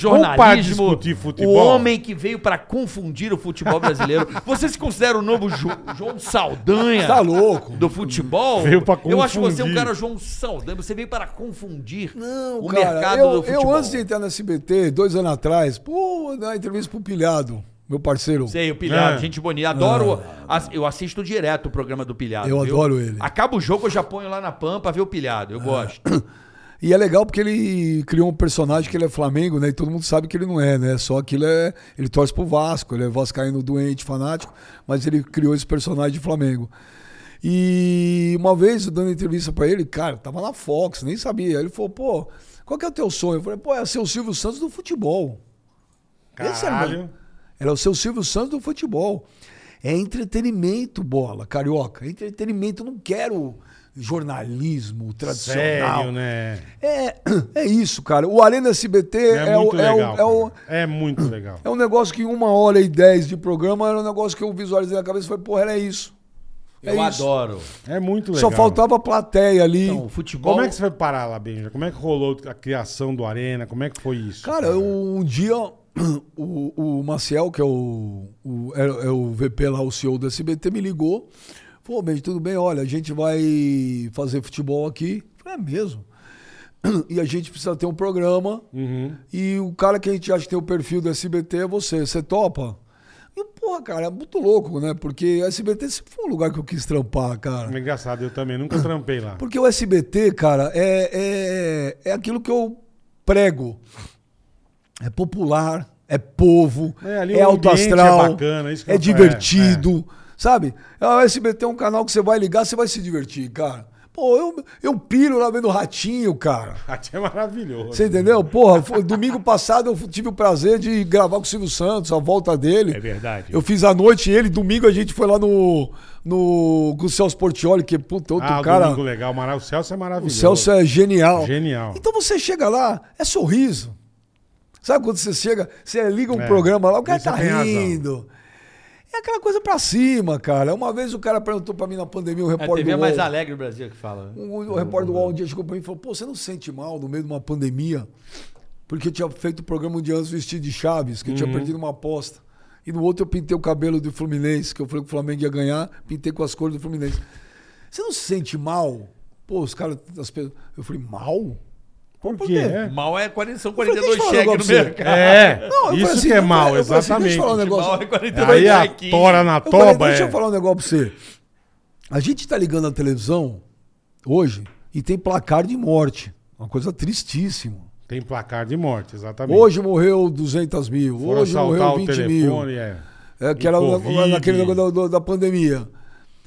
jornalismo, discutir o futebol? homem que veio pra confundir o futebol brasileiro. Você se considera o novo Jo- João Saldanha? Tá louco. Do futebol? Veio pra Eu acho você um confundir. cara João Saldanha. Você veio para confundir Não, o cara, mercado eu, do futebol. eu antes de entrar no SBT, dois anos atrás, pô, na entrevista pro Pilhado, meu parceiro. Sei, o Pilhado, É. Ah. gente bonita. Adoro. ass- eu assisto direto o programa do Pilhado. Eu viu? adoro ele. Ah. Acaba o jogo, eu já ponho lá na pampa ver o Pilhado. Eu gosto. E é legal porque ele criou um personagem que ele é Flamengo, né? E todo mundo sabe que ele não é, né? Só que ele é. Ele torce pro Vasco, ele é Vascaíno doente, fanático, mas ele criou esse personagem de Flamengo. E uma vez eu dando entrevista pra ele, cara, tava na Fox, nem sabia. Ele falou, pô, qual que é o teu sonho? Eu falei, pô, é ser o Silvio Santos do futebol. Esse era o meu- Caralho. era o seu Silvio Santos do futebol. É entretenimento, bola, carioca. É entretenimento, eu não quero jornalismo tradicional. Sério, né? É, é isso, cara. O Arena SBT é, É, muito o, é, o- legal. é, o, cara. É muito legal. é um negócio que em uma hora e dez de programa era um negócio que eu visualizei na cabeça e falei, porra, era isso. É eu isso. adoro. É muito legal. Só faltava plateia ali. Então, o futebol. Como é que você foi parar lá, Benja? Como é que rolou a criação do Arena? Como é que foi isso? Cara, eu, um dia o, o Maciel, que é o, o- é, é o VP lá, o CEO do SBT, me ligou. Falou, bem, tudo bem, olha, a gente vai fazer futebol aqui. Falei, é mesmo? E a gente precisa ter um programa. E o cara que a gente acha que tem o perfil do SBT é você. Você topa? E, porra, cara, é muito louco, né? Porque o SBT sempre foi um lugar que eu quis trampar, cara. É engraçado, eu também nunca trampei lá. Porque o SBT, cara, é, é, é aquilo que eu prego. É popular, é povo, É, é, ali o alto ambiente astral, é bacana, isso que é eu- divertido, sabe? O SBT é um canal que você vai ligar, você vai se divertir, cara. Pô, eu, eu piro lá vendo Ratinho, cara. Até é maravilhoso. Você entendeu? Porra, foi- domingo passado eu tive o prazer de gravar com o Silvio Santos, a volta dele. É verdade. Eu fiz à noite ele, domingo a gente foi lá no, no com o Celso Portioli, que é puta, outro Ah, o cara... domingo legal. Mara- O Celso é O maravilhoso. Celso é genial. Genial. Então você chega lá, é sorriso. Sabe quando você chega, você liga um É. programa lá, o cara Isso tá tem razão. rindo. É aquela coisa pra cima, cara. Uma vez o cara perguntou pra mim na pandemia, É o a repórter TV do mais UOL. alegre do Brasil que fala. né? O, É, o repórter do UOL um dia chegou pra mim e falou, pô, você não sente mal no meio de uma pandemia? Porque eu tinha feito o programa um dia antes vestido de Chaves, que eu Uhum. tinha perdido uma aposta. E no outro eu pintei o cabelo do Fluminense, que eu falei que o Flamengo ia ganhar, pintei com as cores do Fluminense. Você não se sente mal? Pô, os caras... as pessoas- Eu falei, mal? Pô, Por quê? É. Mal é 40, são falei, deixa 42 eu falar um cheques no negócio pra você. mercado. É, Não, eu falei isso assim, que é eu falei- mal, eu falei assim, deixa eu exatamente. falar um negócio. Mal é 42 Aí a cheques. tora na Eu falei, toba deixa é... eu falar um negócio pra você. A gente tá ligando a televisão hoje e tem placar de morte. Uma coisa tristíssima. Tem placar de morte, exatamente. Hoje morreu 200 mil, Foram hoje morreu assaltar o 20 mil. telefone, é. É, que era E na- Covid. naquele negócio da, da- da pandemia.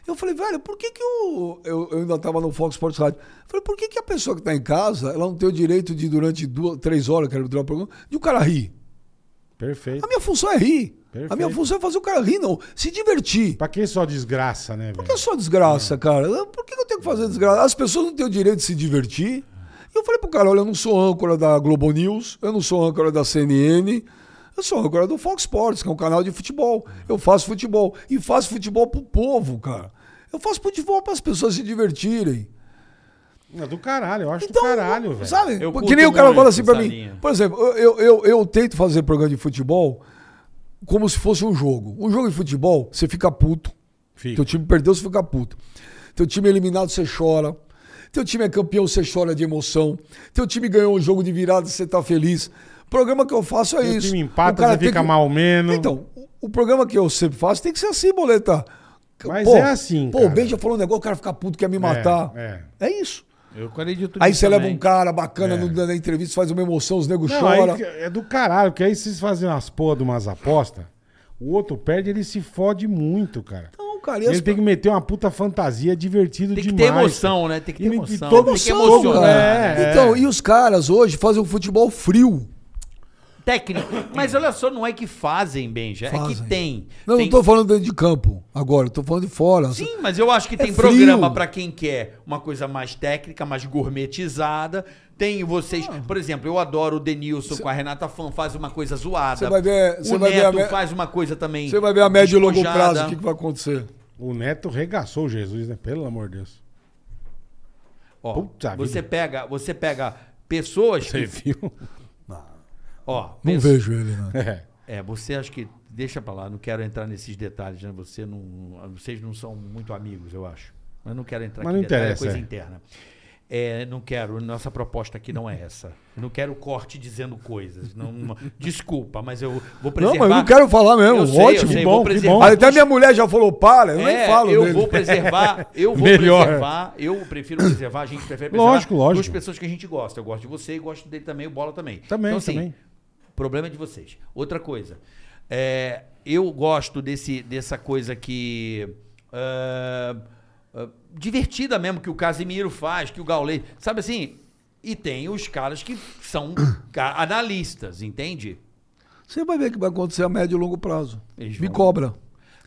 Eu falei, velho, por que que o... Eu, eu ainda estava no Fox Sports Rádio. Eu falei, por que que a pessoa que está em casa, ela não tem o direito de, durante duas, três horas, que era o programa, de o cara rir? Perfeito. A minha função é rir. A minha Perfeito. função é fazer o cara rir, não. Se divertir. Pra que só desgraça, né, velho? Por que só desgraça, É. cara? Eu- Por que que eu tenho que fazer desgraça? As pessoas não têm o direito de se divertir. E eu falei pro cara, olha, eu não sou âncora da Globo News, eu não sou âncora da CNN, eu sou âncora do Fox Sports, que é um canal de futebol. Eu faço futebol. E faço futebol pro povo, cara. Eu faço futebol para as pessoas se divertirem. É do caralho, eu acho Então, do caralho, velho. sabe? Eu Porque curto nem o cara muito fala assim pra essa mim. linha. Por exemplo, eu, eu, eu, eu tento fazer programa de futebol como se fosse um jogo. Um jogo de futebol, você fica puto. Fica. Teu time perdeu, você fica puto. Teu time é eliminado, você chora. Teu time é campeão, você chora de emoção. Teu time ganhou um jogo de virada, você tá feliz. O programa que eu faço é Teu isso. time empata, você tem fica mal menos. Então, o, o programa que eu sempre faço tem que ser assim, boleta. Mas é assim, Pô, cara. o Benja falou um negócio, o cara fica puto, quer me matar. é. é isso. Eu acredito Aí nisso você leva também. um cara bacana É. no- na entrevista, faz uma emoção, os negros Não, choram. aí é do caralho, porque aí vocês fazem umas porra de umas apostas, o outro perde, ele se fode muito, cara. Não, Então, cara, e as- Ele tem que meter uma puta fantasia divertido Tem que demais. ter emoção, né? Tem que ter E- e emoção. né? todo um tem que mundo- emocionar. É, é. Então, e os caras hoje fazem um futebol frio. Técnico. Mas olha só, não é que fazem, Benja. É que Fazem. tem. Não, tem... não tô falando dentro de campo agora, eu tô falando de fora. Sim, mas eu acho que tem É frio. programa pra quem quer uma coisa mais técnica, mais gourmetizada. Tem vocês, Ah. por exemplo, eu adoro o Denilson com a Renata Fan, faz uma coisa zoada. Cê vai ver- cê o vai ver a Neto me- faz uma coisa também. Você vai ver a médio e longo despojada. prazo o que, que vai acontecer. O Neto regaçou o Jesus, né? Pelo amor de Deus. Ó, Puta você vida. pega, você pega pessoas Você que, viu? ó, Não pesso- vejo ele, né? É. É, você acho que deixa pra lá, não quero entrar nesses detalhes, né? Você não, vocês não são muito amigos, eu acho. Mas não quero entrar aqui Mas não em detalhe, é interessa, coisa é. interna. é, não quero, nossa proposta aqui não é essa. Eu não quero corte dizendo coisas. Não, não- desculpa, mas eu vou Não, preservar. mas eu não quero falar mesmo. ah, Eu sei, eu Ótimo. sei, vou que bom, que bom. preservar. Até minha mulher já falou, para, eu nem É, falo eu dele. vou preservar, eu vou Melhor. preservar, eu prefiro preservar, a gente prefere preservar Lógico, lógico. duas pessoas que a gente gosta. Eu gosto de você e gosto dele também, o Bola também. Também, então, assim, também. problema é de vocês. Outra coisa, é, eu gosto desse, dessa coisa que... ah, ah, divertida mesmo, que o Casimiro faz, que o Gaulês... Sabe assim? E tem os caras que são ca- analistas, entende? Você vai ver que vai acontecer a médio e longo prazo. Eles Me vão- cobra.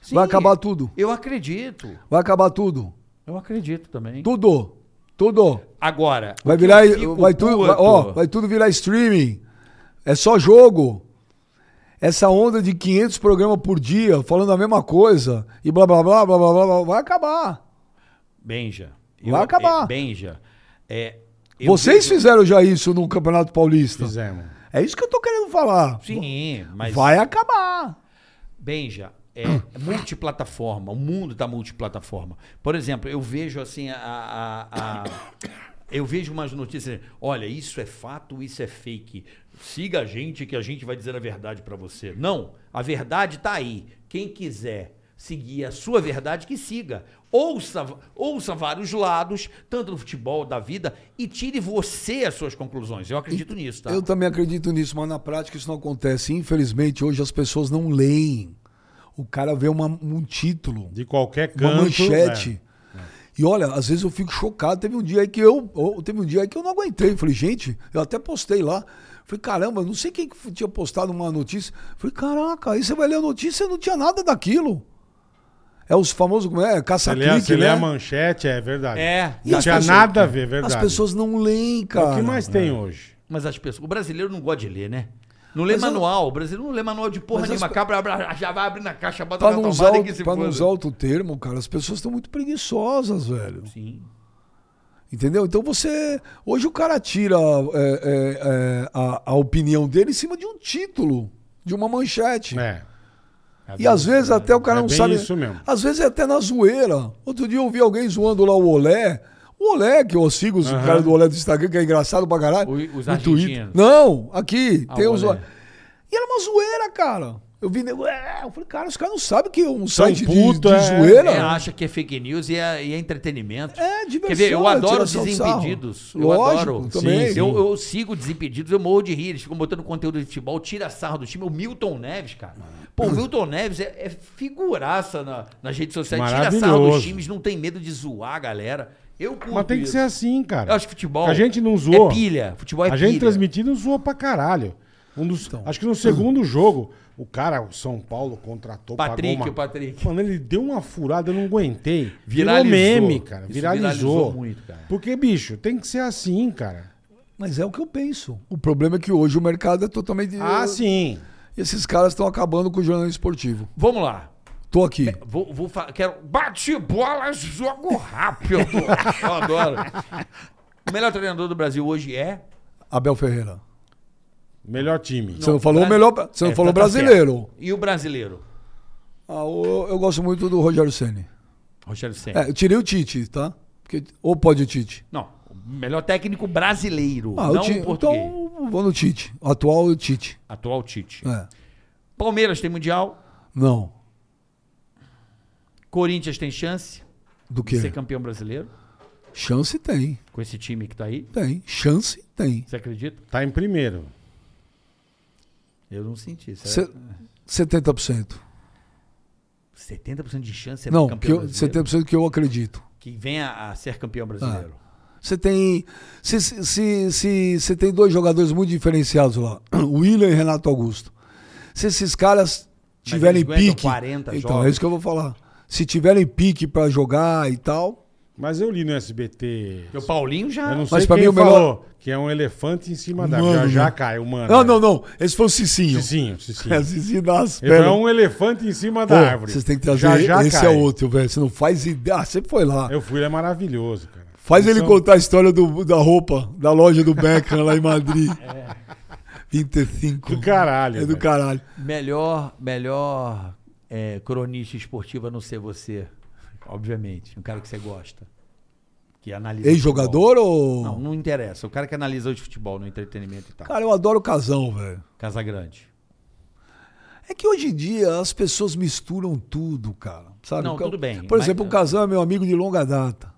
Sim, Vai acabar tudo. Eu acredito. Vai acabar tudo. Eu acredito também. Tudo. Tudo. Agora. Vai o que virar. eu fico Vai tudo, vai- puto- ó, vai tudo virar streaming. É só jogo. Essa onda de 500 programas por dia, falando a mesma coisa, e blá blá blá blá blá blá, blá, vai acabar. Benja. Vai acabar. é, Benja. é, eu Vocês vejo- fizeram já isso no Campeonato Paulista. Fizemos. É isso que eu tô querendo falar. Sim, mas. Vai acabar. Benja, é multiplataforma. O mundo tá multiplataforma. Por exemplo, eu vejo assim a. a- a- eu vejo umas notícias. Olha, isso é fato, isso é fake. Siga a gente que a gente vai dizer a verdade pra você. Não, a verdade tá aí. Quem quiser seguir a sua verdade, que siga. Ouça, ouça vários lados, tanto do futebol, da vida, e tire você as suas conclusões. Eu acredito nisso, tá? Eu também acredito nisso, mas na prática isso não acontece. Infelizmente, hoje as pessoas não leem. O cara vê uma- um título, De qualquer canto. uma né? manchete. E olha, às vezes eu fico chocado. Teve um dia aí que eu, oh, teve um dia aí que eu não aguentei. Falei, gente, eu até postei lá. Falei, caramba, não sei quem que f- tinha postado uma notícia. Falei, caraca, aí você vai ler a notícia e não tinha nada daquilo. É os famosos, como é? Você lê, a- Caça-clique, você lê né? a manchete, é verdade. É. E Não as tinha pessoas- nada a ver, é verdade. É As pessoas não leem, cara. né? O que mais tem hoje? Mas as pessoas. O brasileiro não gosta de ler, né? Não lê Mas eu- manual. O brasileiro não lê manual de porra Mas nenhuma. as- Cabra, abra- já vai abrir na caixa, bota Pra na não, tomada usar, e tá o- que se pra não foda. usar outro termo, cara, as pessoas estão muito preguiçosas, velho. Sim. Entendeu? Então você. Hoje o cara tira é, é, é, a, a opinião dele em cima de um título, de uma manchete. É. E às vezes até o cara É não bem sabe. isso mesmo. Às vezes é até na zoeira. Outro dia eu vi alguém zoando lá o Olé. O Olé, que eu sigo os Aham. cara do Olé do Instagram, que é engraçado pra caralho. O- os no Twitter. argentinos. Não, aqui, Ah, tem o os. Olé. E era uma zoeira, cara. Eu vi nego. "É", Eu falei, cara, os caras não sabem que é um site de- puto, de, é. zoeira. É, acha que é fake news e é, e é entretenimento. É, diversão, Quer ver, eu é adoro os tiração de sarro. Desimpedidos. Lógico, eu adoro. também. Sim, Eu, eu sigo Desimpedidos, eu morro de rir. Eles ficam botando conteúdo de futebol, tira sarro do time. O Milton Neves, cara. Pô, o Milton Neves é, é figuraça na- nas redes sociais. Tira sarro dos Maravilhoso. times, não tem medo de zoar a galera. Eu Ah, curto Mas tem que isso. ser assim, cara. Eu acho que futebol. A gente não zoou. É pilha. Futebol é a pilha. gente transmitindo zoou pra caralho. Um dos, Então. acho que no segundo jogo, o cara, o São Paulo, contratou, Patrick, pagou uma... o Patrick. Mano, ele deu uma furada, eu não aguentei. Virou Viralizou. meme, cara. Isso Viralizou. viralizou muito, cara. Porque, bicho, tem que ser assim, cara. Mas é o que eu penso. O problema é que hoje o mercado é totalmente. Ah, sim. E esses caras estão acabando com o jornalismo esportivo. Vamos lá. Tô aqui. Vou, vou fa- Quero. Bate bola, jogo rápido. Eu adoro. O melhor treinador do Brasil hoje é. Abel Ferreira. Melhor time. Você não falou o Bra- melhor. Você não É, falou tá- tá brasileiro. certo. E o brasileiro? Ah, eu, eu gosto muito do Rogério Ceni. Rogério Senna. É, eu tirei o Tite, tá? Porque, ou pode o Tite. Não. O melhor técnico brasileiro. Ah, não o Tite. o português. Então, vou no Tite. Atual o Tite. Atual Tite. É. Palmeiras tem Mundial. Não. Corinthians tem chance Do de ser quê? campeão brasileiro. Chance tem. Com esse time que tá aí. Tem. Chance tem. Você acredita? Tá em primeiro. Eu não senti. Será? Se- 70%. 70% de chance de ser Não, que campeão eu, Ah. brasileiro. 70% que eu acredito. que venha a ser campeão brasileiro. Você tem. Se, se, se, se- você tem dois jogadores muito diferenciados lá, o William e Renato Augusto. Se esses caras tiverem eles aguentam pique. 40 então, jogos. é isso que eu vou falar. Se tiverem pique pra jogar e tal. Mas eu li no SBT. Porque o Paulinho já. Eu não sei Mas pra quem mim o melhor- falou que é um elefante em cima da Mano, já, já né? caiu, mano. Não, não, não. Esse foi o Cicinho. Ah, Cicinho, É, Cicinho. Cicinho das Então é pernas. um elefante em cima Pô, da árvore. Vocês têm que trazer. Já, já esse cai. é outro, velho. Você não faz ideia. Ah, você foi lá. Eu um fui, ele é maravilhoso, cara. é Faz Eles ele são- contar a história do, da roupa, da loja do Beckham lá em Madrid. 25. É. Do caralho, É do velho. caralho. Melhor, melhor é, cronista esportiva a não ser você. Obviamente. Um cara que você gosta. Que analisa. Ex-jogador futebol. ou. Não, não interessa. O cara que analisa de futebol no entretenimento e tal. Cara, eu adoro o casão, velho. Casagrande. É que hoje em dia as pessoas misturam tudo, cara. Sabe? Não, O ca- tudo bem, Por mas- Uhum. exemplo, o Casão é meu amigo de longa data.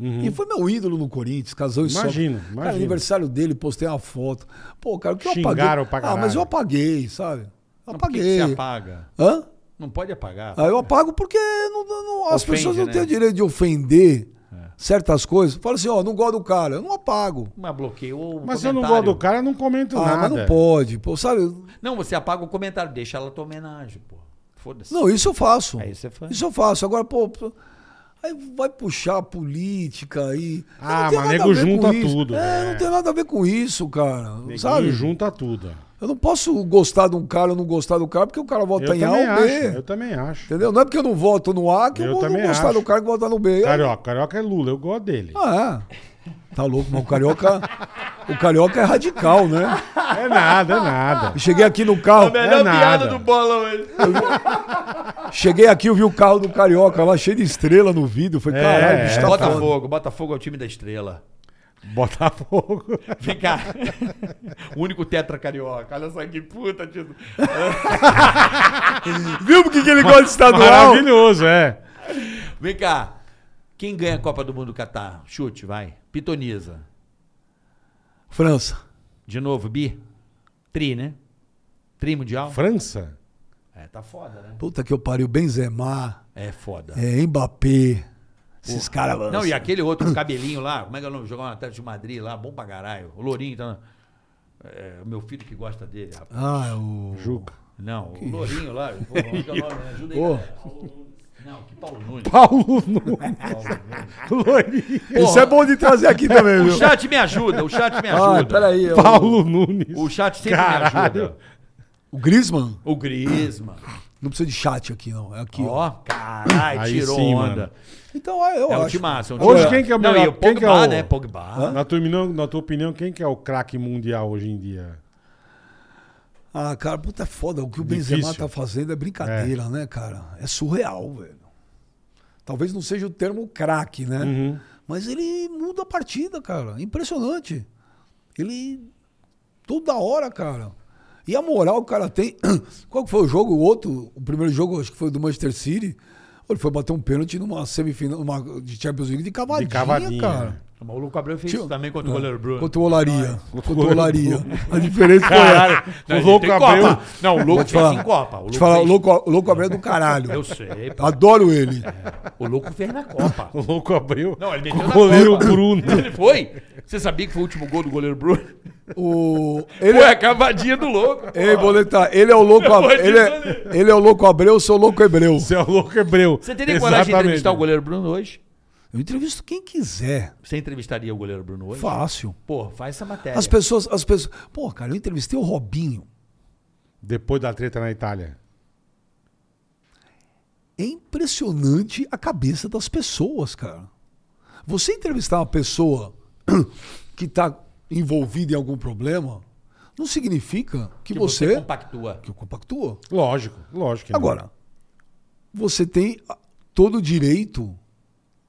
E foi meu ídolo no Corinthians, Casão e Sócrates. Imagino, Cara, imagino. aniversário dele, postei uma foto. Pô, cara, o que eu Xingaram pra apaguei? ah, caralho. mas eu apaguei, sabe? Eu Não, por que que apaguei. você apaga? Hã? Não pode apagar. Ah, eu apago porque não- não- as Ofende, pessoas não né? É. têm o direito de ofender certas coisas. Fala assim, ó, não gosto do cara, eu não apago. Mas bloqueio o Mas se eu comentário. não gosto do cara, eu não comento Ah, nada. mas não pode. Pô, sabe? Não, você apaga o comentário. Deixa ela tua homenagem, pô. Foda-se. Não, isso eu faço. Aí você faz. Isso eu faço. Agora, pô, pô, aí vai puxar a política aí. Eu Ah, não tenho mas nada nego a ver com junta isso. tudo, É, né? não tem nada a ver com isso, cara. Neguinho Sabe? junta tudo. Eu não posso gostar de um cara ou não gostar do cara porque o cara Eu vota em A também ou acho, B. eu também acho. Entendeu? Não é porque eu não voto no A que eu, Eu vou não também gostar acho. do cara que vota no B. Carioca, carioca é Lula, eu gosto dele. Ah, é. Tá louco, mas o carioca. o carioca é radical, né? É nada, é nada. Eu cheguei aqui no É carro. melhor piada do bolão aí. Cheguei aqui, eu vi o carro do carioca lá cheio de estrela no vidro. Falei, É, caralho, o bicho é. tá foda. Botafogo. Botafogo é o time da estrela. Botafogo. Vem cá. o único tetra carioca. Olha só que puta, tio. Viu por que que ele gosta de estadual? Maravilhoso, é. Vem cá. Quem ganha a Copa do Mundo do Catar? Chute, vai. Pitoniza. França. De novo, bi. Tri, né? Tri mundial? França? É, tá foda, né? Puta que eu pariu. Benzema, É foda. é, Mbappé. Esses caras avançam. Não, e aquele outro cabelinho lá, como é que é o nome? Jogava no Atlético de Madrid lá, bom pra caralho. O Lourinho, então. É, o meu filho que gosta dele, rapaz. Ah, o. Juca. Não, o Lourinho lá. Pô, como é que é o nome? Me Ajuda aí. Ô. galera. Paulo- Não, que Paulo Nunes. Paulo Nunes. Loirinho. Isso é bom de trazer aqui também, O viu? chat me ajuda, o chat me ajuda. Ah, peraí. é o- Paulo Nunes. O chat sempre me Caralho. ajuda. O Griezmann? O Griezmann. Não precisa de chat aqui, não. É aqui. ó. Ó, caralho, Aí tirou sim, onda. mano. Então, é, eu É um acho. timaço, é um Hoje timaço. quem que é o Não, melhor? e o Quem Pogba, que é o- né? Pogba. Na tua, opinião, na tua opinião, quem que é o craque mundial hoje em dia? Ah, cara, puta é foda. O que o Difícil. Benzema tá fazendo é brincadeira, né, cara? É surreal, velho. Talvez não seja o termo craque, né? Mas ele muda a partida, cara. Impressionante. Ele. Toda hora, cara. E a moral que o cara tem. Qual que foi o jogo? O outro, o primeiro jogo, acho que foi do Manchester City. Ele foi bater um pênalti numa semifinal numa- de Champions League de cavadinha, cavadinha. cara. O maluco Abreu fez Tio- isso também contra o goleiro Bruno. Contra o Olaria. Contra o Olaria. A diferença foi essa. Caralho. o louco tem abriu. Copa. Não, o Vou louco te fez falar. em Copa. O Vou te falar, o fez- louco, o louco Abreu é do caralho. Eu sei, pá. Adoro ele. O louco fez na Copa. O louco abriu. Não, ele Com meteu o na goleiro Copa. Bruno. Ele foi? Você sabia que foi o último gol do goleiro Bruno? O, ele, Foi é- a cavadinha do louco. Ei, Boleta, ele é o louco vou Abreu. Ele, dizer é, ele é o louco Abreu, eu sou o louco hebreu. Você é o louco hebreu. Você teria coragem de Exatamente. entrevistar o goleiro Bruno hoje? Eu entrevisto quem quiser. Você entrevistaria o goleiro Bruno hoje? Fácil. Pô, faz essa matéria. As pessoas, as pessoas. Pô, cara, eu entrevistei o Robinho. Depois da treta na Itália. É impressionante a cabeça das pessoas, cara. Você entrevistar uma pessoa que tá envolvida em algum problema, não significa que, que você. compactua. que eu compactuo. Lógico, lógico. que não. Agora, você tem a- todo o direito.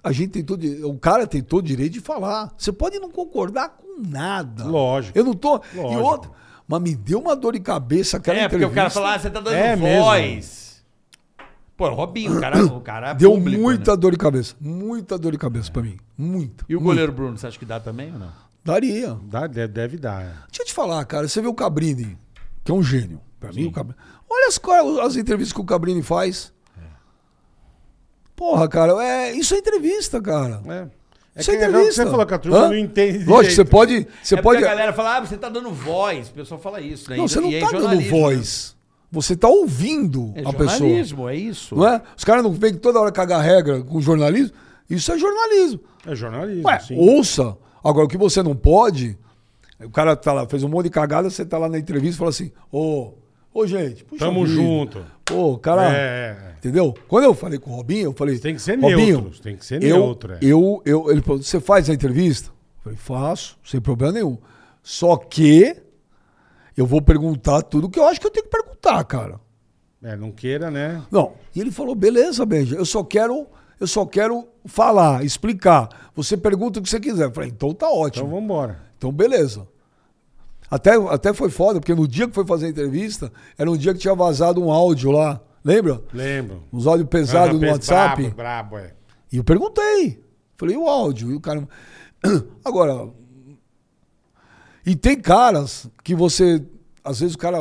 A gente tem todo, o cara tem todo o direito de falar. Você pode não concordar com nada. Lógico. Eu não tô. E Lógico. outra, mas me deu uma dor de cabeça aquela É, porque o cara entrevista. fala, ah, você tá dando É mesmo. voz. Pô, Robinho, o cara, o cara é Deu público, muita né? dor de cabeça, muita dor de cabeça pra mim, muita. E o muita. goleiro Bruno, você acha que dá também ou não? daria. Dá, deve, deve dar. Deixa eu te falar, cara, você vê o Cabrini, que é um gênio. Pra mim, o Cabrini. Olha as, co- as entrevistas que o Cabrini faz. É. Porra, cara, é, isso é entrevista, cara. É. É Isso que é é o que entrevista. você falou que a turma Hã? não entende. Lógico, você direito. pode. Você é pode... porque a galera fala, ah, você tá dando voz. O pessoal fala isso, né? Não, E- você não e é tá dando jornalismo, voz. Você tá ouvindo né? É a pessoa. jornalismo, é isso. Não é? Os caras não vêm toda hora cagar regra com jornalismo. Isso é jornalismo. É jornalismo, Ué, sim. ouça. Agora, o que você não pode. O cara tá lá, fez um monte de cagada, você tá lá na entrevista e fala assim: Ô, ô, gente, puxa Tamo vida. junto. Ô, cara. É, Entendeu? Quando eu falei com o Robinho, eu falei. Tem que ser Robinho, neutro, tem que ser eu, neutro, é." Eu, eu, ele falou: você faz a entrevista? Eu falei, faço, sem problema nenhum. Só que eu vou perguntar tudo que eu acho que eu tenho que perguntar, cara. é. É, não queira, né? Não. E ele falou, beleza, Benja, eu só quero. Eu só quero falar, explicar. Você pergunta o que você quiser. Eu falei, então tá ótimo. Então vamos embora. Então, beleza. Até, até foi foda, porque no dia que foi fazer a entrevista, era um dia que tinha vazado um áudio lá. Lembra? Lembro. Uns áudios pesados no Ana Pes- WhatsApp. Ah, Brabo, brabo, é. E eu perguntei. Falei, e o áudio? E o cara. Agora. E tem caras que você. Às vezes o cara.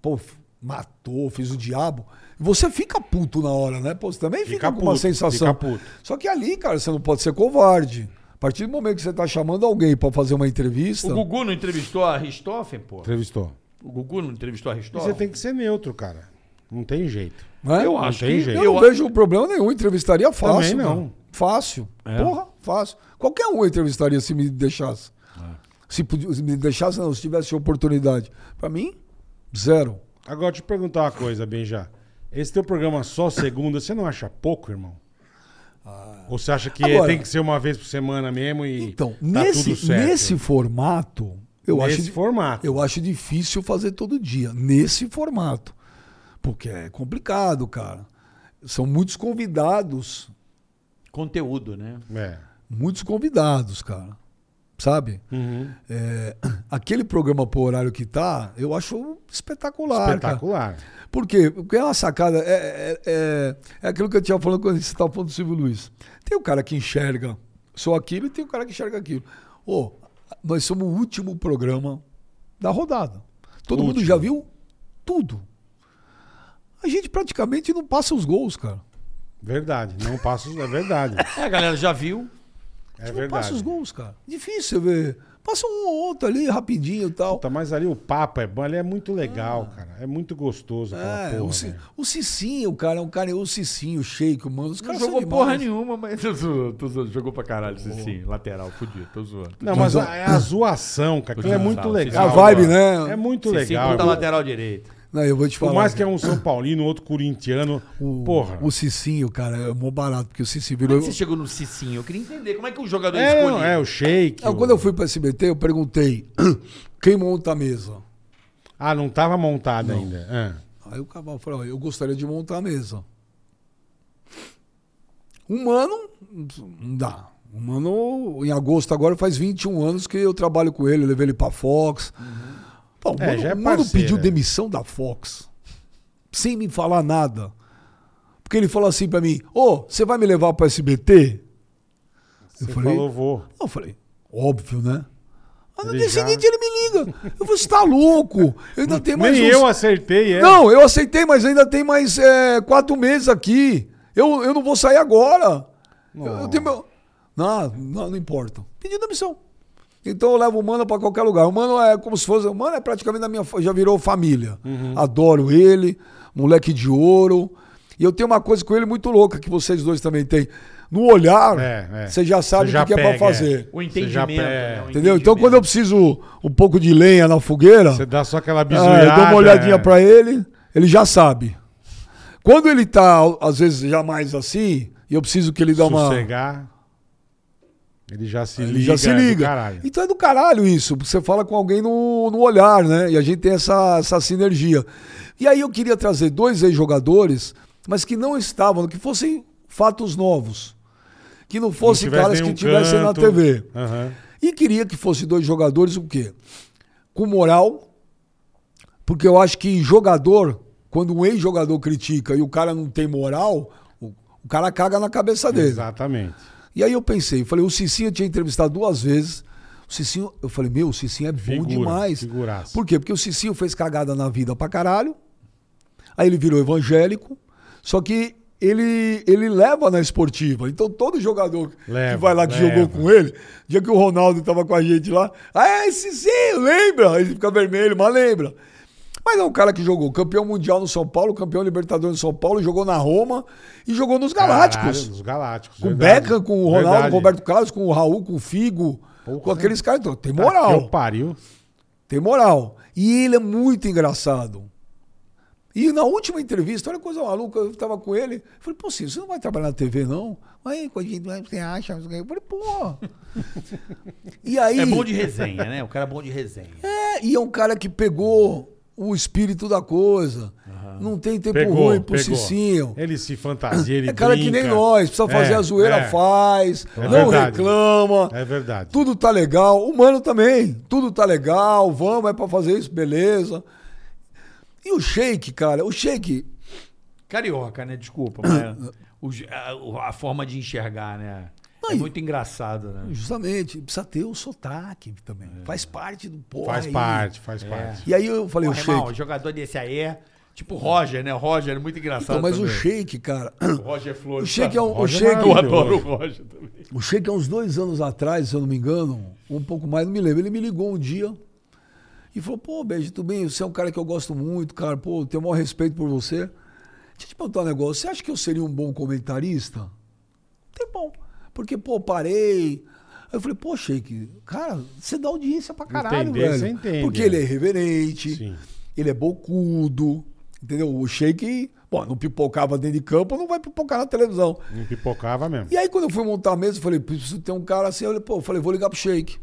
Pô, f- matou, fez o diabo. E Você fica puto na hora, né? Pô, você também fica, Fica com uma puto, sensação. fica puto. Só que ali, cara, você não pode ser covarde. A partir do momento que você tá chamando alguém pra fazer uma entrevista. O Gugu não entrevistou a Ristoffen, pô? Entrevistou. O Gugu não entrevistou a E Você Ristoffen? tem que ser neutro, cara. Não tem jeito. né? Eu Não acho tem que... jeito. Eu, Eu, não vejo problema nenhum, entrevistaria fácil. Também não. É. cara. Fácil. Porra, fácil. Qualquer um eu entrevistaria se me deixasse. É. Se, pudi- se me deixasse, não, se tivesse oportunidade. Pra mim, zero. Agora, eu te perguntar uma coisa, Benja. Esse teu programa só segunda, você não acha pouco, irmão? Ou você acha que é- Ah. Agora- tem que ser uma vez por semana mesmo e Então, tá tudo nesse, certo? nesse formato, eu Nesse acho. di- formato. Eu acho difícil fazer todo dia, nesse formato. Porque é complicado, cara. São muitos convidados Conteúdo, né? É. muitos convidados, cara. Sabe? Uhum. É, aquele programa por horário que tá, eu acho espetacular. Espetacular. Espetacular. Cara. Por quê? Porque é uma sacada. É, é, é, é aquilo que eu tinha falando quando você estava falando do Silvio Luiz. Tem o cara que enxerga só aquilo e tem o cara que enxerga aquilo. Ô, nós somos o último programa da rodada. Todo mundo Último. já viu tudo. A gente praticamente não passa os gols, cara. Verdade. Não passa. É verdade. É, a galera já viu. É não passa verdade. os gols, cara. Difícil você ver. Passa um ou outro ali rapidinho e tal. Puta, Tá, mas ali o papo é bom, ali é muito legal, cara. É muito gostoso aquela Ah. É, o, porra. Ci- velho. o Cicinho, cara, é um cara, o Cicinho, o Sheik, o Mano, os Não caras jogou são porra demais. né? nenhuma, mas... Tô zoando, tô zoando. Jogou pra caralho, sim. Lateral, fudido, tô zoando. Não, mas Mas, a, é a zoação, cara. Aquilo é muito Vocês É a legal. não, vibe, mano. né? É muito Cicinho legal. ponta lateral direito. Não, eu vou te falar. Por mais que é um São Paulino, outro corintiano. porra. O Cicinho, cara, é mó barato, porque o Cicinho Como é virou. que você chegou no Cicinho? Eu queria entender. Como é que o jogador É, escolhe? não, é, o shake. Ah, o- Quando eu fui pra SBT, eu perguntei: quem monta a mesa? Ah, não tava montado ainda. Ah. Aí o cavalo falou: ó, eu gostaria de montar a mesa. Humano, não dá. Humano, em agosto agora, faz 21 anos que eu trabalho com ele, eu levei ele pra Fox. Pô, o Uhum. É, mano, já é o mano parceiro, pediu é. demissão da Fox, sem me falar nada. Porque ele falou assim pra mim: Ô, você vai me levar pra SBT? Você falei- falou, vou. Eu falei: óbvio, né? Aí no Ele dia já- seguinte ele me liga. Eu falei: você tá louco? Eu ainda tenho mais um Nem uns- eu acertei, é. não, eu aceitei, mas ainda tem mais é, quatro meses aqui. Eu, eu não vou sair agora. Eu, eu tenho meu. Não, não, não importa. Pedi demissão. Então eu levo o Mano pra qualquer lugar. O Mano é como se fosse. O Mano é praticamente da minha. fa- Já virou família. Uhum. Adoro ele, moleque de ouro. E eu tenho uma coisa com ele muito louca que vocês dois também têm. No olhar, É, é. você já sabe Você o já que, que é pega, pra fazer. O Você entendimento, né? já pe- é. O Entendeu? Então entendimento. quando eu preciso um pouco de lenha na fogueira. Você dá só aquela É, bizuiada. eu dou uma olhadinha é. pra ele, ele já sabe. Quando ele tá, às vezes, já mais assim, e eu preciso que ele dê uma. Sossegar. Ele já se Ele liga. já se é do liga. caralho. Então é do caralho isso, porque você fala com alguém no, no olhar, né? E a gente tem essa, essa sinergia. E aí eu queria trazer dois ex-jogadores, mas que não estavam, que fossem fatos novos. Que não Não fossem tivesse caras que nenhum tivessem é na um canto. TV. Aham. E queria que fosse dois jogadores o quê? Com moral, porque eu acho que jogador, quando um ex-jogador critica e o cara não tem moral, o, o cara caga na cabeça dele. Exatamente. E aí eu pensei, falei, o Cicinho eu tinha entrevistado duas vezes. O Cicinho, eu falei, meu, o Cicinho é bom Figura, demais. figuraça. Por quê? Porque o Cicinho fez cagada na vida pra caralho. Aí ele virou evangélico. Só que ele, ele leva na esportiva. Então todo jogador Leva, que vai lá que leva. jogou com ele, dia que o Ronaldo tava com a gente lá, ah, é, Cicinho, lembra? Ele fica vermelho, mas lembra. Mas é um cara que jogou campeão mundial no São Paulo, campeão libertador no São Paulo, jogou na Roma e jogou nos Galácticos. Caralho, Os Galácticos. Com o verdade. Beckham, com o Ronaldo, Verdade. com o Roberto Carlos, com o Raul, com o Figo, com Porra. aqueles caras. Então, tem Tá que moral. Tipo eu pariu. Tem moral. E ele é muito engraçado. E na última entrevista, olha que coisa maluca, eu tava com ele. Eu falei, pô, Ciro, você não vai trabalhar na TV, não? Aí, coitinho, você acha? não sei o quê. Eu falei, pô. e aí. É bom de resenha, né? O cara é bom de resenha. É, e é um cara que pegou o espírito da coisa. Não tem tempo Pegou, ruim pro pegou. Cicinho. Ele se fantasia, ele É cara que nem brinca. nós, precisa fazer É, a zoeira, é. faz. É não verdade. reclama. É verdade. Tudo tá legal. O mano também. Tudo tá legal. Vamos, é pra fazer isso, beleza. E o shake, cara? O shake. Carioca, né? Desculpa, mas o je- a, o- a forma de enxergar, né? É Aí. muito engraçado, né? Justamente, precisa ter o sotaque também. Faz parte do povo. É. Faz parte, É. faz parte. E aí eu falei, Pô, o irmão, shake. jogador desse aí é. Tipo o Roger, né? O Roger é muito engraçado. Então, mas o também. shake, cara. O Roger Flores. O shake é um. O Roger shake, Eu adoro o Roger também. O Sheik, há uns dois anos atrás, se eu não me engano, ou um pouco mais, não me lembro, ele me ligou um dia e falou, pô, Beijo, tudo bem? Você é um cara que eu gosto muito, cara, pô, eu tenho o maior respeito por você. Deixa eu te perguntar um negócio, você acha que eu seria um bom comentarista? Tem bom. Porque, pô, parei. Aí eu falei, pô, Sheik, cara, você dá audiência pra caralho, Entender, velho. você entende, Porque é. ele é irreverente, Sim. ele é bocudo, entendeu? O Sheik, bom, não pipocava dentro de campo, não vai pipocar na televisão. Não pipocava mesmo. E aí, quando eu fui montar a mesa, eu falei, preciso ter um cara assim. Eu falei, pô, eu falei, vou ligar pro Shake.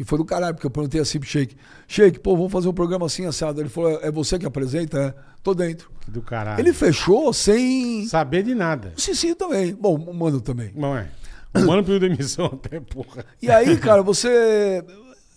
E foi do caralho, porque eu perguntei assim pro Shake. Shake, pô, vamos fazer um programa assim, assado. Ele falou, é você que apresenta? É, tô dentro. Que Do caralho. Ele fechou sem... Saber de nada. O Cicinho também. Bom, o Mano também. Não é. O mano pediu demissão até, porra. E aí, cara, você...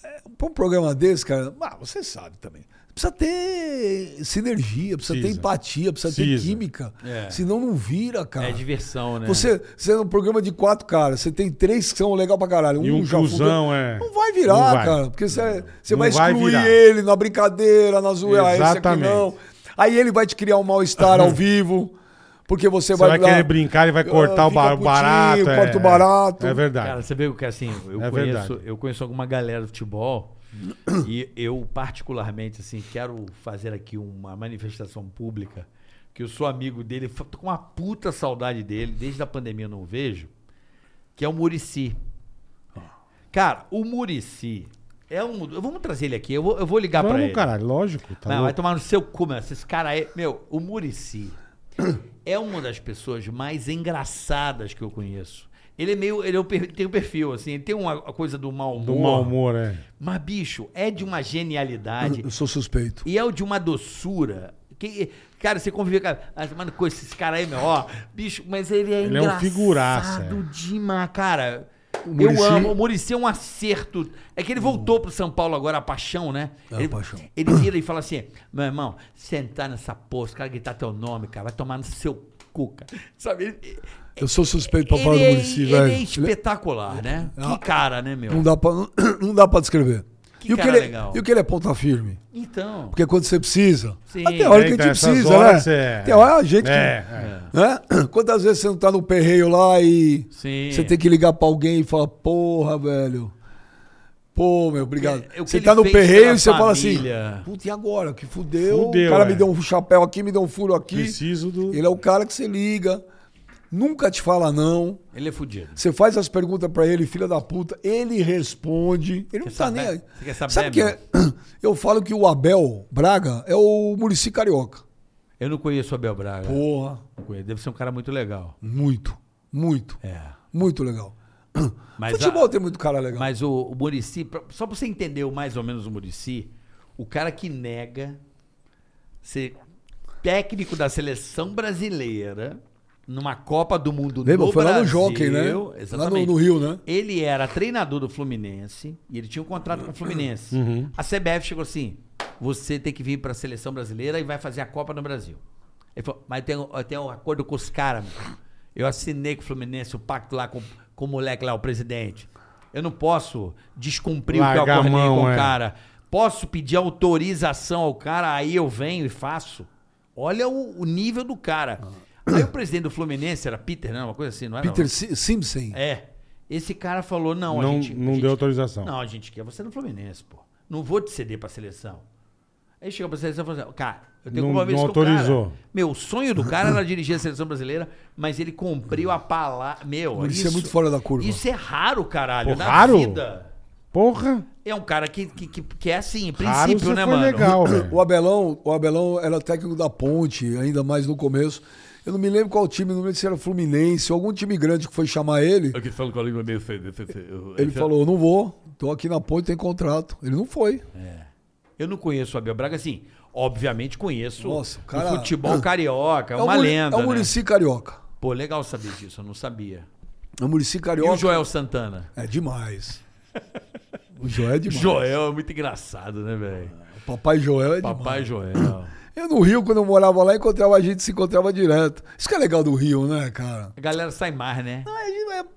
é, Pra um programa desse, cara, ah, você sabe também. Precisa ter sinergia, precisa, Precisa. ter empatia, precisa, Precisa. ter química. É. Senão não vira, cara. É diversão, né? Você, você é um programa de quatro caras, você tem três que são legal pra caralho. E um já fudeu. cuzão, é. Não vai virar, Não vai. cara. Porque você, é, você Não vai vai excluir virar. ele na brincadeira, na zoeira. ah, Esse aqui Exatamente. não. Aí ele vai te criar um mal-estar ao vivo, porque você, Você vai vai lá- querer brincar, ele vai Ah, cortar o fica ba- putinho, barato. é. corta o barato. É verdade. Cara, você vê que assim, eu, É conheço, verdade. eu conheço alguma galera do futebol e eu particularmente assim, quero fazer aqui uma manifestação pública que eu sou amigo dele, fa- tô com uma puta saudade dele, desde a pandemia eu não o vejo, que é o Murici. Ah. Cara, o Murici é um, vamos trazer ele aqui, eu vou, eu vou ligar pra Vamos, ele. caralho, lógico. Tá Não, vai louco. tomar no seu cu, meu. Esse cara aí. Meu, o Murici é uma das pessoas mais engraçadas que eu conheço. Ele é meio. Ele é um per- tem um perfil, assim. Ele tem uma coisa do mau humor. Do mau humor, é. Mas, bicho, é de uma genialidade. Eu sou suspeito. E é o de uma doçura. Que, cara, você convive com. Ah, Mano, com esse cara aí, meu, ó. Bicho, mas ele é Ele é um engraçado figuraça, é. demais, cara. Muricy- Eu amo. O Murici é um acerto. É que ele voltou pro São Paulo agora, a paixão, né? Hum. É, a ele, paixão. Ele vira e fala assim: meu irmão, sentar nessa porra, os caras gritar teu nome, cara, vai tomar no seu cu, cara. Sabe? Ele, Eu sou suspeito pra ele falar do é, Murici, ele velho. Ah. é espetacular, né? Que cara, né, meu? Não dá pra, não dá pra descrever. Que e, o que cara ele, legal. e o que ele é ponta firme? Então. Porque é quando você precisa. Sim. Até a hora que a Então, gente essas precisa, né? horas é- Tem hora a É, gente que. é. Né? Quantas vezes você não tá no perreio lá e Sim. você tem que ligar pra alguém e falar, porra, velho. Pô, meu, obrigado. É, é o que você ele tá no fez perreio pela e você fala assim, família. puta, e agora? Que fudeu. Fudeu, o cara é. me deu um chapéu aqui, me deu um furo aqui. Preciso do. Ele é o cara que você liga, nunca te fala não. Ele é fudido. Você faz as perguntas pra ele, filha da puta, ele responde. Ele não Quer tá saber? nem aí. Você quer saber, Sabe o que é? Eu falo que o Abel Braga é o Murici Carioca. Eu não conheço o Abel Braga. Porra, Não conheço. Deve ser um cara muito legal. muito, muito, É. muito legal. Mas Futebol a- tem muito cara legal. Mas o, o Murici, pra- só pra você entender mais ou menos o Murici, o cara que nega ser técnico da seleção brasileira numa Copa do Mundo Lembra? no Foi lá Brasil. no Jockey, né? Lá no, Exatamente. no Rio, né? Ele era treinador do Fluminense e ele tinha um contrato com o Uhum. Fluminense. A CBF chegou assim: você tem que vir pra seleção brasileira e vai fazer a Copa no Brasil. Ele falou: mas eu tenho, eu tenho um acordo com os caras, meu. Eu assinei com o Fluminense o pacto lá com, com o moleque lá, o presidente. Eu não posso descumprir o que eu Largar a acordei mão, com o é. cara. Posso pedir autorização ao cara, aí eu venho e faço. Olha o, o nível do cara. Ah. Aí o presidente do Fluminense era Peter, não, uma coisa assim, não era? Peter Si- Simpson. É. Esse cara falou: é um não, a Não- gente. não a gente- deu autorização. Não, a gente quer você no Fluminense, pô. Não vou te ceder pra seleção. Aí chegou pra seleção e falou assim: cara, eu tenho Não- compromisso não com o cara. autorizou. Meu, o sonho do cara era dirigir a seleção brasileira, mas ele cumpriu a palavra. Meu, Muricy é muito fora da curva. Isso é raro, caralho. Pô, na raro? vida. Porra! É um cara que, que, que, que é assim, em Raro princípio, se né, for mano? legal, velho. O Abelão, o Abelão era técnico da Ponte, ainda mais no começo. Eu não me lembro qual time, não me lembro se era Fluminense, algum time grande que foi chamar ele. que falo com a língua meio feia. Ele falou, eu não vou, tô aqui na ponte, tem contrato. Ele não foi. Eu não conheço o Abel Braga assim. Obviamente conheço Nossa, o o cara- futebol carioca, É uma o Muri- lenda. É o né? Murici Carioca. Pô, legal saber disso, eu não sabia. É o Murici E o Carioca. Joel Santana? É demais. O Joel é demais. Joel é muito engraçado, né, velho? O Papai Joel é Papai demais. Joel. Eu no Rio, quando eu morava lá, encontrava a gente, se encontrava direto. Isso que é legal do Rio, né, cara? A galera sai mais, né?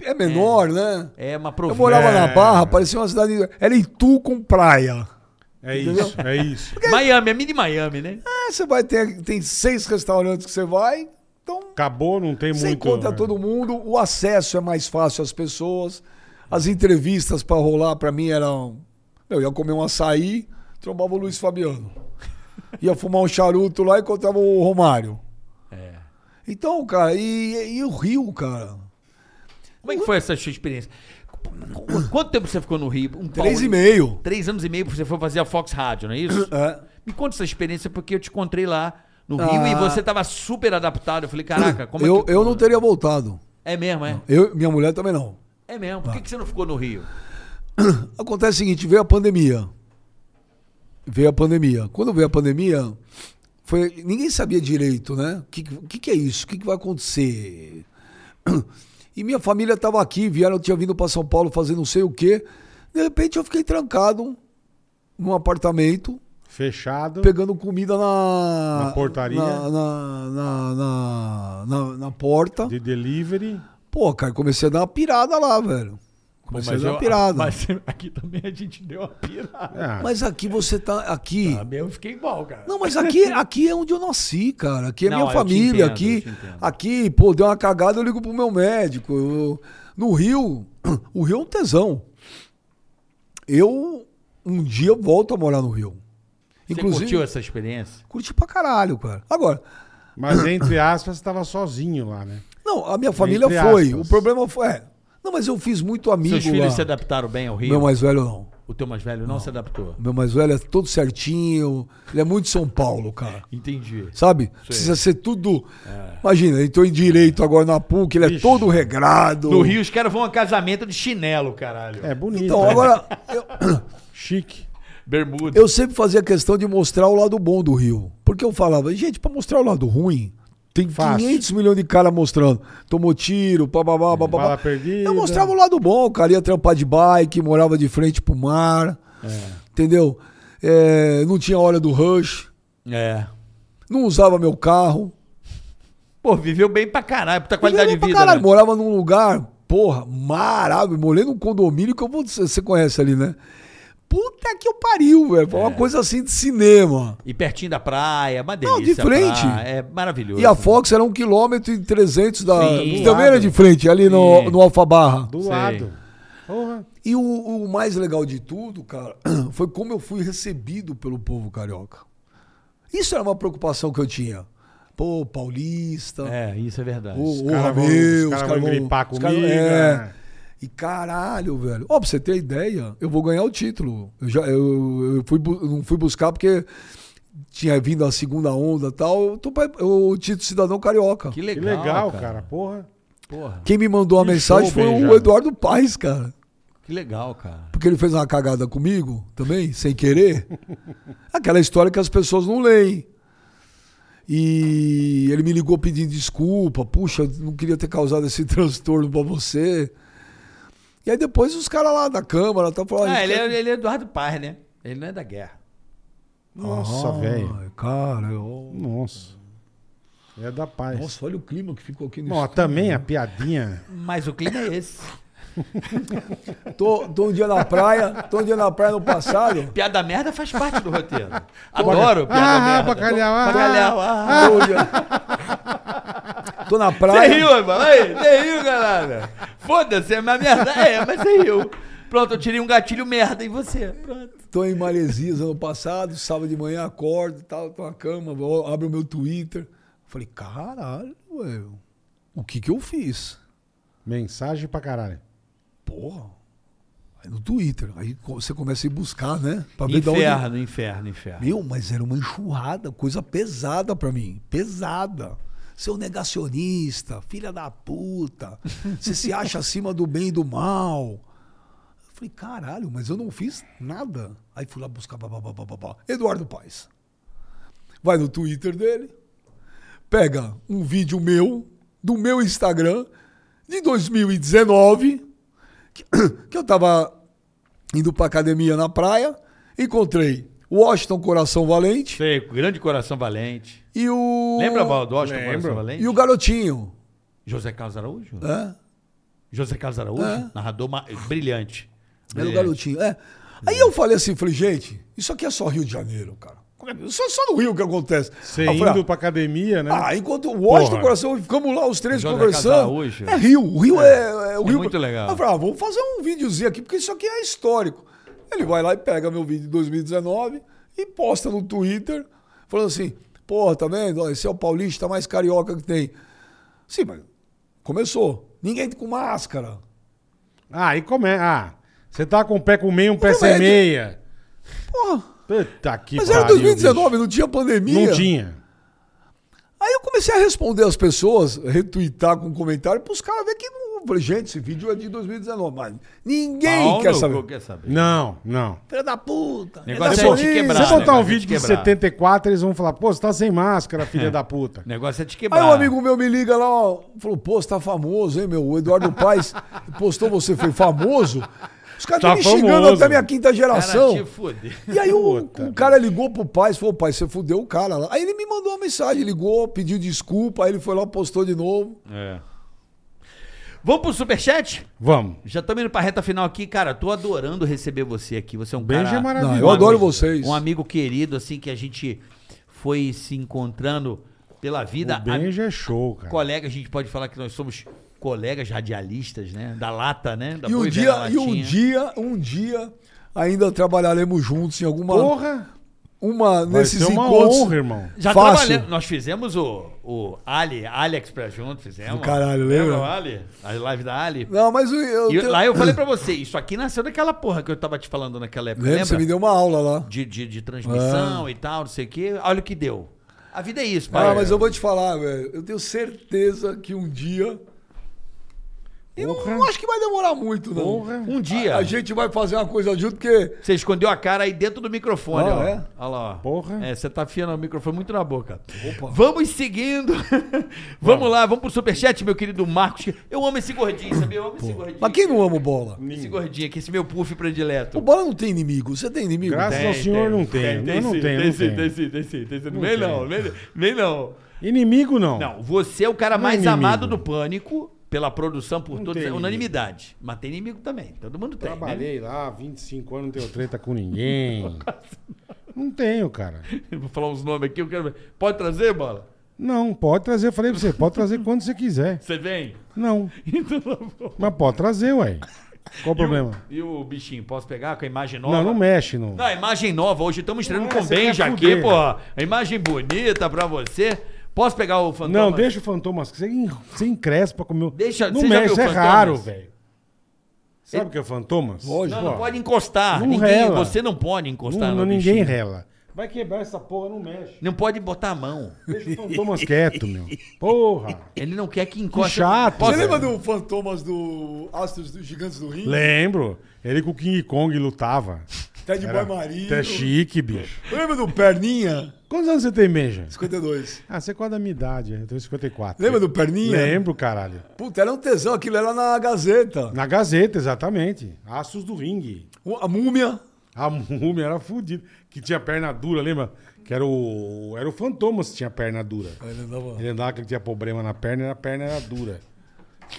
É, é menor, né? É uma Eu província. morava na É. Barra, parecia uma cidade. Era Itu com praia. É isso, é isso. Miami, é mini Miami, né? É, você vai ter. Tem seis restaurantes que você vai, então Acabou, não tem você muito. encontra né? todo mundo, o acesso é mais fácil às pessoas. As entrevistas pra rolar, pra mim, eram. Eu ia comer um açaí, trombava o Luiz Fabiano. Ia fumar um charuto lá e encontrava o Romário. Então, cara, e, e o Rio, cara? Como é que foi essa sua experiência? Qu- Quanto tempo você ficou no Rio? Um Três paulista- e meio. Três anos e meio você foi fazer a Fox Rádio, não é isso? É. Me conta essa experiência, porque eu te encontrei lá no Ah. Rio e você tava super adaptado. Eu falei, caraca, como é Eu, que... eu não teria voltado. É mesmo, é? Eu, minha mulher também não. É mesmo. Por que, que você não ficou no Rio? Acontece o seguinte, veio a pandemia. Veio a pandemia. Quando veio a pandemia, foi, ninguém sabia direito, né? O que, que, que é isso? O que, que vai acontecer? E minha família estava aqui, vieram, eu tinha vindo para São Paulo fazer não sei o quê. De repente eu fiquei trancado num apartamento, Fechado. pegando comida na... Na portaria? Na, na, na, na- na- na porta. De delivery. Pô, cara, comecei a dar uma pirada lá, velho. Comecei a dar uma pirada. Mas, Mas aqui também a gente deu uma pirada. Ah, aqui você tá... Aqui... Eu fiquei igual, cara. Não, mas aqui, aqui é onde eu nasci, cara. Aqui é Não, minha eu te família. entendo, eu aqui, te entendo. aqui, pô, deu uma cagada, eu ligo pro meu médico. Eu- no Rio, o Rio é um tesão. Eu um dia volto a morar no Rio. Você Inclusive, curtiu essa experiência? curti pra caralho, cara. Agora, Mas entre aspas, você tava sozinho lá, né? não, a minha família Entre foi. aspas. O problema foi. é, não, mas eu fiz muito amigo Seus filhos se lá. adaptaram bem ao Rio? Meu mais velho não. O teu mais velho não, se adaptou. O meu mais velho é todo certinho. Ele é muito São Paulo, cara. Entendi. Sabe? Precisa ser tudo. Imagina, ele entrou em direito agora na PUC, ele é É. Ixi. todo regrado. No Rio, os caras vão a casamento de chinelo, caralho. É bonito. Então, né? agora, eu, Chique. Bermuda. eu sempre fazia questão de mostrar o lado bom do Rio. Porque eu falava, gente, pra mostrar o lado ruim, tem Fácil. É, 500 milhões de cara mostrando. Tomou tiro, bababá, bababá. Bala perdida. Eu mostrava o lado bom, cara. Ia trampar de bike, morava de frente pro mar. Entendeu? É, não tinha hora do rush, É. não usava meu carro. Pô, viveu bem pra caralho, puta qualidade de Vivia bem vida. pra caralho, né? morava num lugar, porra, maravilhoso. Morei num condomínio que eu vou. dizer, Você conhece ali, né? Puta que eu pariu, velho. É. Foi uma coisa assim de cinema. E pertinho da praia, uma delícia. de a frente. praia, É maravilhoso. E a Fox era um quilômetro e 300 da. Sim. também era de frente, ali no, Sim. no Alfa Barra. Do Sei. lado. Porra. E o, o mais legal de tudo, cara, foi como eu fui recebido pelo povo carioca. Isso era uma preocupação que eu tinha. Pô, paulista. É, isso é verdade. Ô, ô, caras vão- os Rameu, caras vão gripar os caras- comigo, é. né? E caralho, velho. Ó, pra você ter ideia, eu vou ganhar o título. Eu, já, eu, eu fui, bu- eu não fui buscar porque tinha vindo a segunda onda e tal. Eu tô pra- eu- o título Cidadão Carioca. que Que legal. legal, cara. Porra. Porra, Quem me mandou a Que mensagem show, foi o Benjamin. Eduardo Paes, cara. que legal, cara. Porque ele fez uma cagada comigo também, sem querer. Aquela história que as pessoas não leem. E ele me ligou pedindo desculpa. Puxa, eu não queria ter causado esse transtorno pra você. E aí depois os caras lá da Câmara tá falando. Ah, ele é, ele é Eduardo Paz, né? Ele não é da guerra. Nossa, velho. Cara, eu- Nossa. É da paz. nossa, olha o clima que ficou aqui no Não, estúdio. também a piadinha. Mas o clima é esse. Tô, tô um dia na praia, tô um dia na praia no passado. Piada merda faz parte do roteiro. Adoro piada Ah, merda. bacalhau, ah. Bacalhau, ah. Tô, um dia- tô na praia. Você riu, irmão. Aí, você riu, galera. Foda-se, é uma merda. É, mas você riu. Pronto, eu tirei um gatilho merda em você. Pronto. Tô em Maresias ano passado, sábado de manhã acordo, e tal, tô na cama, vou- abro o meu Twitter. Falei, caralho, velho, o que que eu fiz? Mensagem pra caralho. Porra. Aí no Twitter, aí co- você começa a ir buscar, né? Pra ver da onde... Inferno, inferno, inferno. Meu, mas era uma enxurrada, coisa pesada pra mim, pesada. Seu negacionista, filha da puta, você se acha acima do bem e do mal. Eu falei, caralho, mas eu não fiz nada. Aí fui lá buscar, babá, babá, babá. Eduardo Paes. Vai no Twitter dele, pega um vídeo meu, do meu Instagram, de 2019, que, que eu tava indo pra academia na praia, encontrei Washington Coração Valente Sei, grande coração valente. e o. Lembra, Baldo? Washington, Lembro. coração valente? E o Garotinho. José Carlos Araújo? né? José Carlos Araújo, É. narrador ma- brilhante. Era o Brilhante. garotinho. É. Aí eu falei assim, falei, gente, isso aqui é só Rio de Janeiro, cara. Como é que- Só, só no Rio que acontece. Você Aí eu falei, indo pra academia, né? ah, enquanto o Washington Porra. Coração, ficamos lá os três José conversando. Casaúcho. É Rio, o Rio é, é o É Rio. muito legal. Aí Eu falei, ah, vamos fazer um videozinho aqui, porque isso aqui é histórico. Ele vai lá e pega meu vídeo de 2019 e posta no Twitter, falando assim, porra, tá vendo? Ó, Esse é o paulista mais carioca que tem. Sim, mas começou. Ninguém com máscara. Ah, e como é? Ah, você tá com o pé com meia, um pé sem é de- meia. Porra. Puta que Mas era pariu, 2019, bicho. não tinha pandemia. Não tinha. Aí eu comecei a responder as pessoas, retweetar com comentário, pros caras verem que não. eu Falei, gente, esse vídeo é de 2019, mas ninguém Paulo quer saber. quer saber. Não, não. Filha da puta. Negócio filha é da te puta. quebrar, Se né? você botar Vai um te vídeo de quebrar. 74, eles vão falar, pô, você tá sem máscara, filha da puta. O negócio é te Aí quebrar. um amigo meu me liga lá, ó, falou, pô, você tá famoso, hein, meu? O Eduardo Paes postou você, foi famoso. Os caras Tá estão me xingando famoso. até minha quinta Cara, geração. te fuder. E aí o, Puta o cara ligou pro pai, falou, pai, você fudeu o cara lá. Aí ele me mandou uma mensagem, ligou, pediu desculpa, aí ele foi lá, postou de novo. É. Vamos pro superchat? Vamos. Já estamos indo pra reta final aqui, cara. Tô adorando receber você aqui. Você é um Beijo é cara. Não, maravilhoso. eu adoro vocês. Um amigo querido, assim, que a gente foi se encontrando pela vida. O Benja é show, cara. Colega, a gente pode falar que nós somos colegas radialistas, né? Da lata, né? Da E um, boa dia, velha e um latinha. dia, um dia, ainda trabalharemos juntos em alguma. Porra, Uma, vai nesses ser uma encontros. honra, irmão. Já Fácil. trabalhamos. Nós fizemos o, o Ali, AliExpress junto, fizemos. Do caralho, lembra? o Ali? A live da Ali. Não, mas eu. eu e eu- tenho- lá eu falei pra você, isso aqui nasceu daquela porra que eu tava te falando naquela época, Lembra? lembra? Você me deu uma aula lá. de, de, de transmissão e tal, não sei o quê. Olha o que deu. A vida é isso, pai. Ah, mas eu vou te falar, velho. Eu tenho certeza que um dia. E não, Porra. não acho que vai demorar muito, não. Porra. Um dia, A gente vai fazer uma coisa junto, porque. você escondeu a cara aí dentro do microfone, Ah, ó. é? Olha lá, ó. Porra. É, você tá afiando o microfone muito na boca. Vamos seguindo. vamos, lá, vamos pro superchat, meu querido Marcos. Eu amo esse gordinho, sabe? Eu amo esse gordinho. Mas quem não ama o bola? Esse gordinho aqui, esse meu puff predileto. O bola não tem inimigo. Você tem inimigo? Graças Tem, ao senhor, tem, não tem. Eu não sim, tem tenho, não sim, tem tenho. sim, tem sim, tem sim. Vem não, vem não, vem não. Inimigo, não. Não, você é o cara Não é mais inimigo. amado do pânico, pela produção, por todos, é tem inimigo. unanimidade. Mas tem inimigo também, todo mundo tem. Né? Trabalhei lá, 25 anos, não tenho treta com ninguém. Não tenho, cara. Vou falar uns nomes aqui, eu quero ver. Pode trazer, bola? Não, pode trazer, eu falei pra você, pode trazer quando você quiser. Você vem? Não, Então tá bom. mas pode trazer, ué. Qual E o- o problema? E o, bichinho, posso pegar com a imagem nova? Não, não mexe, não. Não, a imagem nova, hoje estamos estreando Ah, com o você quer Benja aqui, fuder. pô. A imagem bonita pra você. Posso pegar o fantoma? Não, deixa o Fantomas, você, en- você encrespa com o meu... Deixa- não você já mexe, viu isso é Fantomas? raro, velho. Sabe o que é Fantomas? Lógico. Não, não Pô, pode encostar. Não ninguém, rela. Você não pode encostar não- no não- ninguém bichinho. rela. Vai quebrar essa porra, não mexe. Não pode botar a mão. Deixa o Fantomas quieto, meu. Porra. Ele não quer que encoste. chato, Posso- Você lembra do Fantomas do Astros dos Gigantes do Rio? Lembro, ele com o King Kong lutava. Ted Boy Era Marinho. até Tá chique, bicho. Lembra do Perninha? Quantos anos você tem, Benja? 52. Ah, você é quase da minha idade, eu tenho 54. Lembra do Perninha? Lembro, caralho. Puta, era um tesão, aquilo era na Gazeta. Na Gazeta, exatamente. Aços do ringue. O- A múmia. A múmia era fodida. Que tinha perna dura, lembra? Que era o. Era o Fantomas que tinha perna dura. Aí ele andava- Ele andava que ele tinha problema na perna e a perna era dura.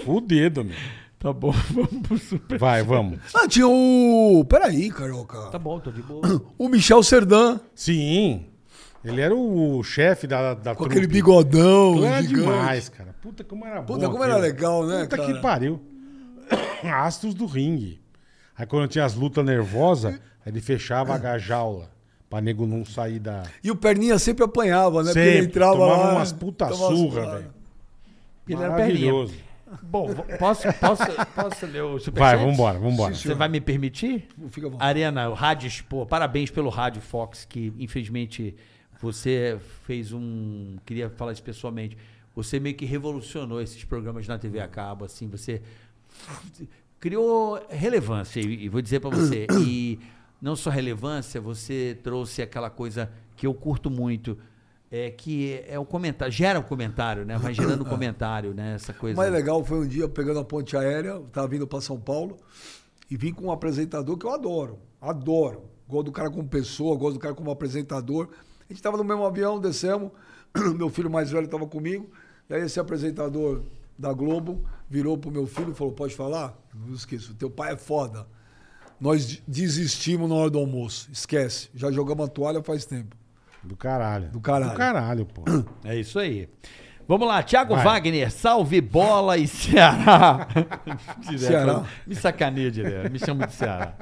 Fudido, meu. Tá bom, vamos pro super. Vai, vamos. Ah, tinha o. Peraí, Carioca. Tá bom, tô de boa. O Michel Serdan, Sim. Ele era o chefe da, da com aquele trupe. bigodão. Aquilo era gigante. demais, cara. Puta como era bom. Puta, como era aquilo. legal, né? Puta cara? que pariu. Astros do ringue. Aí quando tinha as lutas nervosas, ele fechava a jaula. Pra nego não sair da. E o Perninha sempre apanhava, né? Sempre, tomava lá, umas puta tomava umas surra, porra. velho. Ele era perninha. Maravilhoso. Bom, v- posso, posso, posso ler o superchat? Vai, vambora, vambora. Você vai me permitir? Fica à vontade. Arena, o Rádio Expo, parabéns pelo Rádio Fox, que infelizmente você fez um. Queria falar isso pessoalmente. Você meio que revolucionou esses programas na TV a cabo, assim, você criou relevância, e e vou dizer pra você. E não só relevância, você trouxe aquela coisa que eu curto muito é, que é o comentário, gera o comentário, né? Vai gerando o comentário, né? Essa coisa. O é. mais legal foi um dia pegando a ponte aérea, tava vindo para São Paulo e vim com um apresentador que eu adoro, adoro. Gosto do cara como pessoa, gosto do cara como apresentador. A gente tava no mesmo avião, descemos, meu filho mais velho tava comigo, e aí esse apresentador da Globo virou pro meu filho e falou: "Pode falar? Não esqueço, teu pai é foda. Nós desistimos na hora do almoço. Esquece, já jogamos a toalha faz tempo." Do caralho. Do caralho. Do caralho, pô. É isso aí. Vamos lá, Thiago Vai. Wagner, salve bola e Ceará. Direto, Ceará. Me sacaneia direto, me chama de Ceará.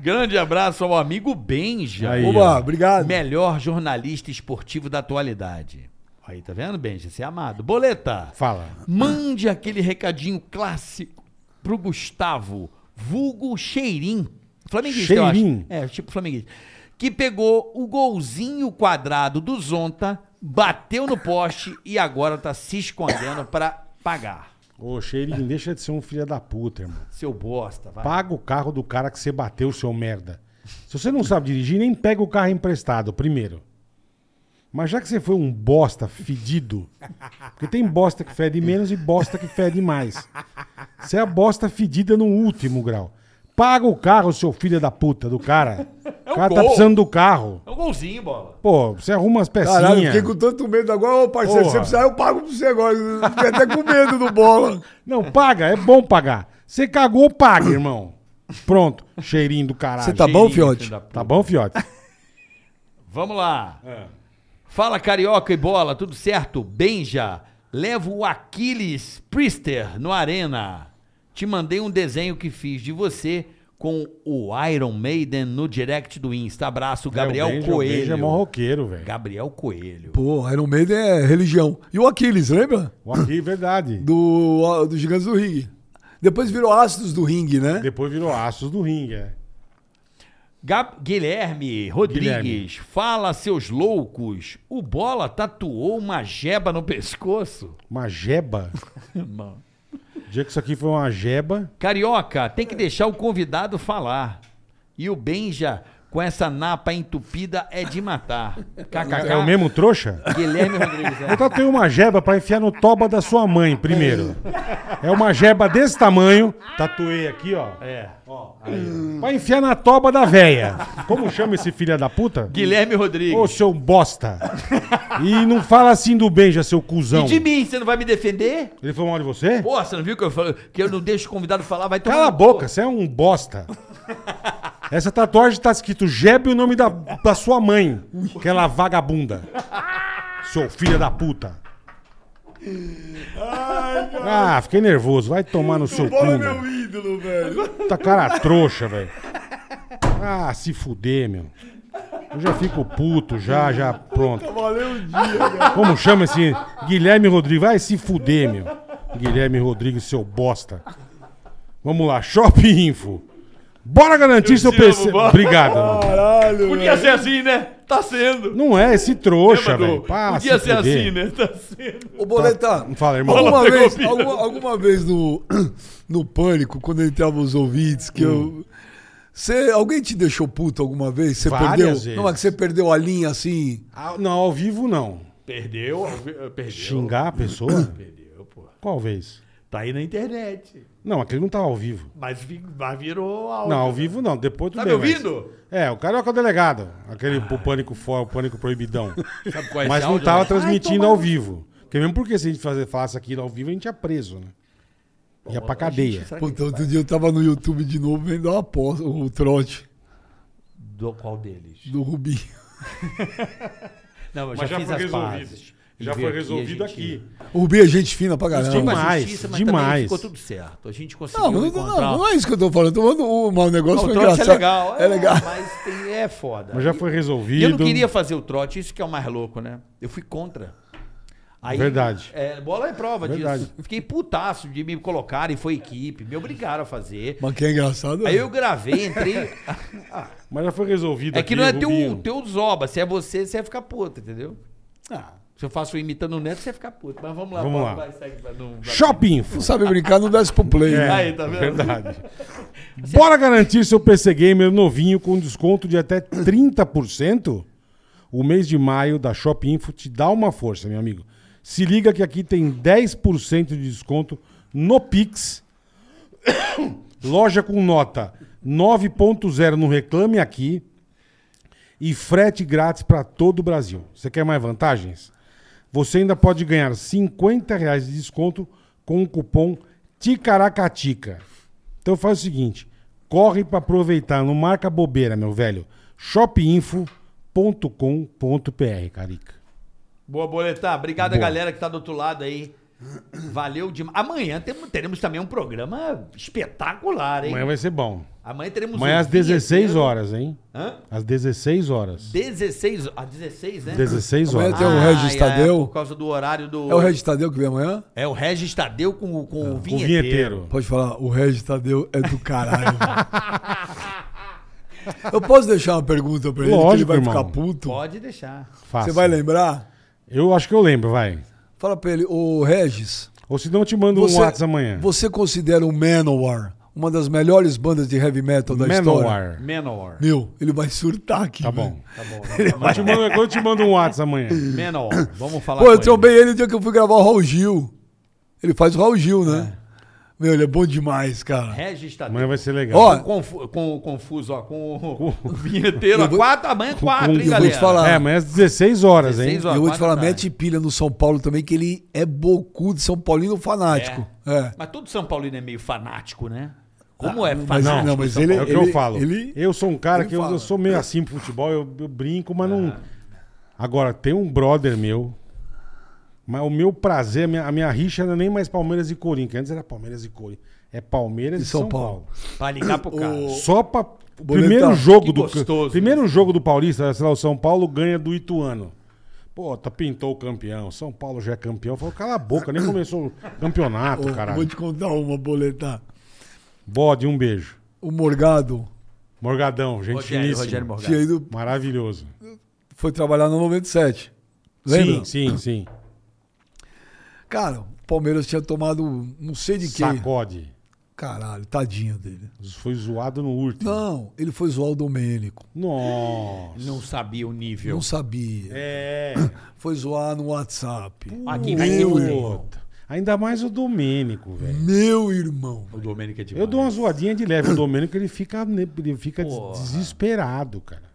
Grande abraço ao amigo Benja, Aí, Oba, ó. obrigado. melhor jornalista esportivo da atualidade. Aí, tá vendo, Benja? Você é amado. Boleta, Fala. mande aquele recadinho clássico pro Gustavo, vulgo Cheirim. Flamenguista, Cheirim? eu acho. É, tipo flamenguista. Que pegou o golzinho quadrado do Zonta, bateu no poste e agora tá se escondendo pra pagar. Ô, Cheirinho, deixa de ser um filho da puta, irmão. Seu bosta, vai. Paga o carro do cara que você bateu, seu merda. Se você não sabe dirigir, nem pega o carro emprestado, primeiro. Mas já que você foi um bosta fedido, porque tem bosta que fede menos e bosta que fede mais. Você é a bosta fedida no último grau. Paga o carro, seu filho da puta, do cara. O cara tá gol. precisando do carro. É um golzinho, bola. Pô, você arruma as pecinhas. Caralho, fiquei com tanto medo agora, ô parceiro, é. Porra. se você precisar, eu pago pra você agora. Eu Fiquei até com medo do bola. Não, paga, é bom pagar. Você cagou, paga, irmão. Pronto, cheirinho do caralho. Você tá bom, Fiote? Tá bom, fiote? Vamos lá. É. Fala, carioca e bola, tudo certo? Benja, levo o Aquiles Priester no Arena. Te mandei um desenho que fiz de você com o Iron Maiden no direct do Insta. Abraço, Gabriel É, o Benja- O Benja é Coelho. mó roqueiro, velho. Gabriel Coelho. Pô, Iron Maiden é religião. E o Aquiles, lembra? O Aqui, verdade. Do, ah, do Gigantes do Ringue. Depois virou Ácidos do Ringue, né? Depois virou Aços do Ringue, é. Gab- Guilherme Rodrigues, Guilherme. fala seus loucos. O Bola tatuou uma jeba no pescoço. Uma jeba. O dia que isso aqui foi uma jeba, Carioca, tem que deixar o convidado falar. E o Benja, com essa napa entupida, é de matar. KKK. é o mesmo trouxa? Guilherme Rodrigues. é. Eu tatuei uma jeba pra enfiar no toba da sua mãe primeiro. É uma jeba desse tamanho. Tatuei aqui, ó. É. Pra enfiar na toba da véia. Como chama esse filho da puta? Guilherme Rodrigues. Ô, seu bosta. E não fala assim do Benja, seu cuzão. E de mim, você não vai me defender? Ele foi mal de você? Pô, você não viu que eu falo que eu não deixo o convidado falar, vai tomar. Cala a no boca, você é um bosta. Essa tatuagem tá escrito Jebe e o nome da, da sua mãe, aquela vagabunda. Seu filho da puta. Ah, fiquei nervoso. Vai tomar no seu cu. meu. é ídolo, velho. Tá cara trouxa, velho. Ah, se fuder, meu. Eu já fico puto, já, já, pronto. Valeu um o dia. Como chama esse Guilherme Rodrigues? Vai se fuder, meu. Guilherme Rodrigues, seu bosta. Vamos lá, Shopping Info. Bora garantir seu te amo, PC. bola. Obrigado. mano. Caralho, Podia ser assim, né? Tá sendo. Não é esse trouxa, Lembra do- velho. Pá, Podia se ser fuder. assim, né? Tá sendo. Ô, Boleta, Tá, Fala, irmão. alguma Bola vez, pegou alguma, alguma vez no, no Pânico, quando entravam os ouvintes, que Hum. eu... Cê, alguém te deixou puto alguma vez? Você Várias perdeu? vezes. Não, mas que você perdeu a linha assim. Ah, não, ao vivo não. Perdeu, perdeu. Xingar a pessoa? Perdeu, pô. Qual vez? Tá aí na internet. Não, aquele não tava ao vivo. Mas, vi- mas virou áudio. Não, ao vivo não. Depois tudo Tá me bem, mas- ouvindo? É, o Carioca é o Delegado. Aquele pro pânico fora, o pânico proibidão. Sabe qual é Mas esse não áudio, tava né? transmitindo ao vivo. Porque mesmo porque se a gente fazer, falasse aquilo ao vivo, a gente ia preso, né? Ia pra cadeia. Puta, outro dia eu tava no YouTube de novo vendo a aposta, o trote Do qual deles? do Rubinho. Não, eu Mas já fiz foi as resolvido. pazes. Já Ele foi veio resolvido a gente- aqui. O Rubinho é gente fina pra Sim, caramba. mas- Demais, também demais. ficou tudo certo. A gente conseguiu Não, não, encontrar. um- não, não é isso que eu tô falando. Eu tô falando o mau negócio o foi trote é engraçado. legal. É legal. Mas tem- é foda. Mas já foi E resolvido. eu não queria fazer o trote, isso que é o mais louco, né? Eu fui contra. Aí- Verdade. É, bola é prova Verdade. disso. Fiquei putaço de me colocar e foi equipe. Me obrigaram a fazer. Mas que é engraçado. Aí eu gravei, entrei. Mas já foi resolvido. É aqui, que não é Rubinho. teu, teu zoba. Se é você, você ia ficar puto, entendeu? Ah, Se eu faço imitando o Neto, você ia ficar puto. Mas vamos lá. Vamos bora, lá. vai, segue pra- não- vai. Shopping Não Info. sabe brincar, não desce pro play. É, né? Aí, tá vendo? Verdade. Bora garantir seu PC Gamer novinho com desconto de até 30%? o mês de maio da Shop Info te dá uma força, meu amigo. Se liga que aqui tem 10% de desconto no Pix. Loja com nota 9.0 no Reclame Aqui e frete grátis para todo o Brasil. Você quer mais vantagens? Você ainda pode ganhar R$ 50 reais de desconto com o cupom TICARACATICA. Então faz o seguinte, corre para aproveitar, não marca bobeira, meu velho. shopinfo.com.br, Carica. Boa, Boletar. Obrigado Boa. a galera que tá do outro lado aí. Valeu demais. Amanhã temos, teremos também um programa espetacular, hein? Amanhã Amanhã, vai ser bom. teremos Amanhã um às dia 16 inteiro. horas, hein? Hã? Às 16 horas. 16, às 16, né? 16 Amanhã horas. tem um o Regis é, Tadeu. por causa do horário do. É o Regis Tadeu que vem amanhã? É o Regis Tadeu com, o- com o O vinheteiro. vinheteiro. Pode falar, o Regis Tadeu é do caralho. velho. Eu posso deixar uma pergunta pra ele Lógico, que ele vai irmão. ficar puto? Pode deixar. Faça. Você vai lembrar? Eu acho que eu lembro, vai. Fala pra ele, ô Regis, Ou se não, eu te mando um WhatsApp amanhã. você considera o Manowar uma das melhores bandas de heavy metal da história? Menor. Menor. Meu, ele vai surtar aqui. Tá velho. bom. Tá bom. Eu te mando, eu te mando um WhatsApp amanhã. Menor. Vamos falar. Pô, eu com ele. trombei ele o dia que eu fui gravar o Raul Gil. Ele faz o Raul Gil, né? Meu, ele é bom demais, cara. É, Regis Tadeu. Amanhã vai ser legal. É, Ó, Confu- com o confuso, ó, com o, o vinheteiro, ó, Eu vou- quatro, amanhã quatro, hein, eu vou galera? te falar. É, amanhã às 16 horas, hein? 16 horas. eu vou te falar, tá. quatro da tarde. mete pilha no São Paulo também, que ele é bocudo, São Paulino fanático. É. Mas todo São Paulino é meio fanático, né? Como é Mas, fanático? não, mas São ele, É o que eu ele- falo. Ele, eu sou um cara ele que eu, eu fala. Ah. sou meio assim pro futebol, eu, eu brinco, mas não. Agora, tem um brother meu. Mas o meu prazer, a minha, a minha rixa não é nem mais Palmeiras e Corinthians. Antes era Palmeiras e Corinthians. É Palmeiras e, São, Paulo. Pra ligar pro cara. Só pra. o Boletar, Primeiro jogo que do. gostoso primeiro jogo do Paulista, sei lá, o São Paulo ganha do Ituano. Pô, tá, pintou o campeão. São Paulo já é campeão. Falou, cala a boca, nem começou o campeonato, Ô, caralho. vou te contar uma boleta. Bode, um beijo. O Morgado Morgadão, gente Rogério, finíssima. Rogério Morgado. tinha ido, Maravilhoso. foi trabalhar no 97. Lembra? Sim, sim, sim. Cara, o Palmeiras tinha tomado um- não sei de quê. Sacode. Caralho, tadinho dele. Foi zoado no último. Não, ele foi zoar o Domênico. Nossa. Não sabia o nível. Não sabia. É. Foi zoar no WhatsApp. Aqui vai se fuder, irmão. Puta. Ainda mais o Domênico, velho. Meu irmão. O Domênico é demais. Eu dou uma zoadinha de leve. O Domênico, ele fica, ne- ele fica des- Porra. desesperado, cara.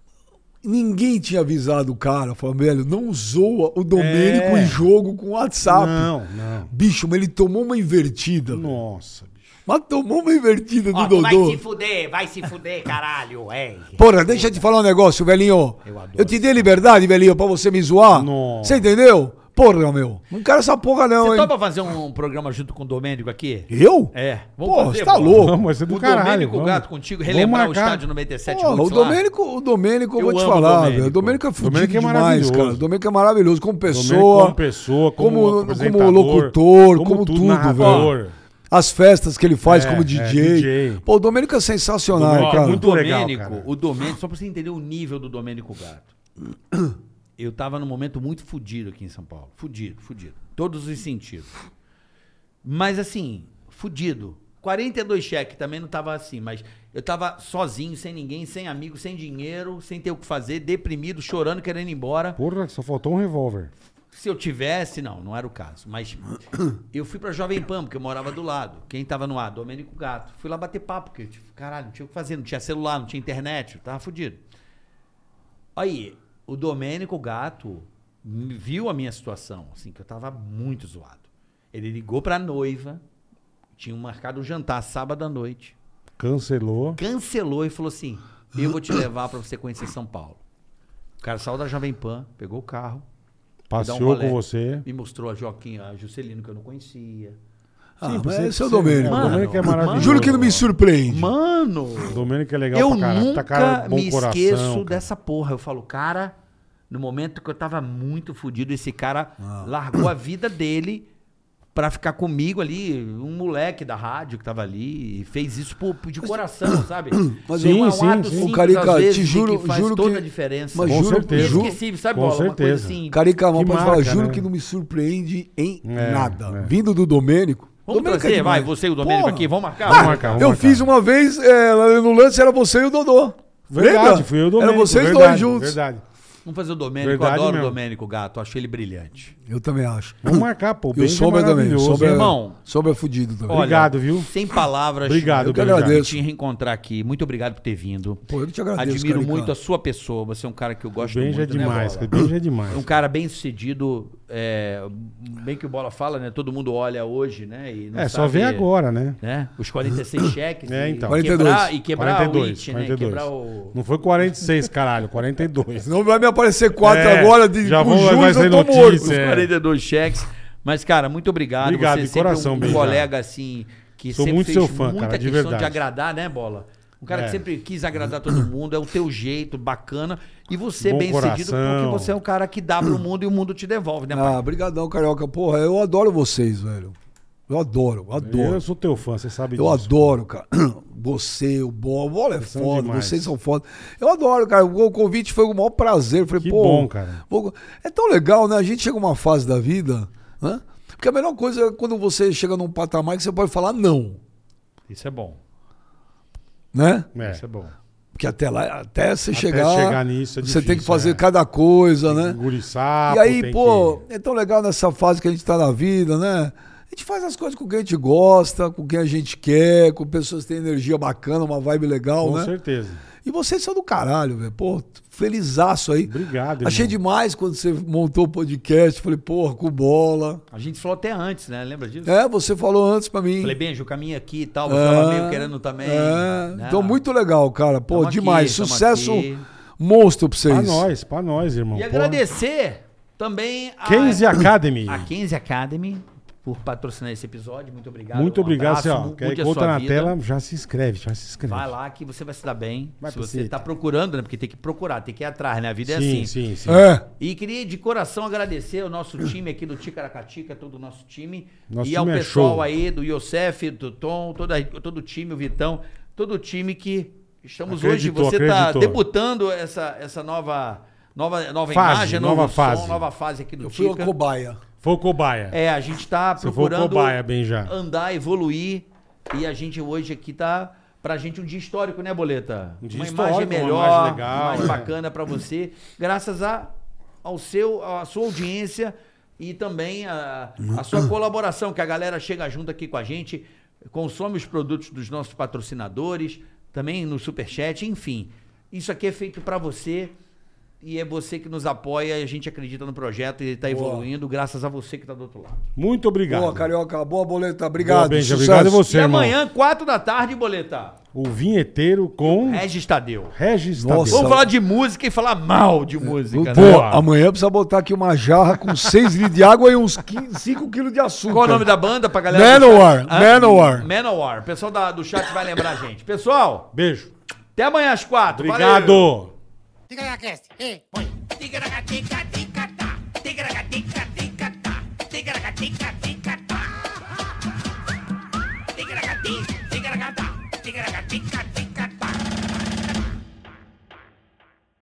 Ninguém tinha avisado o cara. Falando, velho, não zoa o Domênico É. em jogo com WhatsApp. Não, não. Bicho, mas ele tomou uma invertida. Nossa, bicho. Mas tomou uma invertida do Ah, Ó, é tu vai Dodô. se fuder, vai se fuder, caralho, é. Porra, deixa eu te falar um negócio, velhinho. Eu, te dei liberdade, velhinho, pra você me zoar. Nossa. Você entendeu? Porra, meu. Não quero essa porra, não, Você hein? topa fazer um programa junto com o Domênico aqui? Eu? É. Porra, fazer, você tá porra. louco. Vamos, vai ser é do o caralho. Domênico vamos. Gato contigo, Vamos relembrar o marcar. estádio 97 Porra, o Roots lá. Domênico, o Domênico, eu, Eu vou te amo o falar, Domênico. velho. O Domênico é fudido Domênico é demais, maravilhoso. cara. O Domênico é maravilhoso como pessoa. Domênico como pessoa, como, como- como apresentador, locutor, como tudo, narrador. As festas que ele faz É, como é, DJ. DJ. Pô, o Domênico é sensacional, Domênico é cara. O muito- legal, Domênico, cara. o Domênico, só pra você entender o nível do Domênico Gato. Eu tava num momento muito fudido aqui em São Paulo. Fudido, fudido. Todos os sentidos. Mas assim, fudido. 42 cheques também não tava assim, mas eu tava sozinho, sem ninguém, sem amigo, sem dinheiro, sem ter o que fazer, deprimido, chorando, querendo ir embora. Porra, só faltou um revólver. Se eu tivesse, não, não era o caso. Mas eu fui pra Jovem Pan, porque eu morava do lado. Quem tava no ar? Domênico Gato. Fui lá bater papo, porque, tipo, caralho, não tinha o que fazer, não tinha celular, não tinha internet, eu tava fudido. Aí, o Domênico Gato me- viu a minha situação, assim, que eu tava muito zoado. Ele ligou pra noiva, tinha marcado um jantar sábado à noite, Cancelou. cancelou e falou assim: eu vou te levar pra você conhecer São Paulo. O cara saiu da Jovem Pan, pegou o carro, Dá um Passeou rolê. com você. me mostrou a Joaquinha, a Juscelino, que eu não conhecia. Ah, Sim, mas você- esse é o você- Domênico. é, o Domênico é maravilhoso. Juro que não me surpreende. Mano, Domênico é legal eu pra caralho. nunca tá cara, bom me coração, esqueço cara. dessa porra. Eu falo, cara, no momento que eu tava muito fudido, esse cara Ah. largou a vida dele pra ficar comigo ali, um moleque da rádio que tava ali e fez isso por, de coração, sabe? um Mas Sim, eu- sim, sim. Ô, simples, às Carica, vezes, te e juro, que faz juro toda que- a diferença. Mas Com juro, certeza. juro, Inesquecível, sabe, Com bola? Uma coisa certeza. assim. Carica, mal Que pode falar, marca, juro né? que não me surpreende em É, nada. é. Vindo do Domênico. Vamos Domênico é trazer, vai, demais. você e o Domênico Porra. aqui, vamos marcar? Vamos marcar, vamos Ah, eu marcar. fiz uma vez, é, no lance era você e o Dodô. Verdade, Lembra? fui eu e o Domênico. Era vocês verdade, dois juntos. Verdade. Vamos fazer o Domênico. Verdade eu adoro mesmo. o Domênico Gato. Acho ele brilhante. Eu também acho. Vamos marcar, pô. E o Bem é Sombra também. Sombra, Irmão. Sombra é fudido também. Obrigado, viu? Sem palavras. Obrigado, eu quero Beligar. agradeço. te reencontrar aqui. Muito obrigado por ter vindo. Pô, eu te agradeço, Admiro Carica. muito a sua pessoa. Você é um cara que eu gosto Bem muito. já é né, demais, Bola? cara. Bem já é demais. É Um cara bem sucedido, é, bem que o Bola fala, né? Todo mundo olha hoje, né? E não É, só sabe, vem agora, né? Né? Os 46 cheques É, e- então. e quebrar, 42, e quebrar o 42, IT, né? 42. Quebrar o... Não foi 46, caralho. 42. Senão vai me aparecer quatro É, agora de já com vão- vai juros, sair eu tô notícia. morto. Os É. 42 cheques. Mas, cara, muito obrigado. Obrigado, Você de sempre é coração, um beijo. colega, assim, que Sou sempre muito fez seu fã, muita cara, de questão verdade. de agradar, né, Bola? Um cara É. que sempre quis agradar todo mundo, é o teu jeito, bacana. E você Bom bem sucedido coração. porque você é um cara que dá pro mundo e o mundo te devolve, né, pai? Ah, brigadão, Carioca. Porra, eu adoro vocês, velho. Eu adoro, eu adoro. Eu sou teu fã, você sabe Eu adoro, cara. Você, o Bola. O Bola é são foda, demais. vocês são foda. Eu adoro, cara. O convite foi o maior prazer. Eu Falei, Que pô. bom, cara. vou- É tão legal, né? A gente chega uma fase da vida, né? Porque a melhor coisa é quando você chega num patamar que você pode falar não, Isso é bom. né? É. Isso é bom. Porque até lá, até você chegar, chegar nisso é você tem que difícil, fazer é. cada coisa, né? Engure sapo, e aí, tem pô, que- é tão legal nessa fase que a gente tá na vida, né? A gente faz as coisas com quem a gente gosta, com quem a gente quer, com pessoas que têm energia bacana, uma vibe legal, Com né? certeza. E vocês são do caralho, velho. Pô, felizaço aí. Obrigado, Achei irmão. demais quando você montou o podcast. Falei, porra, com bola. A gente falou até antes, né? Lembra disso? É, você falou antes pra mim. Falei, Benjo, caminha aqui e tal. Você É, tava meio querendo também. é. né? Então, muito legal, cara. Pô, Tamo aqui, demais. tamo Sucesso aqui. monstro pra Pra vocês. nós, pra nós, irmão. E Ah, é. porra. agradecer também a 15 Academy. a 15 Academy por patrocinar esse episódio. Muito obrigado. Muito um obrigado, abraço, Céu. mu- Quer mude a conta sua na vida. tela, já se inscreve, já se inscreve. Vai lá que você vai se dar bem. Vai se pra você cita. está procurando, né? Porque tem que procurar, tem que ir atrás, né? A vida é Sim, assim. sim, sim. É. E queria de coração agradecer o nosso time aqui do Ticaracatica, todo o nosso time. Nosso e ao time é pessoal show. aí do Iosef, do Tom, todo, todo o time, o Vitão, todo o time que estamos Acreditou, hoje. Você está acreditou. debutando essa, essa nova, nova, nova Fase, imagem, som, nova fase. nova fase aqui do Eu fui uma Tica. cobaia. Foi o cobaia. É, a gente tá Você foi o procurando cobaia, Benja. andar, evoluir. E a gente hoje aqui tá pra gente um dia histórico, né, Boleta? Um dia uma histórico, imagem uma melhor, uma imagem imagem, legal, é. bacana pra você, graças a, ao seu, a sua audiência e também a, a sua colaboração, que a galera chega junto aqui com a gente, consome os produtos dos nossos patrocinadores, também no Superchat, enfim. Isso aqui é feito pra você e é você que nos apoia, e a gente acredita no projeto e ele tá evoluindo graças a você que tá do outro lado. Muito obrigado. Boa, Carioca. Boa, Boleta. Obrigado. Boa, Benja. Sucesso. Obrigado a você, e irmão. amanhã, 4 da tarde, boleta. O vinheteiro com Regis Tadeu. Regis Nossa. Tadeu. Vamos falar de música e falar mal de música. Né? Boa. Amanhã precisa botar aqui uma jarra com 6 litros de água e uns 5 quilos de açúcar. Qual o nome da banda pra galera? Manowar, do chat? Manowar. Manowar. O pessoal da- do chat vai lembrar a gente. Pessoal, Beijo. até amanhã às quatro. Obrigado. Valeu. Diga na cast. Ei, põe. Diga na tica, tica, tá. Diga na tica, tica, tá. Diga na tica,